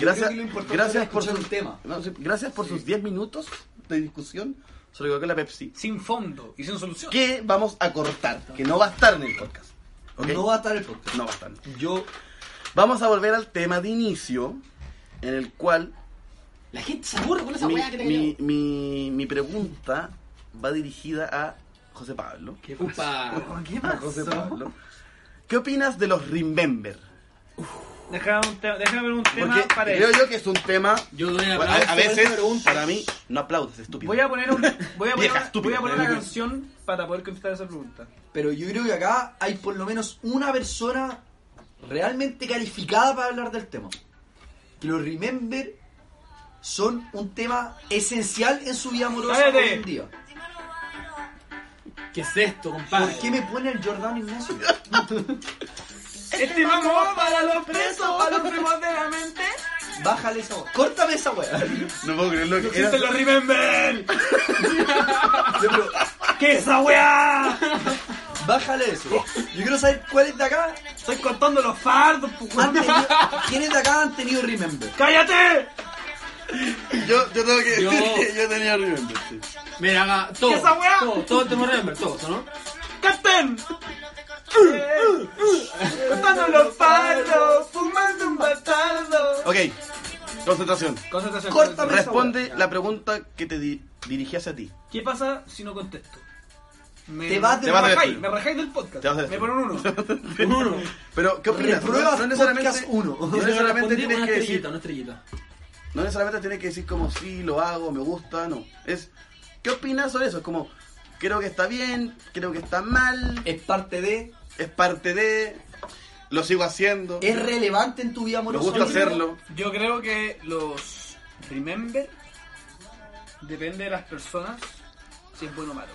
Speaker 2: gracias
Speaker 3: que lo importante
Speaker 2: gracias
Speaker 3: era
Speaker 2: por su
Speaker 3: escuchar el tema.
Speaker 2: no, sí, gracias por sus 10 minutos de discusión sobre Coca-Cola Pepsi
Speaker 1: Sin fondo y sin solución.
Speaker 2: que vamos a cortar, que no va a estar en el podcast. ¿ok?
Speaker 3: No va a estar el podcast.
Speaker 2: No va a estar.
Speaker 3: Yo
Speaker 2: Vamos a volver al tema de inicio en el cual
Speaker 4: La gente se aburre con esa
Speaker 2: mi,
Speaker 4: weá que te
Speaker 2: mi-
Speaker 4: creo.
Speaker 2: mi- mi pregunta va dirigida a José Pablo.
Speaker 4: ¿Qué pasa?
Speaker 1: Oh, ¿Qué
Speaker 2: A José Pablo. ¿Qué opinas de los Remember?
Speaker 1: Déjame un te- déjame ver un tema
Speaker 2: Porque
Speaker 1: para
Speaker 2: creo yo que es un tema.
Speaker 4: Yo doy
Speaker 2: Bueno, a,
Speaker 4: aplauso
Speaker 2: a
Speaker 4: por
Speaker 2: veces,
Speaker 4: esa pregunta.
Speaker 2: para mí, no aplaudas, estúpido.
Speaker 1: Voy a poner un, voy a poner,
Speaker 2: Vieja
Speaker 1: una- voy
Speaker 2: estúpida. eh.
Speaker 1: a poner una canción para poder contestar esa pregunta.
Speaker 3: Pero yo creo que acá hay por lo menos una persona realmente calificada para hablar del tema. Que los Remember son un tema esencial en su vida amorosa
Speaker 1: ¡Cállate!
Speaker 3: hoy en día.
Speaker 4: ¿Qué es esto, compadre?
Speaker 3: ¿Por qué me pone el Jordán Ignacio?
Speaker 1: Este mamón para los presos, para los primos de la mente.
Speaker 3: Bájale esa voz. Córtame esa weá.
Speaker 2: No puedo creerlo. que era-
Speaker 1: Existe los Remember.
Speaker 3: Yo, pero,
Speaker 1: ¿Qué es esa weá?
Speaker 3: Bájale eso. Yo quiero saber cuáles de acá
Speaker 1: Estoy cortando los fardos, pues, pu-
Speaker 3: han tenido. ¿Quiénes de acá han tenido Remember?
Speaker 1: ¡Cállate!
Speaker 2: Yo, yo tengo que decir
Speaker 4: Yo-
Speaker 2: que yo tenía Remember. sí.
Speaker 4: Mira, acá, todo.
Speaker 1: ¿Qué esa weá?
Speaker 4: Todo, todo te remember, todo, ¿no?
Speaker 1: ¡Captain! Cortando los fardos, fumando un bastardo.
Speaker 2: Ok, concentración.
Speaker 1: Concentración.
Speaker 3: Córtame.
Speaker 2: Responde la pregunta que te di- dirigí hacia ti.
Speaker 1: ¿Qué pasa si no contesto? Me,
Speaker 3: Te vas de-
Speaker 2: Te vas
Speaker 1: me
Speaker 2: del
Speaker 1: rajáis,
Speaker 2: estudio.
Speaker 1: me rajáis del podcast.
Speaker 2: Te vas del
Speaker 1: me
Speaker 2: estudio.
Speaker 1: ponen uno.
Speaker 4: Uno.
Speaker 2: Pero, ¿qué opinas? No,
Speaker 3: Repruebas
Speaker 2: no necesariamente,
Speaker 3: podcast uno.
Speaker 2: no
Speaker 4: Yo
Speaker 2: necesariamente
Speaker 4: respondí
Speaker 2: tienes
Speaker 4: una
Speaker 2: que
Speaker 4: estrellita,
Speaker 2: decir,
Speaker 4: una estrellita.
Speaker 2: no necesariamente tienes que decir como sí, lo hago, me gusta, no. Es, ¿qué opinas sobre eso? Es como, creo que está bien, creo que está mal,
Speaker 3: Es parte de.
Speaker 2: es parte de, lo sigo haciendo,
Speaker 3: Es relevante en tu vida
Speaker 2: me
Speaker 3: amorosa.
Speaker 2: gusta
Speaker 3: hoy en día?
Speaker 2: hacerlo.
Speaker 1: Yo creo que los remember depende de las personas si es bueno o malo.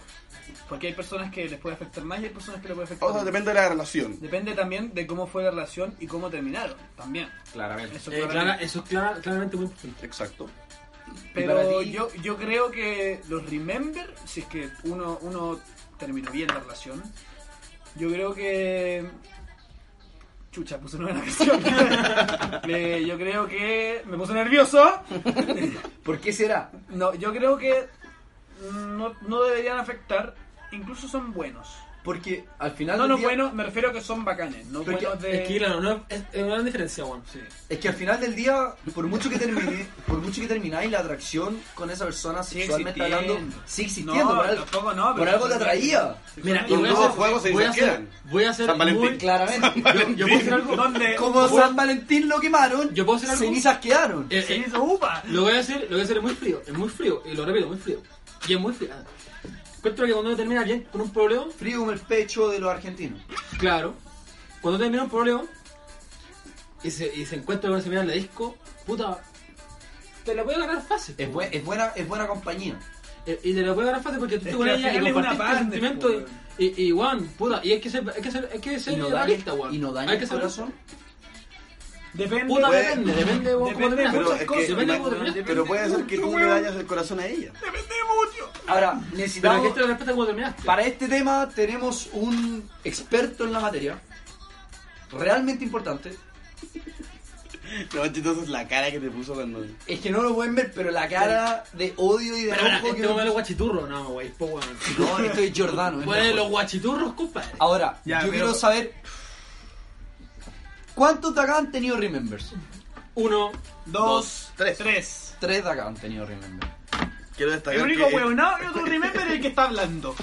Speaker 1: Porque hay personas que les puede afectar más y hay personas que les puede afectar
Speaker 2: O sea,
Speaker 1: menos.
Speaker 2: depende de la relación.
Speaker 1: Depende también de cómo fue la relación y cómo terminaron, también.
Speaker 4: Claramente. Eso,
Speaker 1: Eso
Speaker 4: eh, clara,
Speaker 1: claramente.
Speaker 4: eso es clara- claramente muy importante.
Speaker 2: Exacto.
Speaker 1: Pero
Speaker 3: para ti?
Speaker 1: yo, yo creo que los remember, si es que uno, uno terminó bien la relación, yo creo que... Chucha, puse una canción. Eh, yo creo que me puse nervioso.
Speaker 3: ¿Por qué será?
Speaker 1: No, yo creo que no, no deberían afectar. Incluso son buenos.
Speaker 3: Porque al final.
Speaker 1: No,
Speaker 3: del
Speaker 1: no
Speaker 3: día-
Speaker 1: buenos, me refiero a que son bacanes. No
Speaker 3: Pero que-
Speaker 1: buenos de...
Speaker 4: Es que claro, no, es, es una gran diferencia, weón.
Speaker 1: Sí.
Speaker 3: Es que al final del día, por mucho que termine, por mucho que termináis, la atracción con esa persona
Speaker 1: Sigue
Speaker 3: sexualmente
Speaker 1: existiendo.
Speaker 3: hablando sigue existiendo.
Speaker 1: No,
Speaker 3: por algo,
Speaker 1: tampoco no, pero-
Speaker 3: por algo te atraía.
Speaker 4: Mira, y
Speaker 2: Los
Speaker 4: voy a
Speaker 2: dos
Speaker 4: hacer,
Speaker 2: juegos se
Speaker 4: voy a hacer,
Speaker 2: desbloquean.
Speaker 4: voy a hacer
Speaker 2: San Valentín.
Speaker 4: muy-
Speaker 3: Claramente.
Speaker 4: yo, yo puedo hacer algo.
Speaker 1: ¿Dónde?
Speaker 3: Como
Speaker 4: Voy a-
Speaker 3: San Valentín lo quemaron,
Speaker 4: Yo puedo hacer algo.
Speaker 3: cenizas quedaron.
Speaker 4: Eh,
Speaker 1: Se
Speaker 4: eh,
Speaker 1: hizo upa.
Speaker 4: lo voy a hacer, lo voy a hacer es muy frío, es muy frío, y lo repito, muy frío. Y es muy frío. Encuentro que cuando uno termina bien con un problema,
Speaker 3: Frío como el pecho de los argentinos.
Speaker 4: claro, cuando termina un problema y se, y se encuentra con ese mira en la disco, puta, te la puede ganar fácil.
Speaker 3: Es,
Speaker 4: po.
Speaker 3: buen- es buena, es buena compañía.
Speaker 4: Eh, Y te la puede ganar fácil porque tú
Speaker 1: Es
Speaker 4: estás con
Speaker 1: que al
Speaker 4: ella
Speaker 1: final
Speaker 4: y
Speaker 1: es una
Speaker 4: compartiste
Speaker 1: partner,
Speaker 4: sentimientos
Speaker 1: po,
Speaker 4: y-
Speaker 1: weón.
Speaker 4: y, y, weón, puta, y hay que ser, hay que ser, hay que ser
Speaker 3: Y no daña,
Speaker 4: realista, weón.
Speaker 3: y no daña
Speaker 4: hay que
Speaker 3: el
Speaker 4: ser
Speaker 3: corazón.
Speaker 1: Depende.
Speaker 4: Puta,
Speaker 2: Puede-
Speaker 4: depende, depende de vos cómo
Speaker 1: depende de
Speaker 4: terminas.
Speaker 2: Pero,
Speaker 1: muchas
Speaker 2: es
Speaker 1: cosas,
Speaker 2: que,
Speaker 4: depende de cómo
Speaker 1: weón,
Speaker 4: terminaste.
Speaker 2: pero puede ser que tú le dañas el corazón a ella.
Speaker 1: Depende mucho.
Speaker 4: Pero
Speaker 3: Ahora,
Speaker 4: hay
Speaker 3: necesitamos.
Speaker 4: que estar respeta cómo terminaste.
Speaker 3: Para este tema tenemos un experto en la materia. Realmente importante.
Speaker 2: No, entonces la cara que te puso cuando...
Speaker 3: Es que no lo pueden ver, pero la cara de odio y de
Speaker 4: Pero la
Speaker 3: enojo
Speaker 4: gente
Speaker 3: que-
Speaker 4: come los guachiturros, no, güey, po, weón. Ah,
Speaker 3: No, esto es Giordano. es
Speaker 4: Pues
Speaker 3: mejor.
Speaker 4: los guachiturros, compadre.
Speaker 3: Ahora,
Speaker 1: Ya,
Speaker 3: yo
Speaker 1: pero-
Speaker 3: quiero saber. ¿Cuántos de acá han tenido Remembers?
Speaker 4: Uno,
Speaker 1: Dos,
Speaker 2: tres.
Speaker 1: tres.
Speaker 3: Tres de acá han tenido Remembers.
Speaker 2: Quiero destacar
Speaker 1: El único
Speaker 2: que...
Speaker 1: huevonado que tú remember es el que está hablando.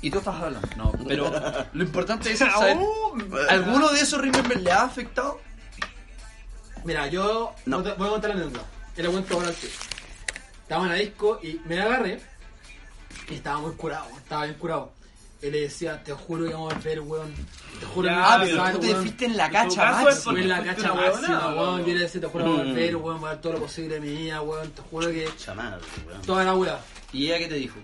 Speaker 3: Y tú estás hablando. No, pero lo importante es saber.
Speaker 1: Uh,
Speaker 3: ¿Alguno de esos Remembers le ha afectado?
Speaker 4: Mira, yo
Speaker 2: No.
Speaker 4: voy a- voy a contar la anécdota. Era buen ahora sí. Estaba en la disco y me agarré. Y estaba muy curado, estaba bien curado. Y le decía, te juro que vamos a ver, weón. Te juro que
Speaker 1: Ya,
Speaker 4: vamos a
Speaker 1: pero
Speaker 4: ver,
Speaker 3: Ah, tú te
Speaker 4: Ah, weón.
Speaker 3: fuiste en la
Speaker 1: tu
Speaker 3: cacha,
Speaker 1: caso es
Speaker 3: Max.
Speaker 4: Fue en la
Speaker 1: Fuiste
Speaker 4: cacha
Speaker 1: una huevonada,
Speaker 4: máxima, weón.
Speaker 1: weón.
Speaker 4: Yo le decía, te juro que vamos a
Speaker 2: Mm.
Speaker 4: ver, weón. Voy a dar todo lo posible de mi vida, weón. Te juro que...
Speaker 2: Pucha madre, weón.
Speaker 4: Toda la weá.
Speaker 3: ¿Y ella qué te dijo?
Speaker 2: ¿Qué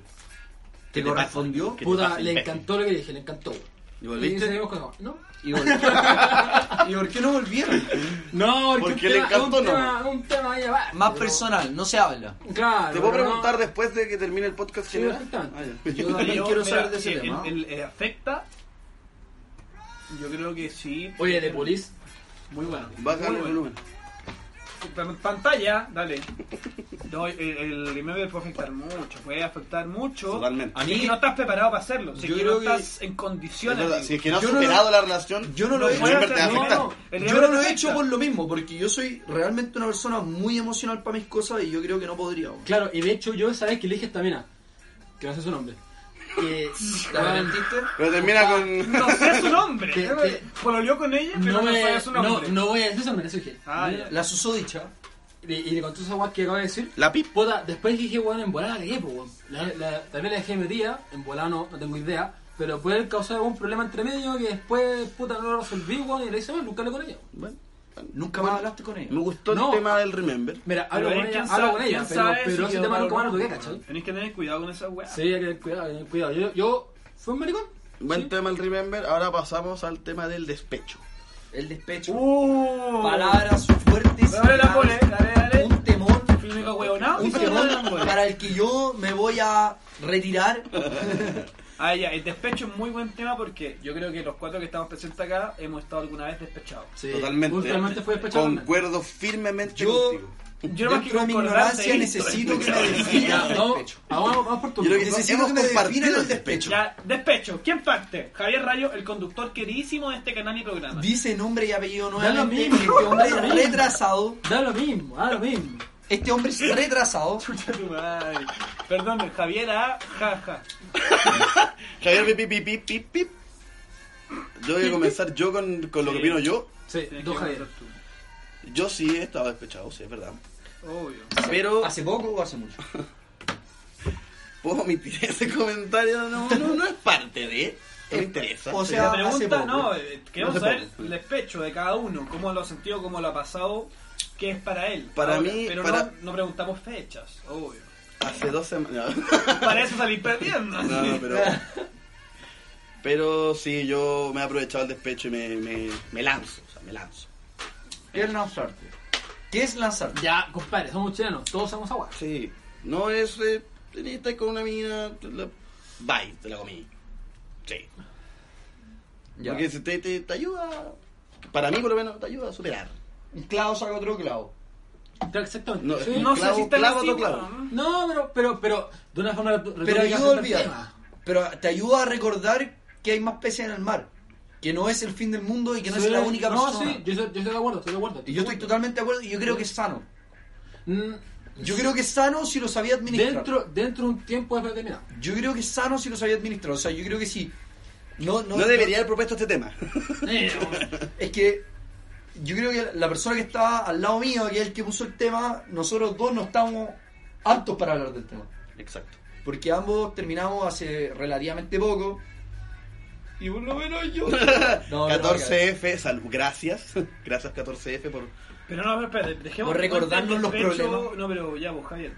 Speaker 2: te
Speaker 3: ¿Te
Speaker 2: pasa?
Speaker 3: correspondió?
Speaker 2: ¿Qué te
Speaker 4: Puta,
Speaker 2: pasa,
Speaker 4: le
Speaker 2: imbécil?
Speaker 4: encantó lo que dije, le encantó, weón.
Speaker 2: ¿Y volviste?
Speaker 4: seguimos con... No,
Speaker 3: Y volvió.
Speaker 5: ¿Y por qué no volvieron?
Speaker 4: No, porque,
Speaker 2: Porque
Speaker 4: un
Speaker 2: le
Speaker 4: tema-
Speaker 2: encantó,
Speaker 4: un
Speaker 2: no.
Speaker 4: tema, un tema ahí abajo.
Speaker 3: Más personal, no se habla.
Speaker 4: Claro.
Speaker 2: ¿Te puedo
Speaker 4: pero
Speaker 2: preguntar
Speaker 4: no-
Speaker 2: después de que termine el podcast
Speaker 4: Sí,
Speaker 2: general?
Speaker 4: perfectamente.
Speaker 2: Ah, ya.
Speaker 5: Yo también
Speaker 1: Yo,
Speaker 5: quiero
Speaker 1: mira,
Speaker 5: saber de ese
Speaker 1: el-
Speaker 5: tema. ¿ah?
Speaker 1: el- el- ¿Afecta? Yo creo que sí.
Speaker 4: Oye, de Police.
Speaker 1: Muy bueno.
Speaker 2: Baja
Speaker 1: muy
Speaker 2: el
Speaker 1: bueno.
Speaker 2: volumen.
Speaker 1: Pan- Pantalla, dale. No, el, el remember puede afectar mucho, puede afectar mucho.
Speaker 2: Totalmente.
Speaker 1: A
Speaker 5: A
Speaker 1: mí
Speaker 5: mí-
Speaker 1: no estás preparado para hacerlo, si
Speaker 5: yo
Speaker 1: es que no
Speaker 5: creo que-
Speaker 1: estás en
Speaker 2: Es
Speaker 1: condiciones.
Speaker 2: verdad, si es que no has
Speaker 5: Yo no lo-
Speaker 2: superado la relación,
Speaker 5: yo no lo he hecho.
Speaker 2: remember te va a
Speaker 1: No,
Speaker 2: afectar.
Speaker 1: no. El
Speaker 5: Yo
Speaker 1: dinero
Speaker 5: no lo he
Speaker 1: afecta.
Speaker 5: hecho por lo mismo, porque yo soy realmente una persona muy emocional para mis cosas y yo creo que no podría. weón.
Speaker 4: Claro, y de hecho yo sabes que le dije a esta mina, que no sé su nombre. Que,
Speaker 3: ¿Te
Speaker 4: Ah.
Speaker 3: arrepentiste?
Speaker 2: Pero termina con.
Speaker 1: No sé su nombre.
Speaker 4: Que-
Speaker 1: Yo
Speaker 4: que-
Speaker 1: me- Pololeó con ella, pero
Speaker 4: no,
Speaker 1: no,
Speaker 4: me-
Speaker 1: sabía su
Speaker 4: no,
Speaker 1: nombre.
Speaker 4: no voy a decir su nombre, eso dije.
Speaker 1: Ah, ya.
Speaker 5: La susodicha.
Speaker 4: Y, y le conté esa guay que acabo de decir.
Speaker 2: La pip.
Speaker 4: Puta, después dije, weón, en volada la cagué, po, weón. La, la- también la dejé a mi tía, en volada no, no tengo idea. Pero puede haber causado algún problema entre medio que después, puta, no lo resolví, weón, y le hice, weón, nunca le con ella. weón.
Speaker 2: Bueno,
Speaker 5: Nunca más hablaste con
Speaker 2: me
Speaker 5: ella.
Speaker 2: gustó
Speaker 4: No.
Speaker 2: el tema del remember.
Speaker 4: Mira, hablo
Speaker 1: Pero
Speaker 4: con ella,
Speaker 1: ahí, ¿quién
Speaker 4: hablo
Speaker 1: sabe-
Speaker 4: con
Speaker 1: quién
Speaker 4: ella, pero,
Speaker 1: sabe si
Speaker 4: pero ese
Speaker 1: quedó
Speaker 4: tema
Speaker 1: mal
Speaker 4: nunca más
Speaker 1: o
Speaker 4: lo
Speaker 1: no?
Speaker 4: toqué, ¿cachai?
Speaker 1: Tenés que tener cuidado con esa weá.
Speaker 4: Sí, hay que tener cuidado, hay que tener cuidado. Yo, yo fui un maricón.
Speaker 2: Buen tema el remember. Ahora pasamos al tema del despecho.
Speaker 3: El despecho.
Speaker 1: Uh,
Speaker 3: Palabras fuertes.
Speaker 1: Dale la
Speaker 3: graves,
Speaker 1: pole, dale, dale.
Speaker 3: Un temor.
Speaker 1: Físico huevonao.
Speaker 3: Un temor para el que yo me voy a retirar.
Speaker 1: Ah, ya, el despecho es muy buen tema porque yo creo que los cuatro que estamos presentes acá hemos estado alguna vez despechados.
Speaker 4: Sí,
Speaker 2: Totalmente.
Speaker 4: Últimamente fue despechado.
Speaker 2: Concuerdo firmemente
Speaker 3: Yo-
Speaker 2: contigo.
Speaker 1: Yo más que
Speaker 3: Dentro de mi
Speaker 1: concordar de
Speaker 3: ignorancia
Speaker 1: esto,
Speaker 3: necesito que me
Speaker 4: Ya,
Speaker 3: definan el
Speaker 4: no,
Speaker 3: despecho.
Speaker 4: ahora vamos por tu
Speaker 2: Yo creo que
Speaker 3: Necesito
Speaker 2: hemos
Speaker 3: que me
Speaker 2: compartido
Speaker 3: definen
Speaker 2: el
Speaker 3: el
Speaker 2: despecho.
Speaker 1: Ya, despecho. ¿Quién parte? Javier Rayo, el conductor queridísimo de este canal y programa.
Speaker 3: Dice nombre y apellido
Speaker 4: Da lo
Speaker 3: nuevamente.
Speaker 4: mismo,
Speaker 3: Este hombre
Speaker 4: da lo
Speaker 3: es
Speaker 4: mismo.
Speaker 3: retrasado.
Speaker 4: Da lo mismo, da lo mismo.
Speaker 3: Este hombre es retrasado.
Speaker 1: Chucha tu madre. Perdón, Javier ah, A. Jaja.
Speaker 2: Javier, pip, pip, pip, pip, pip. Yo voy a comenzar yo con, con lo que
Speaker 1: Sí.
Speaker 2: opino yo.
Speaker 4: Sí,
Speaker 1: Tienes
Speaker 4: dos
Speaker 1: que
Speaker 4: Javier.
Speaker 1: contar
Speaker 2: Yo sí he estado despechado, sí, es verdad.
Speaker 1: tú. Obvio.
Speaker 2: Pero
Speaker 3: ¿Hace poco o hace mucho?
Speaker 2: puedo omitir ese comentario, no, no, no es parte de. No me interesa.
Speaker 3: O sea,
Speaker 1: La
Speaker 3: hace
Speaker 1: pregunta,
Speaker 2: pues.
Speaker 3: poco.
Speaker 1: no, eh, queremos
Speaker 2: Hace
Speaker 1: saber
Speaker 2: poco.
Speaker 1: el despecho de cada uno, cómo lo ha sentido, cómo lo ha pasado, qué es para él.
Speaker 2: Para
Speaker 1: Ahora,
Speaker 2: mí,
Speaker 1: Pero
Speaker 2: para-
Speaker 1: no, no preguntamos fechas, obvio.
Speaker 2: hace dos semanas.
Speaker 1: Para eso salí perdiendo.
Speaker 2: No, no, pero. Pero sí, yo me he aprovechado el despecho y me, me, me lanzo, o sea, me lanzo.
Speaker 3: ¿Qué es lanzarte? ¿Qué es lanzarte?
Speaker 4: Ya, compadre, somos chilenos, todos somos agua.
Speaker 2: Sí. No es. Eh, estar con una mina. te la- Bye, te la comí. Sí. Porque se te, te, te ayuda. Para mí, por lo menos, te ayuda a superar.
Speaker 3: Un clavo saca otro clavo.
Speaker 4: Exactamente.
Speaker 2: No,
Speaker 4: Sí.
Speaker 1: No
Speaker 4: No,
Speaker 1: sé si está
Speaker 2: Clavo,
Speaker 1: así,
Speaker 2: clavo, clavo.
Speaker 1: ¿no?
Speaker 4: pero, pero, pero, de una forma
Speaker 3: Pero
Speaker 4: retórica
Speaker 3: ayuda a
Speaker 4: siempre el
Speaker 3: olvidar.
Speaker 4: tema.
Speaker 3: Pero te ayuda a recordar que hay más peces en el mar. Que no es el fin del mundo y que no
Speaker 4: Sí,
Speaker 3: es la única
Speaker 4: no,
Speaker 3: persona.
Speaker 4: sí, yo, estoy- yo estoy de acuerdo, estoy de acuerdo.
Speaker 3: Y yo estoy totalmente de acuerdo y yo creo que es sano.
Speaker 4: Mm,
Speaker 3: Yo creo que es sano si lo sabía administrar.
Speaker 4: dentro, dentro de un tiempo determinado.
Speaker 3: Yo creo que es sano si lo sabía administrar. O sea, yo creo que sí. No, no,
Speaker 2: No, debería haber propuesto este tema.
Speaker 4: Eh,
Speaker 3: Es que yo creo que la persona que estaba al lado mío, que es el que puso el tema, nosotros dos no estamos aptos para hablar del tema.
Speaker 2: Exacto.
Speaker 3: Porque ambos terminamos hace relativamente poco. Y por lo menos yo. No, no,
Speaker 2: 14F, salud. Gracias. Gracias, 14F, por.
Speaker 1: Pero no, pero espérate, dejemos
Speaker 3: Por recordarnos los
Speaker 1: despecho-
Speaker 3: problemas.
Speaker 1: No, pero ya, pues, Javier.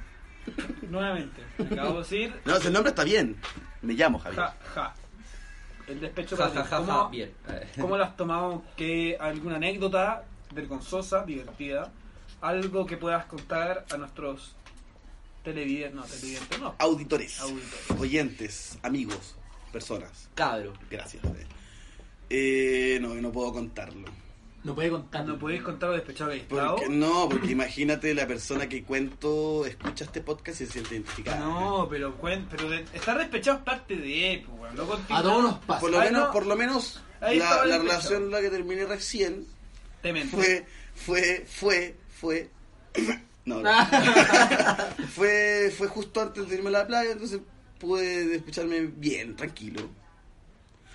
Speaker 1: Nuevamente, acabo de decir,
Speaker 2: No, si el nombre está bien. Me llamo Javier.
Speaker 1: ja, ja. El despecho
Speaker 3: Ja, ja,
Speaker 1: para ti.
Speaker 3: ja,
Speaker 1: ¿Cómo-
Speaker 3: ja, Bien.
Speaker 1: ¿Cómo lo has tomado? ¿Qué, ¿Alguna anécdota vergonzosa, divertida? ¿Algo que puedas contar a nuestros televidentes? No, televidentes no.
Speaker 2: Auditores,
Speaker 1: Auditores.
Speaker 2: oyentes, amigos, personas.
Speaker 3: Cabro.
Speaker 2: Gracias. Eh, no, no puedo contarlo.
Speaker 4: No puede contar.
Speaker 1: No podéis contar lo despechado que he estado.
Speaker 2: Porque, no, porque imagínate la persona que cuento escucha este podcast y se siente identificada.
Speaker 1: No, pero, cuen- pero de- estar despechado es parte de él, pues, weón. Lo contigo-
Speaker 4: A todos nos pasa.
Speaker 2: Por lo
Speaker 1: Ay,
Speaker 2: menos,
Speaker 1: no.
Speaker 2: por lo menos
Speaker 1: Ahí
Speaker 2: la,
Speaker 1: estaba el
Speaker 2: la
Speaker 1: pecho.
Speaker 2: relación la que terminé recién
Speaker 1: Te mentí.
Speaker 2: fue, fue, fue, fue. No, no. fue, fue justo antes de irme a la playa, entonces pude despecharme bien, tranquilo.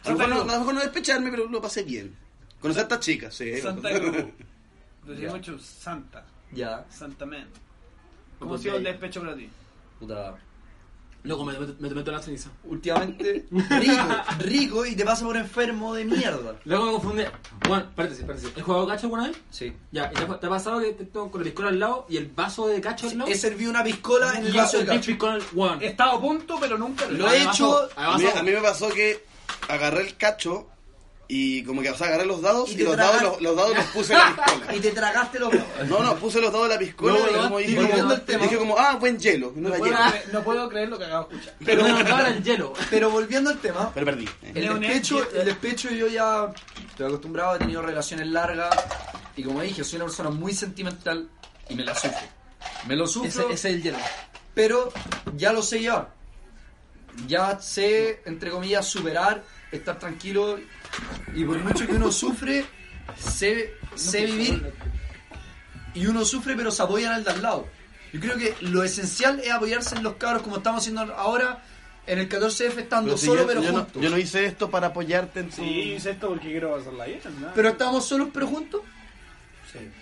Speaker 2: A lo, mejor no, a lo mejor no despecharme, pero lo pasé bien. Conocer a esta chica, sí.
Speaker 1: Santa Cruz. Lo decía mucho Santa.
Speaker 3: Ya.
Speaker 1: Santa Man. ¿Cómo
Speaker 3: Como
Speaker 1: ha sido el
Speaker 3: te-
Speaker 1: despecho para ti?
Speaker 3: Puta.
Speaker 4: Loco, me, me, me te meto en la ceniza.
Speaker 3: Últimamente. Rico. Rico y te pasa por enfermo de mierda.
Speaker 4: Luego me confundí. Bueno, espérate, espérate. ¿Has jugado cacho alguna vez?
Speaker 3: Sí.
Speaker 4: Ya, ¿y te, ha- te ha pasado que te tengo con el piscola al lado y el vaso de cacho al lado?
Speaker 3: He servido una piscola en el
Speaker 4: Y
Speaker 3: vaso
Speaker 4: el
Speaker 3: de cacho.
Speaker 4: piscola al- weón.
Speaker 1: He estado a punto, pero nunca
Speaker 3: Lo he hecho-
Speaker 4: Además,
Speaker 2: A mí, a mí me pasó que agarré el cacho Y como que, o sea, agarré los dados
Speaker 3: Y
Speaker 2: y,
Speaker 3: te
Speaker 2: los, dados,
Speaker 3: tragaste.
Speaker 2: los, los dados los puse en la piscola.
Speaker 3: Y te tragaste los globos.
Speaker 2: No, no, puse los dados en la piscola
Speaker 3: No,
Speaker 2: y
Speaker 3: no,
Speaker 2: como dije,
Speaker 3: volviendo
Speaker 2: como-
Speaker 3: al tema.
Speaker 2: dije como, ah, buen hielo. No
Speaker 1: No
Speaker 2: era
Speaker 1: puedo,
Speaker 2: hielo.
Speaker 1: creer, no puedo creer lo que acabo de escuchar.
Speaker 4: Pero no, ahora el hielo.
Speaker 3: Pero volviendo al tema,
Speaker 2: Pero perdí. eh.
Speaker 3: el
Speaker 1: Leonel,
Speaker 3: despecho,
Speaker 1: ¿qué-
Speaker 3: el despecho yo ya estoy acostumbrado, he tenido relaciones largas y como dije, soy una persona muy sentimental y me la sufro. Me lo
Speaker 4: Ese,
Speaker 3: sufro,
Speaker 4: ese es el hielo.
Speaker 3: pero ya lo sé llevar. Ya sé, entre comillas, superar, estar tranquilo y por mucho que uno sufre, sé, sé vivir y uno sufre pero se apoyan al de al lado. Yo creo que lo esencial es apoyarse en los cabros como estamos haciendo ahora en el 14F estando
Speaker 2: Pero si
Speaker 3: solo
Speaker 2: yo,
Speaker 3: pero
Speaker 2: yo no,
Speaker 3: juntos.
Speaker 2: yo no hice esto para apoyarte en tu...
Speaker 6: Sí, hice esto porque quiero pasarla bien. ¿no?
Speaker 3: Pero estamos solos pero juntos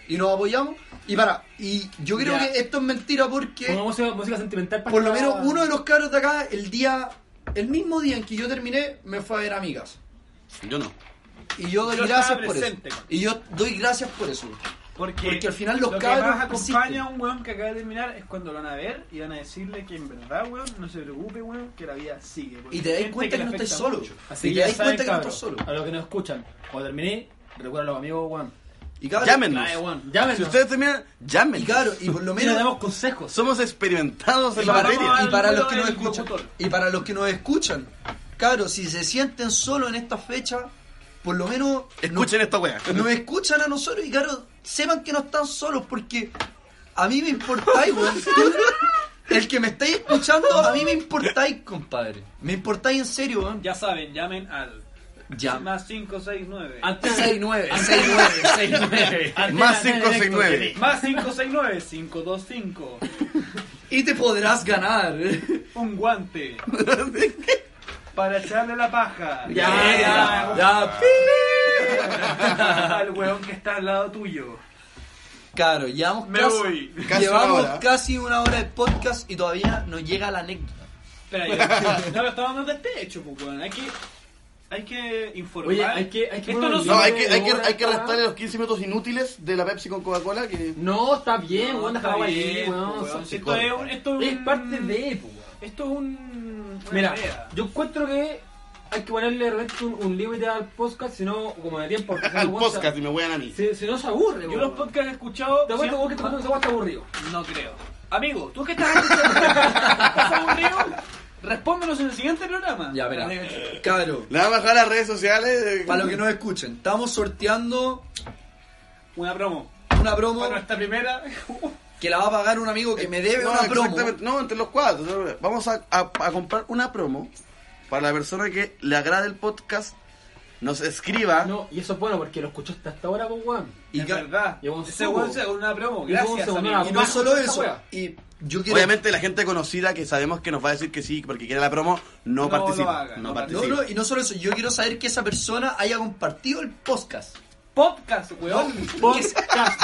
Speaker 3: y nos apoyamos y para y yo creo
Speaker 4: Ya.
Speaker 3: que esto es mentira porque
Speaker 4: Como música, música sentimental para
Speaker 3: por lo
Speaker 4: cada-
Speaker 3: menos uno de los cabros de acá el día el mismo día en que yo terminé me fue a ver amigas
Speaker 2: Yo no.
Speaker 3: y yo doy
Speaker 1: Yo estaba
Speaker 3: gracias por eso
Speaker 1: presente.
Speaker 3: y yo doy gracias por eso
Speaker 1: Porque,
Speaker 3: Porque al final los
Speaker 1: lo
Speaker 3: cabros
Speaker 1: que más acompaña
Speaker 3: existen.
Speaker 1: a un weón que acaba de terminar es cuando lo van a ver y van a decirle que en verdad, weón, no se preocupe, weón, que la vida sigue. porque
Speaker 3: y te das
Speaker 1: hay
Speaker 3: cuenta
Speaker 1: gente
Speaker 3: que, no
Speaker 1: le
Speaker 3: estáis
Speaker 1: afecta
Speaker 3: solos
Speaker 1: mucho.
Speaker 4: Así
Speaker 3: y
Speaker 4: que
Speaker 3: te
Speaker 4: ya
Speaker 3: das
Speaker 4: saben,
Speaker 3: cuenta que no
Speaker 4: cabros,
Speaker 3: estás solo
Speaker 4: A los que nos escuchan, cuando terminé, recuerda a los amigos, Juan.
Speaker 3: y cabros,
Speaker 2: Llámenos.
Speaker 4: Ay, Juan,
Speaker 2: Si
Speaker 4: llámenos.
Speaker 2: ustedes terminan,
Speaker 3: y
Speaker 2: llámenos.
Speaker 3: cabros, y por lo
Speaker 4: Y nos
Speaker 3: menos
Speaker 4: damos consejos.
Speaker 2: Somos experimentados
Speaker 3: y
Speaker 2: en la
Speaker 3: para,
Speaker 2: materia.
Speaker 3: y para los que nos
Speaker 1: del
Speaker 3: escuchan
Speaker 1: locutor.
Speaker 3: y para los que nos escuchan cabros si se sienten solos en esta fecha por lo menos
Speaker 2: Escuchen esta wea.
Speaker 3: nos escuchan a nosotros y claro, sepan que no están solos porque a mí me importáis, weón. Tú, el que me estáis escuchando, a mí me importáis, compadre. Me importáis en serio, weón.
Speaker 1: Ya saben, llamen al
Speaker 3: Ya.
Speaker 1: más 569.
Speaker 4: Antes
Speaker 3: 6-9, 6-9, 6-9.
Speaker 2: Más
Speaker 4: antes de-
Speaker 2: 569.
Speaker 1: Más 569 525.
Speaker 3: Y te podrás ganar.
Speaker 1: Un guante. Para echarle la paja.
Speaker 3: ya, ya.
Speaker 1: Al weón que está al lado tuyo.
Speaker 3: Claro, llevamos
Speaker 1: Me
Speaker 3: casi,
Speaker 1: voy.
Speaker 2: Casi
Speaker 3: llevamos
Speaker 2: una hora.
Speaker 3: casi una hora de podcast y todavía no llega la anécdota.
Speaker 1: Espera, yo. No, pero estamos desde techo, pues, weón. Hay que. Hay que informar.
Speaker 4: Oye, hay que- hay que
Speaker 1: Esto
Speaker 4: poner
Speaker 1: no
Speaker 4: un
Speaker 1: se-
Speaker 2: No,
Speaker 4: libro.
Speaker 2: hay que, hay que, hay que restarle los 15 minutos inútiles de la Pepsi con Coca-Cola que...
Speaker 4: No, está bien,
Speaker 1: No,
Speaker 4: Juan,
Speaker 1: está
Speaker 4: está
Speaker 1: bien,
Speaker 4: bien,
Speaker 1: po,
Speaker 4: Juan.
Speaker 1: weón. Esto es un- esto es
Speaker 4: Es
Speaker 1: un-
Speaker 4: parte de, po, weón.
Speaker 1: Esto es un. una
Speaker 4: Mira,
Speaker 1: tarea.
Speaker 4: yo encuentro que hay que ponerle de repente un, un límite al podcast, si no, como de tiempo. porque si no,
Speaker 2: Al
Speaker 4: weón, se-
Speaker 2: podcast y me wean a mí.
Speaker 4: Si, si no se aburre,
Speaker 1: Yo
Speaker 4: weón.
Speaker 1: los podcasts he escuchado.
Speaker 4: Te apuesto, weón, que este podcast está aburrido.
Speaker 1: No creo. Amigo, tú que estás escuchando, ¿estás aburrido? Respóndenos en el siguiente programa.
Speaker 3: Ya, verá. Cabro,
Speaker 2: Le van a bajar las redes sociales. eh,
Speaker 3: para los que nos escuchen, estamos sorteando
Speaker 1: Una promo.
Speaker 3: una promo
Speaker 1: Para nuestra primera.
Speaker 3: que la va a pagar un amigo que me debe
Speaker 2: Eh, no,
Speaker 3: una promo.
Speaker 2: exactamente. No, entre los cuatro. Vamos a, a- a comprar una promo para la persona que le agrade el podcast, nos escriba.
Speaker 4: No, y eso es bueno porque lo escuchaste hasta ahora, po, weón.
Speaker 3: Y
Speaker 1: es
Speaker 3: ca-
Speaker 1: verdad.
Speaker 4: llevo un
Speaker 1: Ese
Speaker 4: subo.
Speaker 1: weón se con una promo.
Speaker 4: Llevo un
Speaker 1: Gracias,
Speaker 4: segundo,
Speaker 1: amigo.
Speaker 3: Y
Speaker 4: nada.
Speaker 3: no
Speaker 4: Bajo
Speaker 3: solo
Speaker 4: esta
Speaker 3: eso,
Speaker 4: wea.
Speaker 3: y yo quiero...
Speaker 2: Obviamente la gente conocida que sabemos que nos va a decir que sí porque quiere la promo, no,
Speaker 1: No lo
Speaker 2: participa.
Speaker 1: haga,
Speaker 2: no
Speaker 1: no
Speaker 3: No,
Speaker 2: participa.
Speaker 3: no, y no solo eso, yo quiero saber que esa persona haya compartido el podcast.
Speaker 1: Podcast, weón.
Speaker 4: Podcast.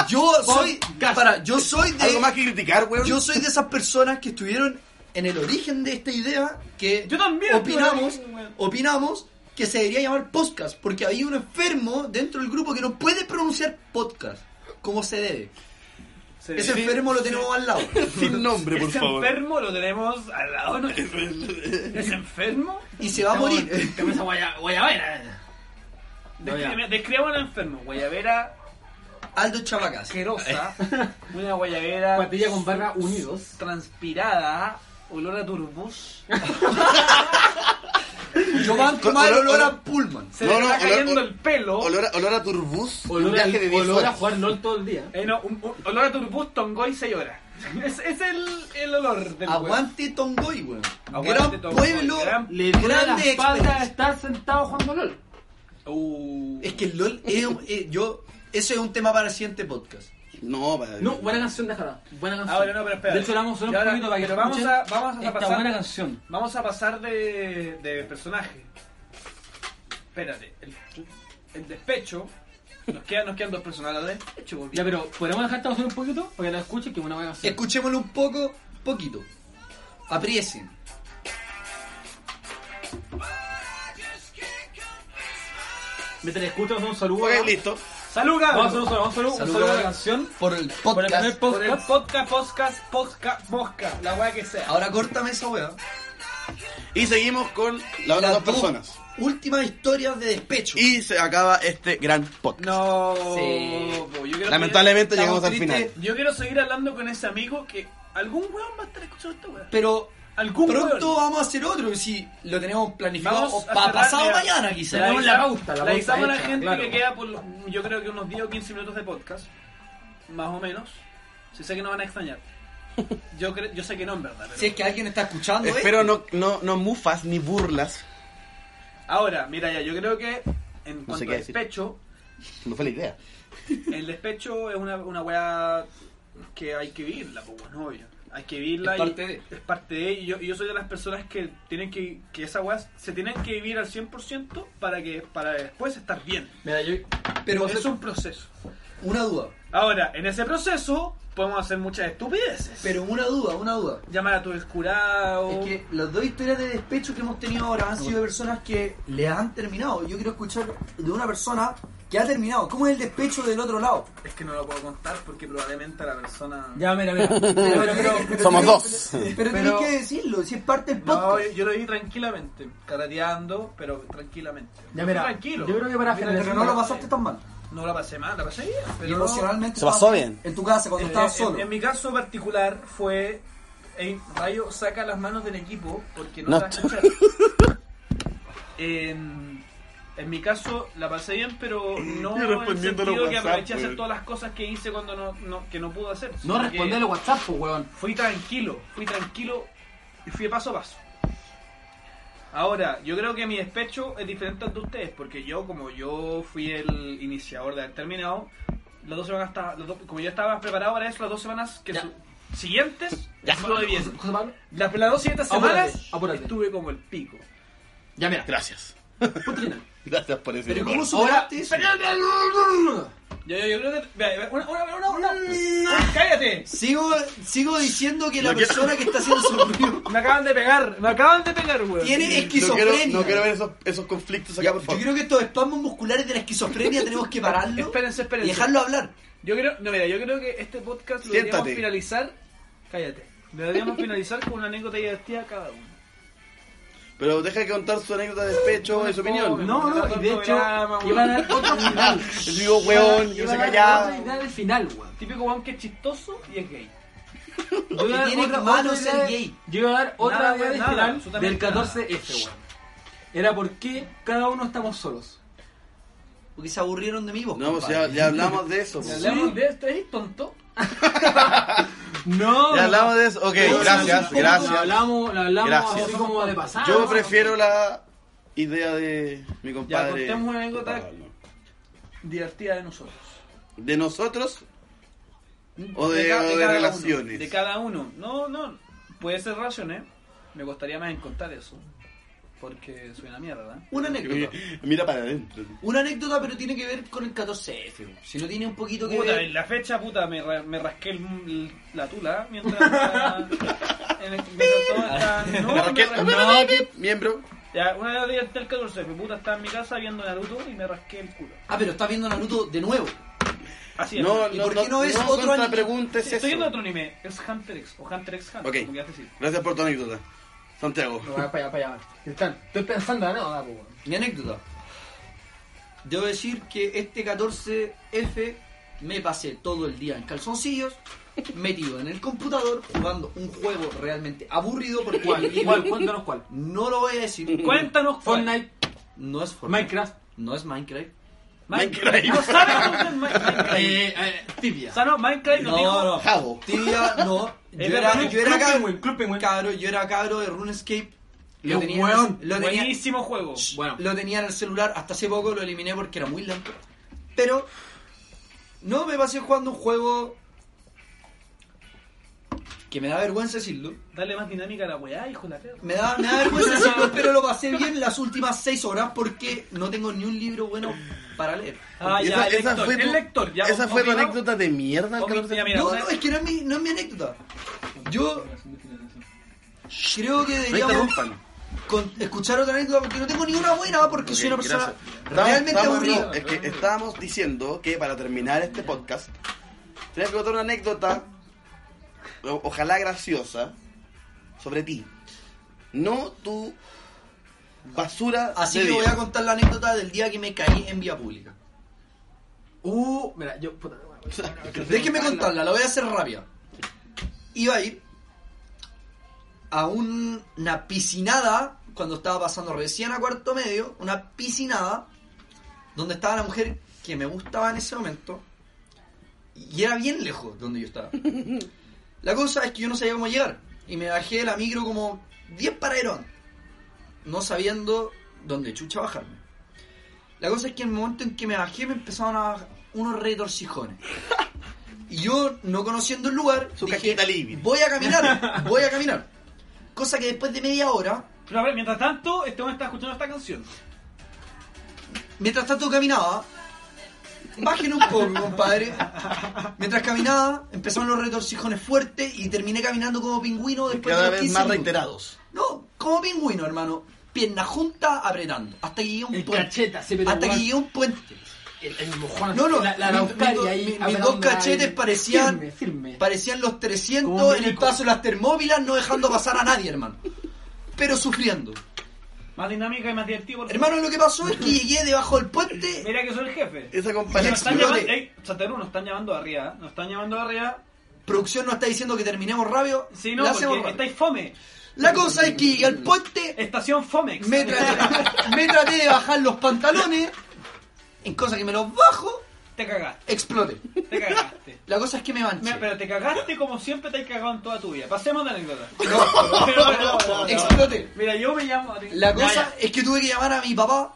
Speaker 3: Yo soy, para, yo soy
Speaker 2: Algo más
Speaker 3: de,
Speaker 2: que criticar, weón.
Speaker 3: yo soy de esas personas que estuvieron en el origen de esta idea que
Speaker 1: Yo también,
Speaker 3: opinamos,
Speaker 1: pero-
Speaker 3: opinamos que se debería llamar podcast porque había un enfermo dentro del grupo que no puede pronunciar podcast como se debe.
Speaker 1: Se-
Speaker 3: Ese enfermo lo tenemos al lado.
Speaker 2: Sin nombre, por
Speaker 1: Ese
Speaker 2: favor.
Speaker 1: enfermo lo tenemos al lado nuestro. Ese enfermo.
Speaker 3: Y se va a morir.
Speaker 4: Camisa guaya- guayabera. No, ya.
Speaker 1: Describe- Describa al enfermo. Guayabera
Speaker 3: Aldo Chavacas.
Speaker 1: asquerosa. Una guayabera.
Speaker 4: Patilla con barra unidos.
Speaker 1: transpirada, olor a turbús.
Speaker 3: Yo banco más el olor a Pullman.
Speaker 1: Se
Speaker 2: No,
Speaker 1: le
Speaker 2: no,
Speaker 1: está
Speaker 2: olor-
Speaker 1: cayendo
Speaker 2: olor-
Speaker 1: el pelo. Olor,
Speaker 2: Olor a, olor a turbús. un
Speaker 4: Olor, al,
Speaker 2: viaje de 10
Speaker 4: olor a
Speaker 2: horas.
Speaker 4: jugar LOL todo el día.
Speaker 1: eh, no, un- un- olor a turbús, tongoy, 6 horas. Es, es el, el olor del huevo.
Speaker 3: Aguante Tongoy, weón.
Speaker 1: Aguante
Speaker 3: Gran
Speaker 1: Tongoy,
Speaker 3: pueblo,
Speaker 1: gran-
Speaker 4: Le duele la
Speaker 3: grande
Speaker 4: espalda
Speaker 3: experiencia.
Speaker 4: estar sentado jugando LOL.
Speaker 1: Uh,
Speaker 3: Es que el LOL es un- eh, yo, eso es un tema para el siguiente podcast.
Speaker 2: No, para-
Speaker 4: No, buena canción, déjala. Buena canción.
Speaker 1: Ahora Ah, no, pero espera.
Speaker 4: De hecho, la vamos a
Speaker 1: Y
Speaker 4: sonar un
Speaker 1: ahora-
Speaker 4: poquito para que
Speaker 1: pero vamos
Speaker 4: escuchen
Speaker 1: a- vamos a
Speaker 4: esta
Speaker 1: pasar-
Speaker 4: buena canción.
Speaker 1: Vamos a pasar de, de personaje. Espérate, el, el despecho. Nos quedan, nos quedan dos personajes al despecho. porque-
Speaker 4: Ya, pero ¿podemos dejar esta canción un poquito? Para que la escuchen, que es una buena canción.
Speaker 3: Escuchémoslo un poco, poquito. Apriesen.
Speaker 4: Mientras la escuchan, un saludo.
Speaker 2: Ok, listo.
Speaker 1: ¡Salud,
Speaker 4: Vamos a
Speaker 1: cabrón!
Speaker 4: hacer un saludo, vamos a hacer un
Speaker 3: Saludos
Speaker 4: saludo a la canción.
Speaker 3: por el
Speaker 4: Por el primer
Speaker 3: podcast.
Speaker 1: Por el
Speaker 4: podcast.
Speaker 1: podcast, podcast, podcast, mosca,
Speaker 2: Ah.
Speaker 1: la weá que sea.
Speaker 3: Ahora córtame esa weá.
Speaker 2: Y seguimos con las otras
Speaker 3: Las
Speaker 2: dos
Speaker 3: dos.
Speaker 2: personas.
Speaker 3: últimas historias de despecho.
Speaker 2: Y se acaba este gran podcast.
Speaker 1: No,
Speaker 4: Sí.
Speaker 1: po, yo quiero
Speaker 2: Lamentablemente
Speaker 3: estamos
Speaker 2: llegamos al
Speaker 3: tristes.
Speaker 2: final.
Speaker 1: seguir- yo quiero seguir hablando con ese amigo que algún weón va a estar escuchando esta weá.
Speaker 3: Pero
Speaker 1: Algún
Speaker 3: pronto
Speaker 1: weón.
Speaker 3: vamos a hacer otro, si lo tenemos planificado
Speaker 1: Vamos
Speaker 3: o
Speaker 1: a
Speaker 3: para
Speaker 1: cerrar,
Speaker 3: pasado
Speaker 1: mira,
Speaker 3: mañana quizás.
Speaker 4: Tenemos la pauta, la
Speaker 1: Le
Speaker 4: pauta
Speaker 1: avisamos a la
Speaker 4: hecha,
Speaker 1: gente
Speaker 4: claro.
Speaker 1: que queda por, los- yo creo que unos 10 o 15 minutos de podcast, más o menos. Si sé que no van a extrañar. Yo, cre- yo sé que no, en verdad. pero-
Speaker 3: Si es que alguien está escuchando, ¿eh?
Speaker 2: Espero no, no, no mufas ni burlas.
Speaker 1: Ahora, mira ya, yo creo que en
Speaker 2: No sé
Speaker 1: cuanto
Speaker 2: qué
Speaker 1: al
Speaker 2: decir.
Speaker 1: despecho,
Speaker 2: No fue la idea.
Speaker 1: el despecho es una, una weá que hay que vivirla, pues bueno, obvio. Hay que
Speaker 3: Es
Speaker 1: vivirla y-
Speaker 3: parte de.
Speaker 1: es parte de y yo, y yo soy de las personas que tienen que, que esa weá se tienen que vivir al 100% para que para después estar bien.
Speaker 4: Mira, yo.
Speaker 3: Pero
Speaker 1: es un proceso.
Speaker 3: una duda,
Speaker 1: Ahora, en ese proceso podemos hacer muchas estupideces.
Speaker 3: pero una duda, una duda.
Speaker 1: Llamar a tu descurado.
Speaker 3: Es que las dos historias de despecho que hemos tenido ahora han sido de personas que le han terminado. Yo quiero escuchar de una persona que ha terminado. ¿Cómo es el despecho del otro lado?
Speaker 1: Es que no lo puedo contar porque probablemente a la persona...
Speaker 4: Ya, mira, mira. Mira, mira, mira.
Speaker 2: Somos dos.
Speaker 3: Pero, tenés
Speaker 1: Pero-
Speaker 3: que decirlo, si es parte del podcast.
Speaker 1: No, yo, yo lo vi tranquilamente, carateando, pero tranquilamente.
Speaker 4: Ya, mira,
Speaker 1: tranquilo.
Speaker 4: yo creo que para finalizar-
Speaker 3: pero no lo pasaste tan mal.
Speaker 1: No la pasé mal, la pasé bien. Pero
Speaker 3: emocionalmente.
Speaker 2: Se pasó
Speaker 3: estabas-
Speaker 2: bien.
Speaker 3: En tu casa, cuando
Speaker 1: en,
Speaker 3: estabas
Speaker 1: en-
Speaker 3: solo.
Speaker 1: en mi caso particular fue. "Ey, Rayo saca las manos del equipo porque no,
Speaker 2: No.
Speaker 1: te vas a escuchar. en, en mi caso la pasé bien, pero no
Speaker 2: Y
Speaker 1: en el
Speaker 2: respondiendo a los
Speaker 1: sentido
Speaker 2: WhatsApp,
Speaker 1: que
Speaker 2: pues.
Speaker 1: aproveché a hacer
Speaker 2: weón.
Speaker 1: todas las cosas que hice cuando no, no- que no pude hacer.
Speaker 4: No
Speaker 1: sino que
Speaker 4: responde los WhatsApp, pues, weón.
Speaker 1: Fui tranquilo, fui tranquilo y fui paso a paso. Ahora, yo creo que mi despecho es diferente al de ustedes, porque yo, como yo fui el iniciador de haber terminado, las dos semanas estaba- las dos- como yo estaba preparado para eso, las dos semanas que
Speaker 4: Ya.
Speaker 1: su- siguientes estuve bien.
Speaker 4: José Pablo.
Speaker 1: Las, las dos siguientes
Speaker 4: Apúrate,
Speaker 1: semanas
Speaker 4: apúrate.
Speaker 1: estuve como el pico.
Speaker 4: Ya, mira.
Speaker 2: Gracias.
Speaker 4: Punto final.
Speaker 2: Gracias por ese
Speaker 3: Pero
Speaker 2: gol.
Speaker 3: ¿cómo superaste eso?
Speaker 1: Yo, yo, yo creo que. vea, Una, una, una, una- una- ¡Cállate!
Speaker 3: Sigo, sigo diciendo que la
Speaker 2: No quiero-
Speaker 3: persona que está haciendo su review
Speaker 1: Me acaban de pegar, me acaban de pegar, weón.
Speaker 3: tiene
Speaker 2: No quiero,
Speaker 3: esquizofrenia.
Speaker 2: no quiero ver esos, esos conflictos acá, por
Speaker 3: Yo
Speaker 2: favor.
Speaker 3: creo que estos espasmos musculares de la esquizofrenia tenemos que pararlo
Speaker 1: Espérense,
Speaker 3: y
Speaker 1: espérense.
Speaker 3: dejarlo hablar.
Speaker 1: Yo creo, no, mira, yo creo que este podcast lo
Speaker 2: Siéntate.
Speaker 1: deberíamos finalizar. Cállate. Lo deberíamos finalizar con una anécdota divertida cada uno.
Speaker 2: Pero deja de contar su anécdota de despecho y su opinión.
Speaker 4: No, no, y de hecho,
Speaker 1: Programa, weón.
Speaker 4: iban a dar otro final.
Speaker 2: Yo digo, weón, yo
Speaker 4: Iban
Speaker 2: se
Speaker 4: a dar
Speaker 2: callaba.
Speaker 4: otra idea del final, weón.
Speaker 1: Típico Juan que es chistoso y es gay.
Speaker 4: Yo iba a dar
Speaker 3: tiene
Speaker 4: otra-
Speaker 3: malo
Speaker 4: otra
Speaker 3: ser
Speaker 4: idea-
Speaker 3: gay.
Speaker 4: Yo iba a dar otra
Speaker 1: Nada,
Speaker 4: idea
Speaker 1: weón,
Speaker 4: del
Speaker 1: nada,
Speaker 4: final del
Speaker 1: absolutamente
Speaker 4: 14F, weón. Era porque cada uno estamos solos.
Speaker 3: Porque se aburrieron de mí vos.
Speaker 2: No, pues
Speaker 3: compadre.
Speaker 2: ya, ya hablamos de eso. pues.
Speaker 1: ¿Le hablamos de esto? ¿Es tonto?
Speaker 4: No.
Speaker 2: Ya hablamos de eso. Ok,
Speaker 4: No,
Speaker 2: gracias,
Speaker 4: no, Lo
Speaker 2: gracias.
Speaker 4: hablamos, lo hablamos
Speaker 2: Gracias.
Speaker 4: así como de pasada.
Speaker 2: Yo prefiero la idea de mi
Speaker 1: Ya,
Speaker 2: compadre.
Speaker 1: contemos una anécdota
Speaker 2: Pablo.
Speaker 1: divertida de nosotros.
Speaker 2: ¿De nosotros? ¿O de,
Speaker 1: ca-
Speaker 2: o de
Speaker 1: cada uno.
Speaker 2: relaciones?
Speaker 1: de cada uno. No, no. Puede ser raciones. Me gustaría más encontrar eso. Porque soy una mierda. ¿eh?
Speaker 3: Una anécdota.
Speaker 2: Mira para adentro.
Speaker 3: Una anécdota, pero tiene que ver con el 14F. Si no tiene un poquito que
Speaker 1: Puta,
Speaker 3: ver.
Speaker 1: en la fecha, puta, me, ra- me rasqué el- la tula ¿eh? mientras. en el, mientras todos estaban- no,
Speaker 2: Me
Speaker 1: me
Speaker 2: rasqué-
Speaker 1: rasqué-
Speaker 2: Miembro.
Speaker 1: Ya, una de las días del 14, mi puta estaba en mi casa viendo Naruto y me rasqué el culo.
Speaker 3: Ah, pero está viendo Naruto de nuevo.
Speaker 1: Así es.
Speaker 2: No,
Speaker 3: ¿Y
Speaker 2: no,
Speaker 3: por qué no
Speaker 2: no,
Speaker 3: es
Speaker 2: no
Speaker 3: otro anime?
Speaker 2: preguntes
Speaker 1: Estoy viendo otro
Speaker 2: eso.
Speaker 1: anime, es Hunter X o Hunter x Hunter,
Speaker 2: Ok,
Speaker 1: como quieras decir.
Speaker 2: gracias por tu anécdota. Santiago.
Speaker 4: No, va para allá, para allá. Cristán, estoy pensando, no, da, pues, weón.
Speaker 3: Mi anécdota. Debo decir que este 14F me pasé todo el día en calzoncillos, metido en el computador, jugando un juego realmente aburrido, porque
Speaker 4: ¿Cuál? ¿Cuál? Cuéntanos cuál.
Speaker 3: no lo voy a decir.
Speaker 1: Cuéntanos,
Speaker 4: Fortnite,
Speaker 3: No es Fortnite.
Speaker 4: Minecraft,
Speaker 3: No es Minecraft.
Speaker 1: Minecraft. No sabes cómo es Minecraft.
Speaker 4: eh, eh, Tibia.
Speaker 1: O sea, no, Minecraft nos dijo.
Speaker 3: no.
Speaker 2: Javo.
Speaker 3: Tibia, Este no. Yo
Speaker 1: Es
Speaker 3: era,
Speaker 1: verdad,
Speaker 3: yo era
Speaker 4: Club
Speaker 3: cabro-
Speaker 4: Penguin, Club Penguin.
Speaker 3: cabro, yo era cabro de RuneScape.
Speaker 4: Es
Speaker 3: Lo tenía,
Speaker 4: weón,
Speaker 3: lo, tenía,
Speaker 1: Buenísimo juego.
Speaker 4: Bueno,
Speaker 3: lo tenía en el celular, hasta hace poco lo eliminé porque era muy lento. Pero no me pasé jugando un juego que me da vergüenza decirlo.
Speaker 1: Dale más dinámica a la weá, hijo de la perra.
Speaker 3: Me da, me da vergüenza decirlo, pero lo pasé bien las últimas seis horas porque no tengo ni un libro bueno para leer.
Speaker 1: Ah,
Speaker 2: Y esa,
Speaker 1: ya, el
Speaker 2: esa
Speaker 1: lector,
Speaker 2: fue tu,
Speaker 1: el lector, ya.
Speaker 2: esa fue tu
Speaker 1: opinamos-
Speaker 2: anécdota de mierda.
Speaker 1: Opi-
Speaker 2: Carlos.
Speaker 1: ya, Ah, mira,
Speaker 3: No,
Speaker 1: una-
Speaker 3: no, es que no es mi, no es mi anécdota. Yo creo que
Speaker 2: No
Speaker 3: deberíamos
Speaker 2: interrumpan.
Speaker 3: con- escuchar otra anécdota porque no tengo ni una buena porque soy una
Speaker 2: Ok,
Speaker 3: persona
Speaker 2: gracias. Estábamos-
Speaker 3: realmente
Speaker 2: estábamos-
Speaker 3: aburrida.
Speaker 2: no, es que estábamos diciendo que para terminar este podcast, tenías que contar una anécdota, o- ojalá graciosa, sobre ti. No tu basura.
Speaker 3: Así
Speaker 2: de
Speaker 3: que
Speaker 2: día.
Speaker 3: voy a contar la anécdota del día que me caí en vía pública.
Speaker 4: Uh, mira, yo. Puta,
Speaker 3: Déjenme contarla, la voy a hacer rápida. Iba a ir a un- una piscinada, cuando estaba pasando recién a cuarto medio, una piscinada, donde estaba la mujer que me gustaba en ese momento, y era bien lejos donde yo estaba. La cosa es que yo no sabía cómo llegar, y me bajé de la micro como 10 paraderos antes, no sabiendo dónde chucha bajarme. La cosa es que en el momento en que me bajé me empezaron a bajar unos retorcijones. Y yo, no conociendo el lugar,
Speaker 2: Su cajita libre.
Speaker 3: voy a caminar, voy a caminar. Cosa que después de media hora,
Speaker 1: Pero a ver, mientras tanto, este hombre está escuchando esta canción.
Speaker 3: mientras tanto caminaba, bajen un poco, compadre. Mientras caminaba, empezaron los retorcijones fuertes y terminé caminando como pingüino después
Speaker 2: Cada
Speaker 3: de los
Speaker 2: vez
Speaker 3: 15
Speaker 2: más
Speaker 3: minutos.
Speaker 2: reiterados.
Speaker 3: No, como pingüino, hermano. Pierna junta apretando. Hasta que llegué a un
Speaker 4: El
Speaker 3: puente.
Speaker 4: cachete, así, pero
Speaker 3: hasta que
Speaker 4: igual.
Speaker 3: llegué a un puente.
Speaker 4: El, el mojón.
Speaker 3: No, no,
Speaker 4: la, la
Speaker 3: mis-
Speaker 4: Araucaria
Speaker 3: mis do-
Speaker 4: ahí.
Speaker 3: mis- mis
Speaker 4: apretando
Speaker 3: dos cachetes
Speaker 4: ahí.
Speaker 3: parecían-
Speaker 4: Firme, firme.
Speaker 3: Parecían los
Speaker 4: Como
Speaker 3: 300
Speaker 4: un
Speaker 3: en el
Speaker 4: milico.
Speaker 3: paso de las termópilas, no dejando pasar a nadie, hermano. Pero sufriendo.
Speaker 1: Más dinámica y más divertido. por favor.
Speaker 3: Hermano, lo que pasó es que llegué debajo del puente.
Speaker 1: Mira que soy el jefe.
Speaker 2: Esa
Speaker 3: Y
Speaker 1: Nos
Speaker 2: compañía.
Speaker 1: están
Speaker 3: exploté.
Speaker 1: llamando, ey, Santa Cruz, nos están llamando de arriba, ¿eh? nos están llamando de arriba.
Speaker 3: Producción no está diciendo que terminemos rabio.
Speaker 1: Si no,
Speaker 3: la
Speaker 1: porque
Speaker 3: hacemos rápido.
Speaker 1: estáis fome.
Speaker 3: La cosa es que llegué al puente,
Speaker 1: Estación Fomex.
Speaker 3: me traté, me traté de bajar los pantalones, en cosa que me los bajo,
Speaker 1: Te cagaste,
Speaker 3: exploté.
Speaker 1: te cagaste.
Speaker 3: La cosa es que me
Speaker 1: Me-
Speaker 3: manché.
Speaker 1: pero te cagaste como siempre te has cagado en toda tu vida. Pasemos de anécdota.
Speaker 3: Exploté.
Speaker 1: Mira, yo me llamo. a ti.
Speaker 3: La
Speaker 1: Ya,
Speaker 3: cosa
Speaker 1: ya.
Speaker 3: es que tuve que llamar a mi papá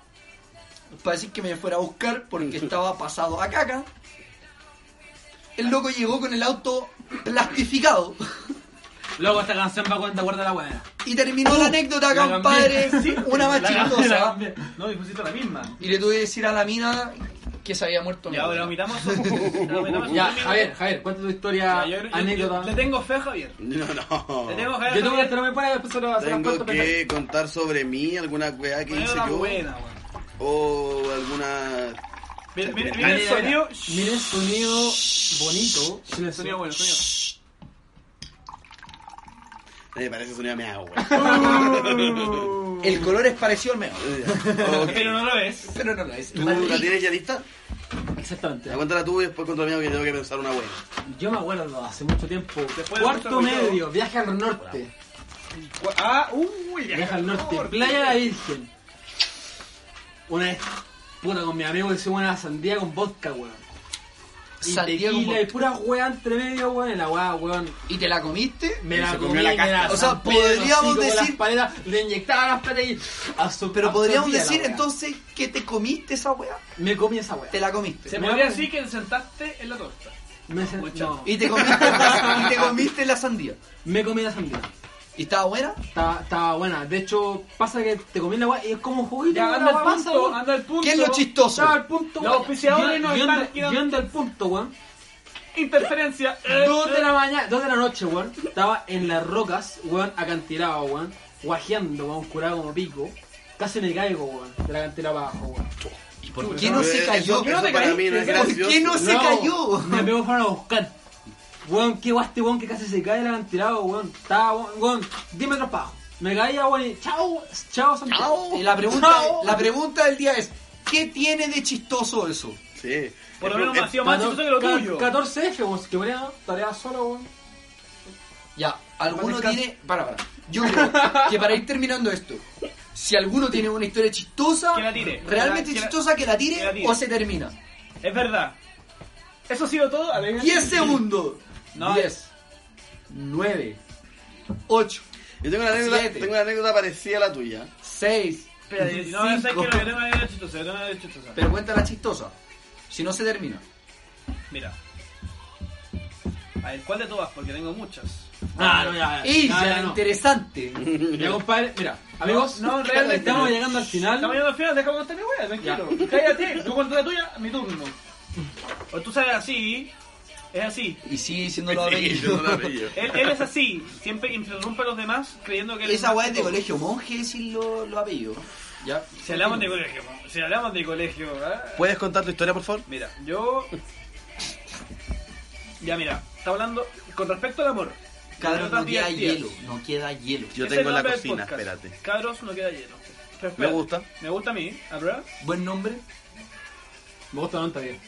Speaker 3: para decir que me fuera a buscar porque
Speaker 4: Mm.
Speaker 3: estaba pasado a caca. El loco llegó con el auto plastificado
Speaker 6: Luego esta canción va cuando te guarda la buena.
Speaker 3: y terminó
Speaker 4: Uh,
Speaker 3: la anécdota,
Speaker 6: la cambié.
Speaker 3: compadre. Una más chistosa.
Speaker 1: No, dispusiste la misma.
Speaker 3: Y le tuve que decir a la mina que se había muerto. mi
Speaker 1: Ya,
Speaker 3: abuela.
Speaker 1: pero miramos. miramos
Speaker 4: Ya, Javier, Javier, cuenta tu historia, anécdota.
Speaker 1: Le tengo fe a Javier.
Speaker 2: No, no.
Speaker 4: Yo
Speaker 1: Le tengo fe a
Speaker 4: tengo que
Speaker 1: Javier.
Speaker 4: estar me para después se lo se las
Speaker 2: Tengo
Speaker 4: cuento, pero-
Speaker 2: que contar sobre mí alguna weá que hice
Speaker 1: Anécdota
Speaker 2: yo.
Speaker 1: buena, weón.
Speaker 2: O alguna.
Speaker 1: Mira, mira, mira
Speaker 4: Mira,
Speaker 1: el
Speaker 4: mira,
Speaker 1: sonido.
Speaker 4: mira. Mira el sonido bonito. Mira el
Speaker 1: Sonido
Speaker 4: sonido
Speaker 1: bueno, sonido.
Speaker 2: Me parece sonido meado,
Speaker 3: El color es parecido al mío,
Speaker 2: weón. Ok.
Speaker 1: Pero no lo ves.
Speaker 3: pero no lo es.
Speaker 2: ¿Tú la tienes ya lista?
Speaker 4: Exactamente.
Speaker 2: Aguántala tú y después contra mí que tengo que pensar una buena.
Speaker 4: Yo me acuerdo hace mucho tiempo.
Speaker 1: Después de
Speaker 4: cuarto
Speaker 1: mucho recorrido.
Speaker 4: medio, viaje al norte.
Speaker 1: Ah, uy, ya.
Speaker 4: Viaje al norte, Playa de la Virgen. Una vez, puta, con mi amigo hicimos una sandía con vodka, weón. Y
Speaker 3: Sandía con
Speaker 4: tequila y pura weá entre medio, weón. Y la weá, weón.
Speaker 3: ¿Y te la comiste?
Speaker 4: Me
Speaker 2: Y
Speaker 4: la
Speaker 2: se comió
Speaker 4: comí,
Speaker 2: la
Speaker 4: me
Speaker 2: cáscara.
Speaker 4: la
Speaker 3: O sea,
Speaker 4: zampé de los hocicos
Speaker 3: podríamos
Speaker 4: con
Speaker 3: decir-
Speaker 4: las paletas, le inyectaba las paletas y absor-
Speaker 3: Pero podríamos
Speaker 4: absorbía la
Speaker 3: decir
Speaker 4: weá.
Speaker 3: entonces que te comiste esa weá.
Speaker 4: Me comí esa weá.
Speaker 3: Te la comiste.
Speaker 1: Se podría decir que sentaste en la torta.
Speaker 4: Me, sen-
Speaker 1: Mucho.
Speaker 4: no.
Speaker 3: Y te comiste, y te comiste la sandía.
Speaker 4: me comí la sandía.
Speaker 3: ¿Y estaba buena?
Speaker 4: Estaba, estaba buena. De hecho, pasa que te comí la weá y es como juguito.
Speaker 1: Ya,
Speaker 4: la
Speaker 1: anda
Speaker 4: weá
Speaker 1: al
Speaker 4: pasa,
Speaker 1: punto,
Speaker 4: weón.
Speaker 1: anda al punto.
Speaker 3: ¿Qué es lo chistoso?
Speaker 4: Estaba al punto,
Speaker 1: Los
Speaker 4: weón.
Speaker 1: auspiciadores
Speaker 4: Yo-
Speaker 1: nos
Speaker 4: yo
Speaker 1: están
Speaker 4: ando-
Speaker 1: quedando-
Speaker 4: Yo ando al punto, weón.
Speaker 1: Interferencia. Eh,
Speaker 4: Dos de
Speaker 1: eh.
Speaker 4: la mañana, dos de la noche, weón. Estaba en las rocas, weón, acantilado, weón. Guajeando, weón, curado como pico. Casi me caigo, weón, de la cantera para abajo, weón.
Speaker 3: ¿Y por qué no
Speaker 2: Eh,
Speaker 3: se
Speaker 2: eso-
Speaker 3: cayó?
Speaker 2: eso para mí no es
Speaker 3: ¿Por qué
Speaker 2: gracioso.
Speaker 3: no se
Speaker 4: No,
Speaker 3: cayó?
Speaker 4: Me pegó fueron a buscar. Weón, qué guaste, weón, que casi se cae el acantilado, weón. Estaba, weón, weón, 10 metros para abajo. Me caía, weón, y chao, chao, Santiago.
Speaker 3: Y la pregunta,
Speaker 4: Chao.
Speaker 3: la pregunta del día es, ¿qué tiene de chistoso eso?
Speaker 2: Sí.
Speaker 1: Por lo
Speaker 2: Es-
Speaker 1: menos me ha
Speaker 2: es-
Speaker 1: sido más chistoso que lo
Speaker 4: Ca-
Speaker 1: tuyo.
Speaker 4: 14F, weón, que ponía tarea solo, weón.
Speaker 3: Ya, alguno tiene... Para, para. Yo creo que para ir terminando esto, si alguno tiene una historia chistosa,
Speaker 1: Que la tire.
Speaker 3: realmente
Speaker 1: Que la-
Speaker 3: chistosa, que la, tire,
Speaker 1: que la tire.
Speaker 3: o se termina.
Speaker 1: Es verdad. Eso ha sido todo. A ver,
Speaker 3: 10 segundos.
Speaker 1: No.
Speaker 3: 10, 9, 8,
Speaker 2: Yo tengo una, anécdota,
Speaker 3: Siete.
Speaker 2: tengo una anécdota parecida a la tuya.
Speaker 3: 6,
Speaker 1: espérate, No, yo sé que
Speaker 3: 5.
Speaker 1: lo que tengo es chistoso. Yo tengo es chistoso.
Speaker 3: Pero cuéntala chistosa. Si no se termina.
Speaker 1: Mira. A ver, ¿cuál de todas? Porque tengo muchas.
Speaker 4: Ah, no, ya, ya.
Speaker 3: ¡Ey!
Speaker 4: ya,
Speaker 3: ya,
Speaker 4: ya, no.
Speaker 3: interesante.
Speaker 4: Ya, compadre, mira, amigos,
Speaker 1: No, no, realmente.
Speaker 4: estamos llegando al final.
Speaker 1: Estamos llegando al final, déjame contar mi wea, tranquilo. Cállate, tú cuentas la tuya, mi turno. O tú sabes así, es así.
Speaker 3: Y sí, diciéndolo ahora.
Speaker 2: Sí, yo no la pillo.
Speaker 1: Él, él es así, siempre interrumpe a los demás creyendo que él
Speaker 3: Esa
Speaker 1: más
Speaker 3: weá es
Speaker 1: que
Speaker 3: de
Speaker 1: todo.
Speaker 3: colegio monje, decir lo- los apellidos. Ya.
Speaker 1: Si hablamos de colegio, po, si hablamos de colegio, ¿eh? ¿verdad?
Speaker 2: ¿Puedes contar tu historia, por favor?
Speaker 1: Mira, yo. Ya, mira, está hablando con respecto al amor.
Speaker 3: Cabros,
Speaker 1: Otras
Speaker 3: no queda
Speaker 1: divertidas.
Speaker 3: hielo. No queda hielo.
Speaker 2: Yo tengo
Speaker 1: Ese es el
Speaker 2: la
Speaker 1: nombre del
Speaker 2: cocina,
Speaker 1: podcast.
Speaker 2: espérate.
Speaker 1: Cabros, no queda hielo. Pero
Speaker 2: Me
Speaker 1: espérate,
Speaker 2: gusta.
Speaker 1: Me gusta a mí, a prueba.
Speaker 3: Buen nombre.
Speaker 4: Me gusta, no está bien.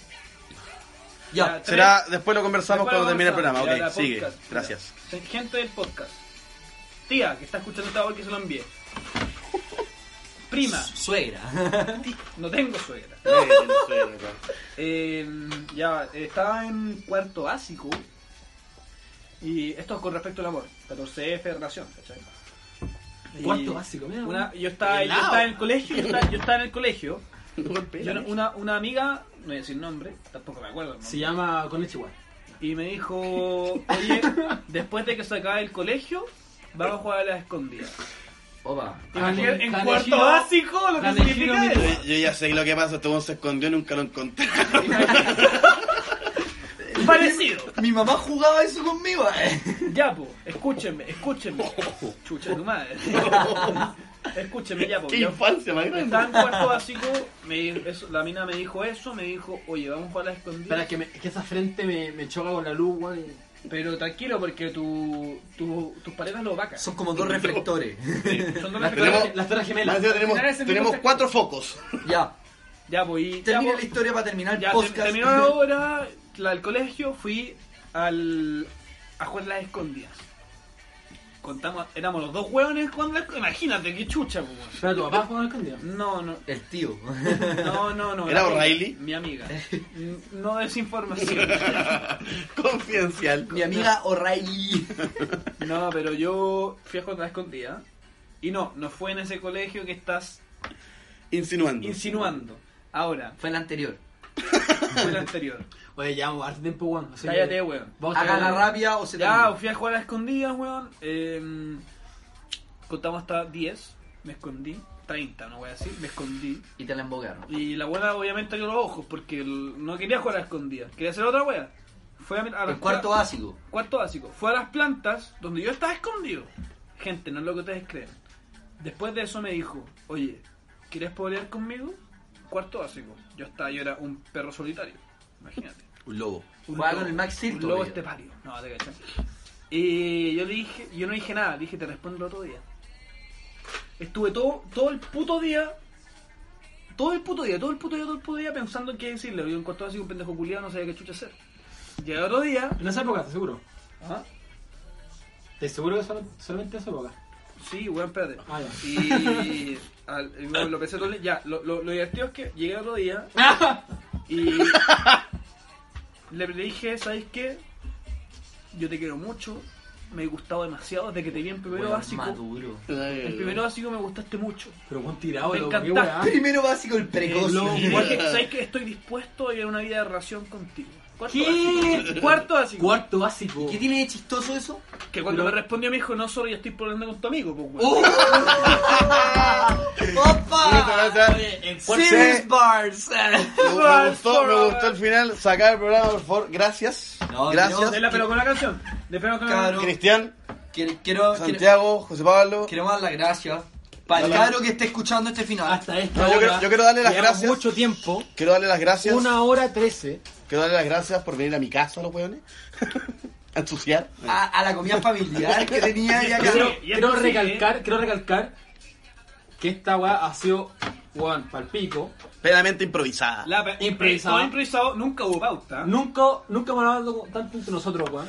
Speaker 3: Ya.
Speaker 1: tres.
Speaker 2: Será, después lo conversamos
Speaker 1: Después
Speaker 2: cuando termine el programa.
Speaker 1: conversamos.
Speaker 2: Ok,
Speaker 1: Ya, la
Speaker 2: sigue.
Speaker 1: podcast.
Speaker 2: Gracias.
Speaker 1: Mira, Gente del podcast. Tía, que está escuchando esta voz que se lo envié. Prima,
Speaker 3: Suegra.
Speaker 1: no tengo suegra. Eh, ya, eh, estaba en cuarto básico. Y esto es con respecto al amor. 14F, relación, ¿cachai? Y
Speaker 4: Cuarto básico, mira.
Speaker 1: una- yo, estaba, yo
Speaker 3: Helado.
Speaker 1: estaba en el colegio, yo estaba, yo estaba en el colegio. y una,
Speaker 4: ¿eh?
Speaker 2: Golpea.
Speaker 1: una, una amiga, no voy a decir nombre, tampoco me acuerdo. el nombre,
Speaker 4: Se llama Con leche igual.
Speaker 1: Y me dijo, oye, después de que se acabe el colegio, vamos a jugar a las escondidas.
Speaker 4: Ah,
Speaker 3: Opa.
Speaker 2: Ah,
Speaker 1: Imagínate, en
Speaker 4: Kaneshiro-
Speaker 1: cuarto básico, lo que
Speaker 4: Kaneshiro
Speaker 1: significa
Speaker 4: Miku.
Speaker 1: eso.
Speaker 2: Yo, yo ya sé lo que pasa, este weón se escondió y nunca lo encontré.
Speaker 1: Parecido.
Speaker 3: Mi mamá jugaba eso conmigo. eh.
Speaker 1: Ya, po, escúchenme, escúchenme. Chucha, tu madre. Escúchenme, ya, po.
Speaker 2: Qué
Speaker 1: ya.
Speaker 2: infancia más
Speaker 1: Estaba en
Speaker 2: grande.
Speaker 1: cuarto básico, me di- eso- la mina me dijo eso, me dijo, oye, vamos a jugar a las
Speaker 4: Espera,
Speaker 1: escondidas.
Speaker 4: es que, me- es que esa frente me, me choca con la luz, weón. y-
Speaker 1: Pero tranquilo, porque tu, tu- tus parejas lo vacan.
Speaker 3: Son como dos reflectores.
Speaker 1: Son dos
Speaker 4: Las
Speaker 1: reflectores.
Speaker 4: torres- las torres
Speaker 2: Más
Speaker 4: gemelas.
Speaker 2: encima tenemos,
Speaker 1: Mira, ese
Speaker 2: tenemos
Speaker 1: mismo-
Speaker 2: cuatro focos.
Speaker 3: ya.
Speaker 1: Ya, po, y... ya,
Speaker 3: Termina
Speaker 1: po.
Speaker 3: la historia para terminar el
Speaker 1: Ya,
Speaker 3: podcast.
Speaker 1: term- terminó la hora, la del colegio, fui al, a jugar las escondidas. Contamos, éramos los dos hueones jugando las Imagínate, qué chucha, po, weón.
Speaker 4: Espera, tu papá juega al escondido.
Speaker 1: No, no,
Speaker 3: El tío.
Speaker 1: no, no. no
Speaker 2: ¿Era
Speaker 1: la amiga,
Speaker 2: O'Reilly?
Speaker 1: Mi amiga. N- No desinformación.
Speaker 2: Confidencial.
Speaker 3: Mi amiga O'Reilly.
Speaker 1: No, pero yo fui a jugar las escondidas. Y no, no fue en ese colegio que estás
Speaker 2: Insinuando.
Speaker 1: insinuando. Ahora,
Speaker 3: Fue la anterior.
Speaker 1: fue el anterior.
Speaker 4: Oye, ya, vamos a darte tiempo, weón. así que-
Speaker 1: Cállate, weón.
Speaker 4: Vamos a
Speaker 3: Haga la
Speaker 4: sacar-
Speaker 3: rabia o se
Speaker 1: Ya,
Speaker 3: termina.
Speaker 1: fui a jugar a escondidas, weón. Eh, contamos hasta 10. Me escondí. 30, no voy a decir. Me escondí.
Speaker 3: Y te la embogaron.
Speaker 1: Y la buena obviamente abrió los ojos porque el- no quería jugar a escondidas. Quería hacer otra wea. Fue a, mi- a las
Speaker 3: El cuarto
Speaker 1: pla-
Speaker 3: básico.
Speaker 1: cuarto básico. Fue a las plantas donde yo estaba escondido. Gente, no es lo que ustedes creen. Después de eso me dijo, oye, ¿quieres pelear conmigo? Cuarto básico. Yo estaba, yo era un perro solitario. Imagínate.
Speaker 3: Un lobo. Jugaba con el Max Cirto.
Speaker 1: Un lobo este
Speaker 3: weón.
Speaker 1: estepario. No, te cachas. Y yo le dije, yo no dije nada, le dije, te respondo el otro día. Estuve todo, todo el puto día, todo el puto día, todo el puto día, todo el puto día pensando en qué decirle. Yo encontraba así un pendejo culiado, no sabía qué chucha hacer. Llegué el otro día,
Speaker 4: En esa época, te seguro.
Speaker 3: ¿Ah?
Speaker 1: ajá,
Speaker 4: Te seguro que solo- solamente en esa época.
Speaker 1: sí, weón, espérate.
Speaker 4: Ah,
Speaker 1: Y al- y bueno, lo pensé todo el día. Ya, lo, lo, lo divertido es que llegué el otro día y le le dije, ¿sabes qué? Yo te quiero mucho, me he gustado demasiado desde que te vi en primero
Speaker 3: Weón,
Speaker 1: básico.
Speaker 3: Maduro.
Speaker 1: En primero básico me gustaste mucho.
Speaker 4: Pero weón tirado,
Speaker 1: Me
Speaker 4: loco, qué
Speaker 1: encanta.
Speaker 4: weá.
Speaker 3: Primero básico el precoz.
Speaker 4: El lobo.
Speaker 1: Igual que sabes que estoy dispuesto a ir a una vida de relación contigo. Cuarto
Speaker 4: ¿Qué?
Speaker 1: básico. Cuarto básico.
Speaker 4: Cuarto básico.
Speaker 3: ¿Qué tiene de chistoso eso?
Speaker 1: que cuando
Speaker 4: Pero-
Speaker 1: me respondió me dijo, no, solo ya estoy poniendo con tu amigo, pues, weón.
Speaker 3: ¡Opa! Serious Bars.
Speaker 2: Me gustó, me gustó el final. Sacar el programa, por favor. Gracias.
Speaker 3: No,
Speaker 4: Oh.
Speaker 2: Gracias.
Speaker 1: Es la pero con la canción. Después con la
Speaker 3: Claro.
Speaker 2: Cristian,
Speaker 3: Quiero, quiero, quiero,
Speaker 2: Santiago, José Pablo.
Speaker 3: quiero dar las gracias para el
Speaker 2: Dale.
Speaker 3: caro que esté escuchando este final.
Speaker 4: Hasta esta
Speaker 2: No, yo
Speaker 4: hora,
Speaker 2: quiero- yo quiero darle las
Speaker 4: llevamos
Speaker 2: gracias.
Speaker 4: mucho tiempo.
Speaker 2: Quiero darle las gracias.
Speaker 4: Una hora trece.
Speaker 2: Quiero darle las gracias por venir a mi casa, los weones. a ensuciar.
Speaker 3: A, a la comida familiar que tenía ya
Speaker 4: Quiero,
Speaker 3: acá.
Speaker 1: y
Speaker 4: quiero
Speaker 1: esto sigue.
Speaker 4: recalcar,
Speaker 2: eh.
Speaker 4: quiero recalcar que esta weá ha sido, weón, palpico.
Speaker 2: Plenamente improvisada.
Speaker 1: La pe-
Speaker 4: Improvisado.
Speaker 1: Todo improvisado, nunca hubo pauta.
Speaker 4: Nunca, nunca hemos hablado tanto entre nosotros, weón.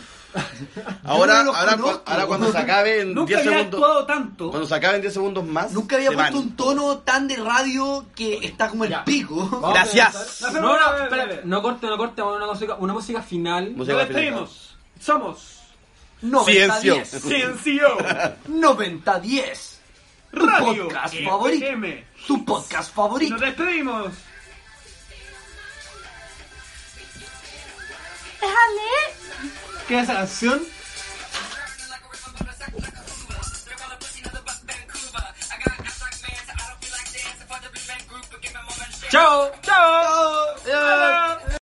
Speaker 2: Ahora,
Speaker 3: no los
Speaker 2: ahora,
Speaker 3: conozco.
Speaker 2: cu- ahora cuando se acabe en
Speaker 1: Nunca
Speaker 2: 10
Speaker 1: había
Speaker 2: segundos.
Speaker 1: actuado tanto.
Speaker 2: Cuando se acabe en 10 segundos más.
Speaker 3: Nunca había
Speaker 2: se
Speaker 3: puesto
Speaker 2: van.
Speaker 3: un tono tan de radio que está como el
Speaker 4: Ya.
Speaker 3: pico.
Speaker 4: Vamos a
Speaker 2: Gracias.
Speaker 4: comenzar. No, no, espera, no corte, no corte, vamos a una música, una música final.
Speaker 2: Música
Speaker 1: Nos
Speaker 2: para finalizar.
Speaker 1: despedimos. Somos
Speaker 2: Ciencio.
Speaker 3: 90-10.
Speaker 1: Ciencio
Speaker 3: 90-10. Tu
Speaker 1: Radio
Speaker 3: podcast favorito.
Speaker 1: FM.
Speaker 3: Tu podcast
Speaker 1: Y
Speaker 3: favorito.
Speaker 1: Nos despedimos.
Speaker 4: ¿Qué es esa canción?
Speaker 1: Chao, chao.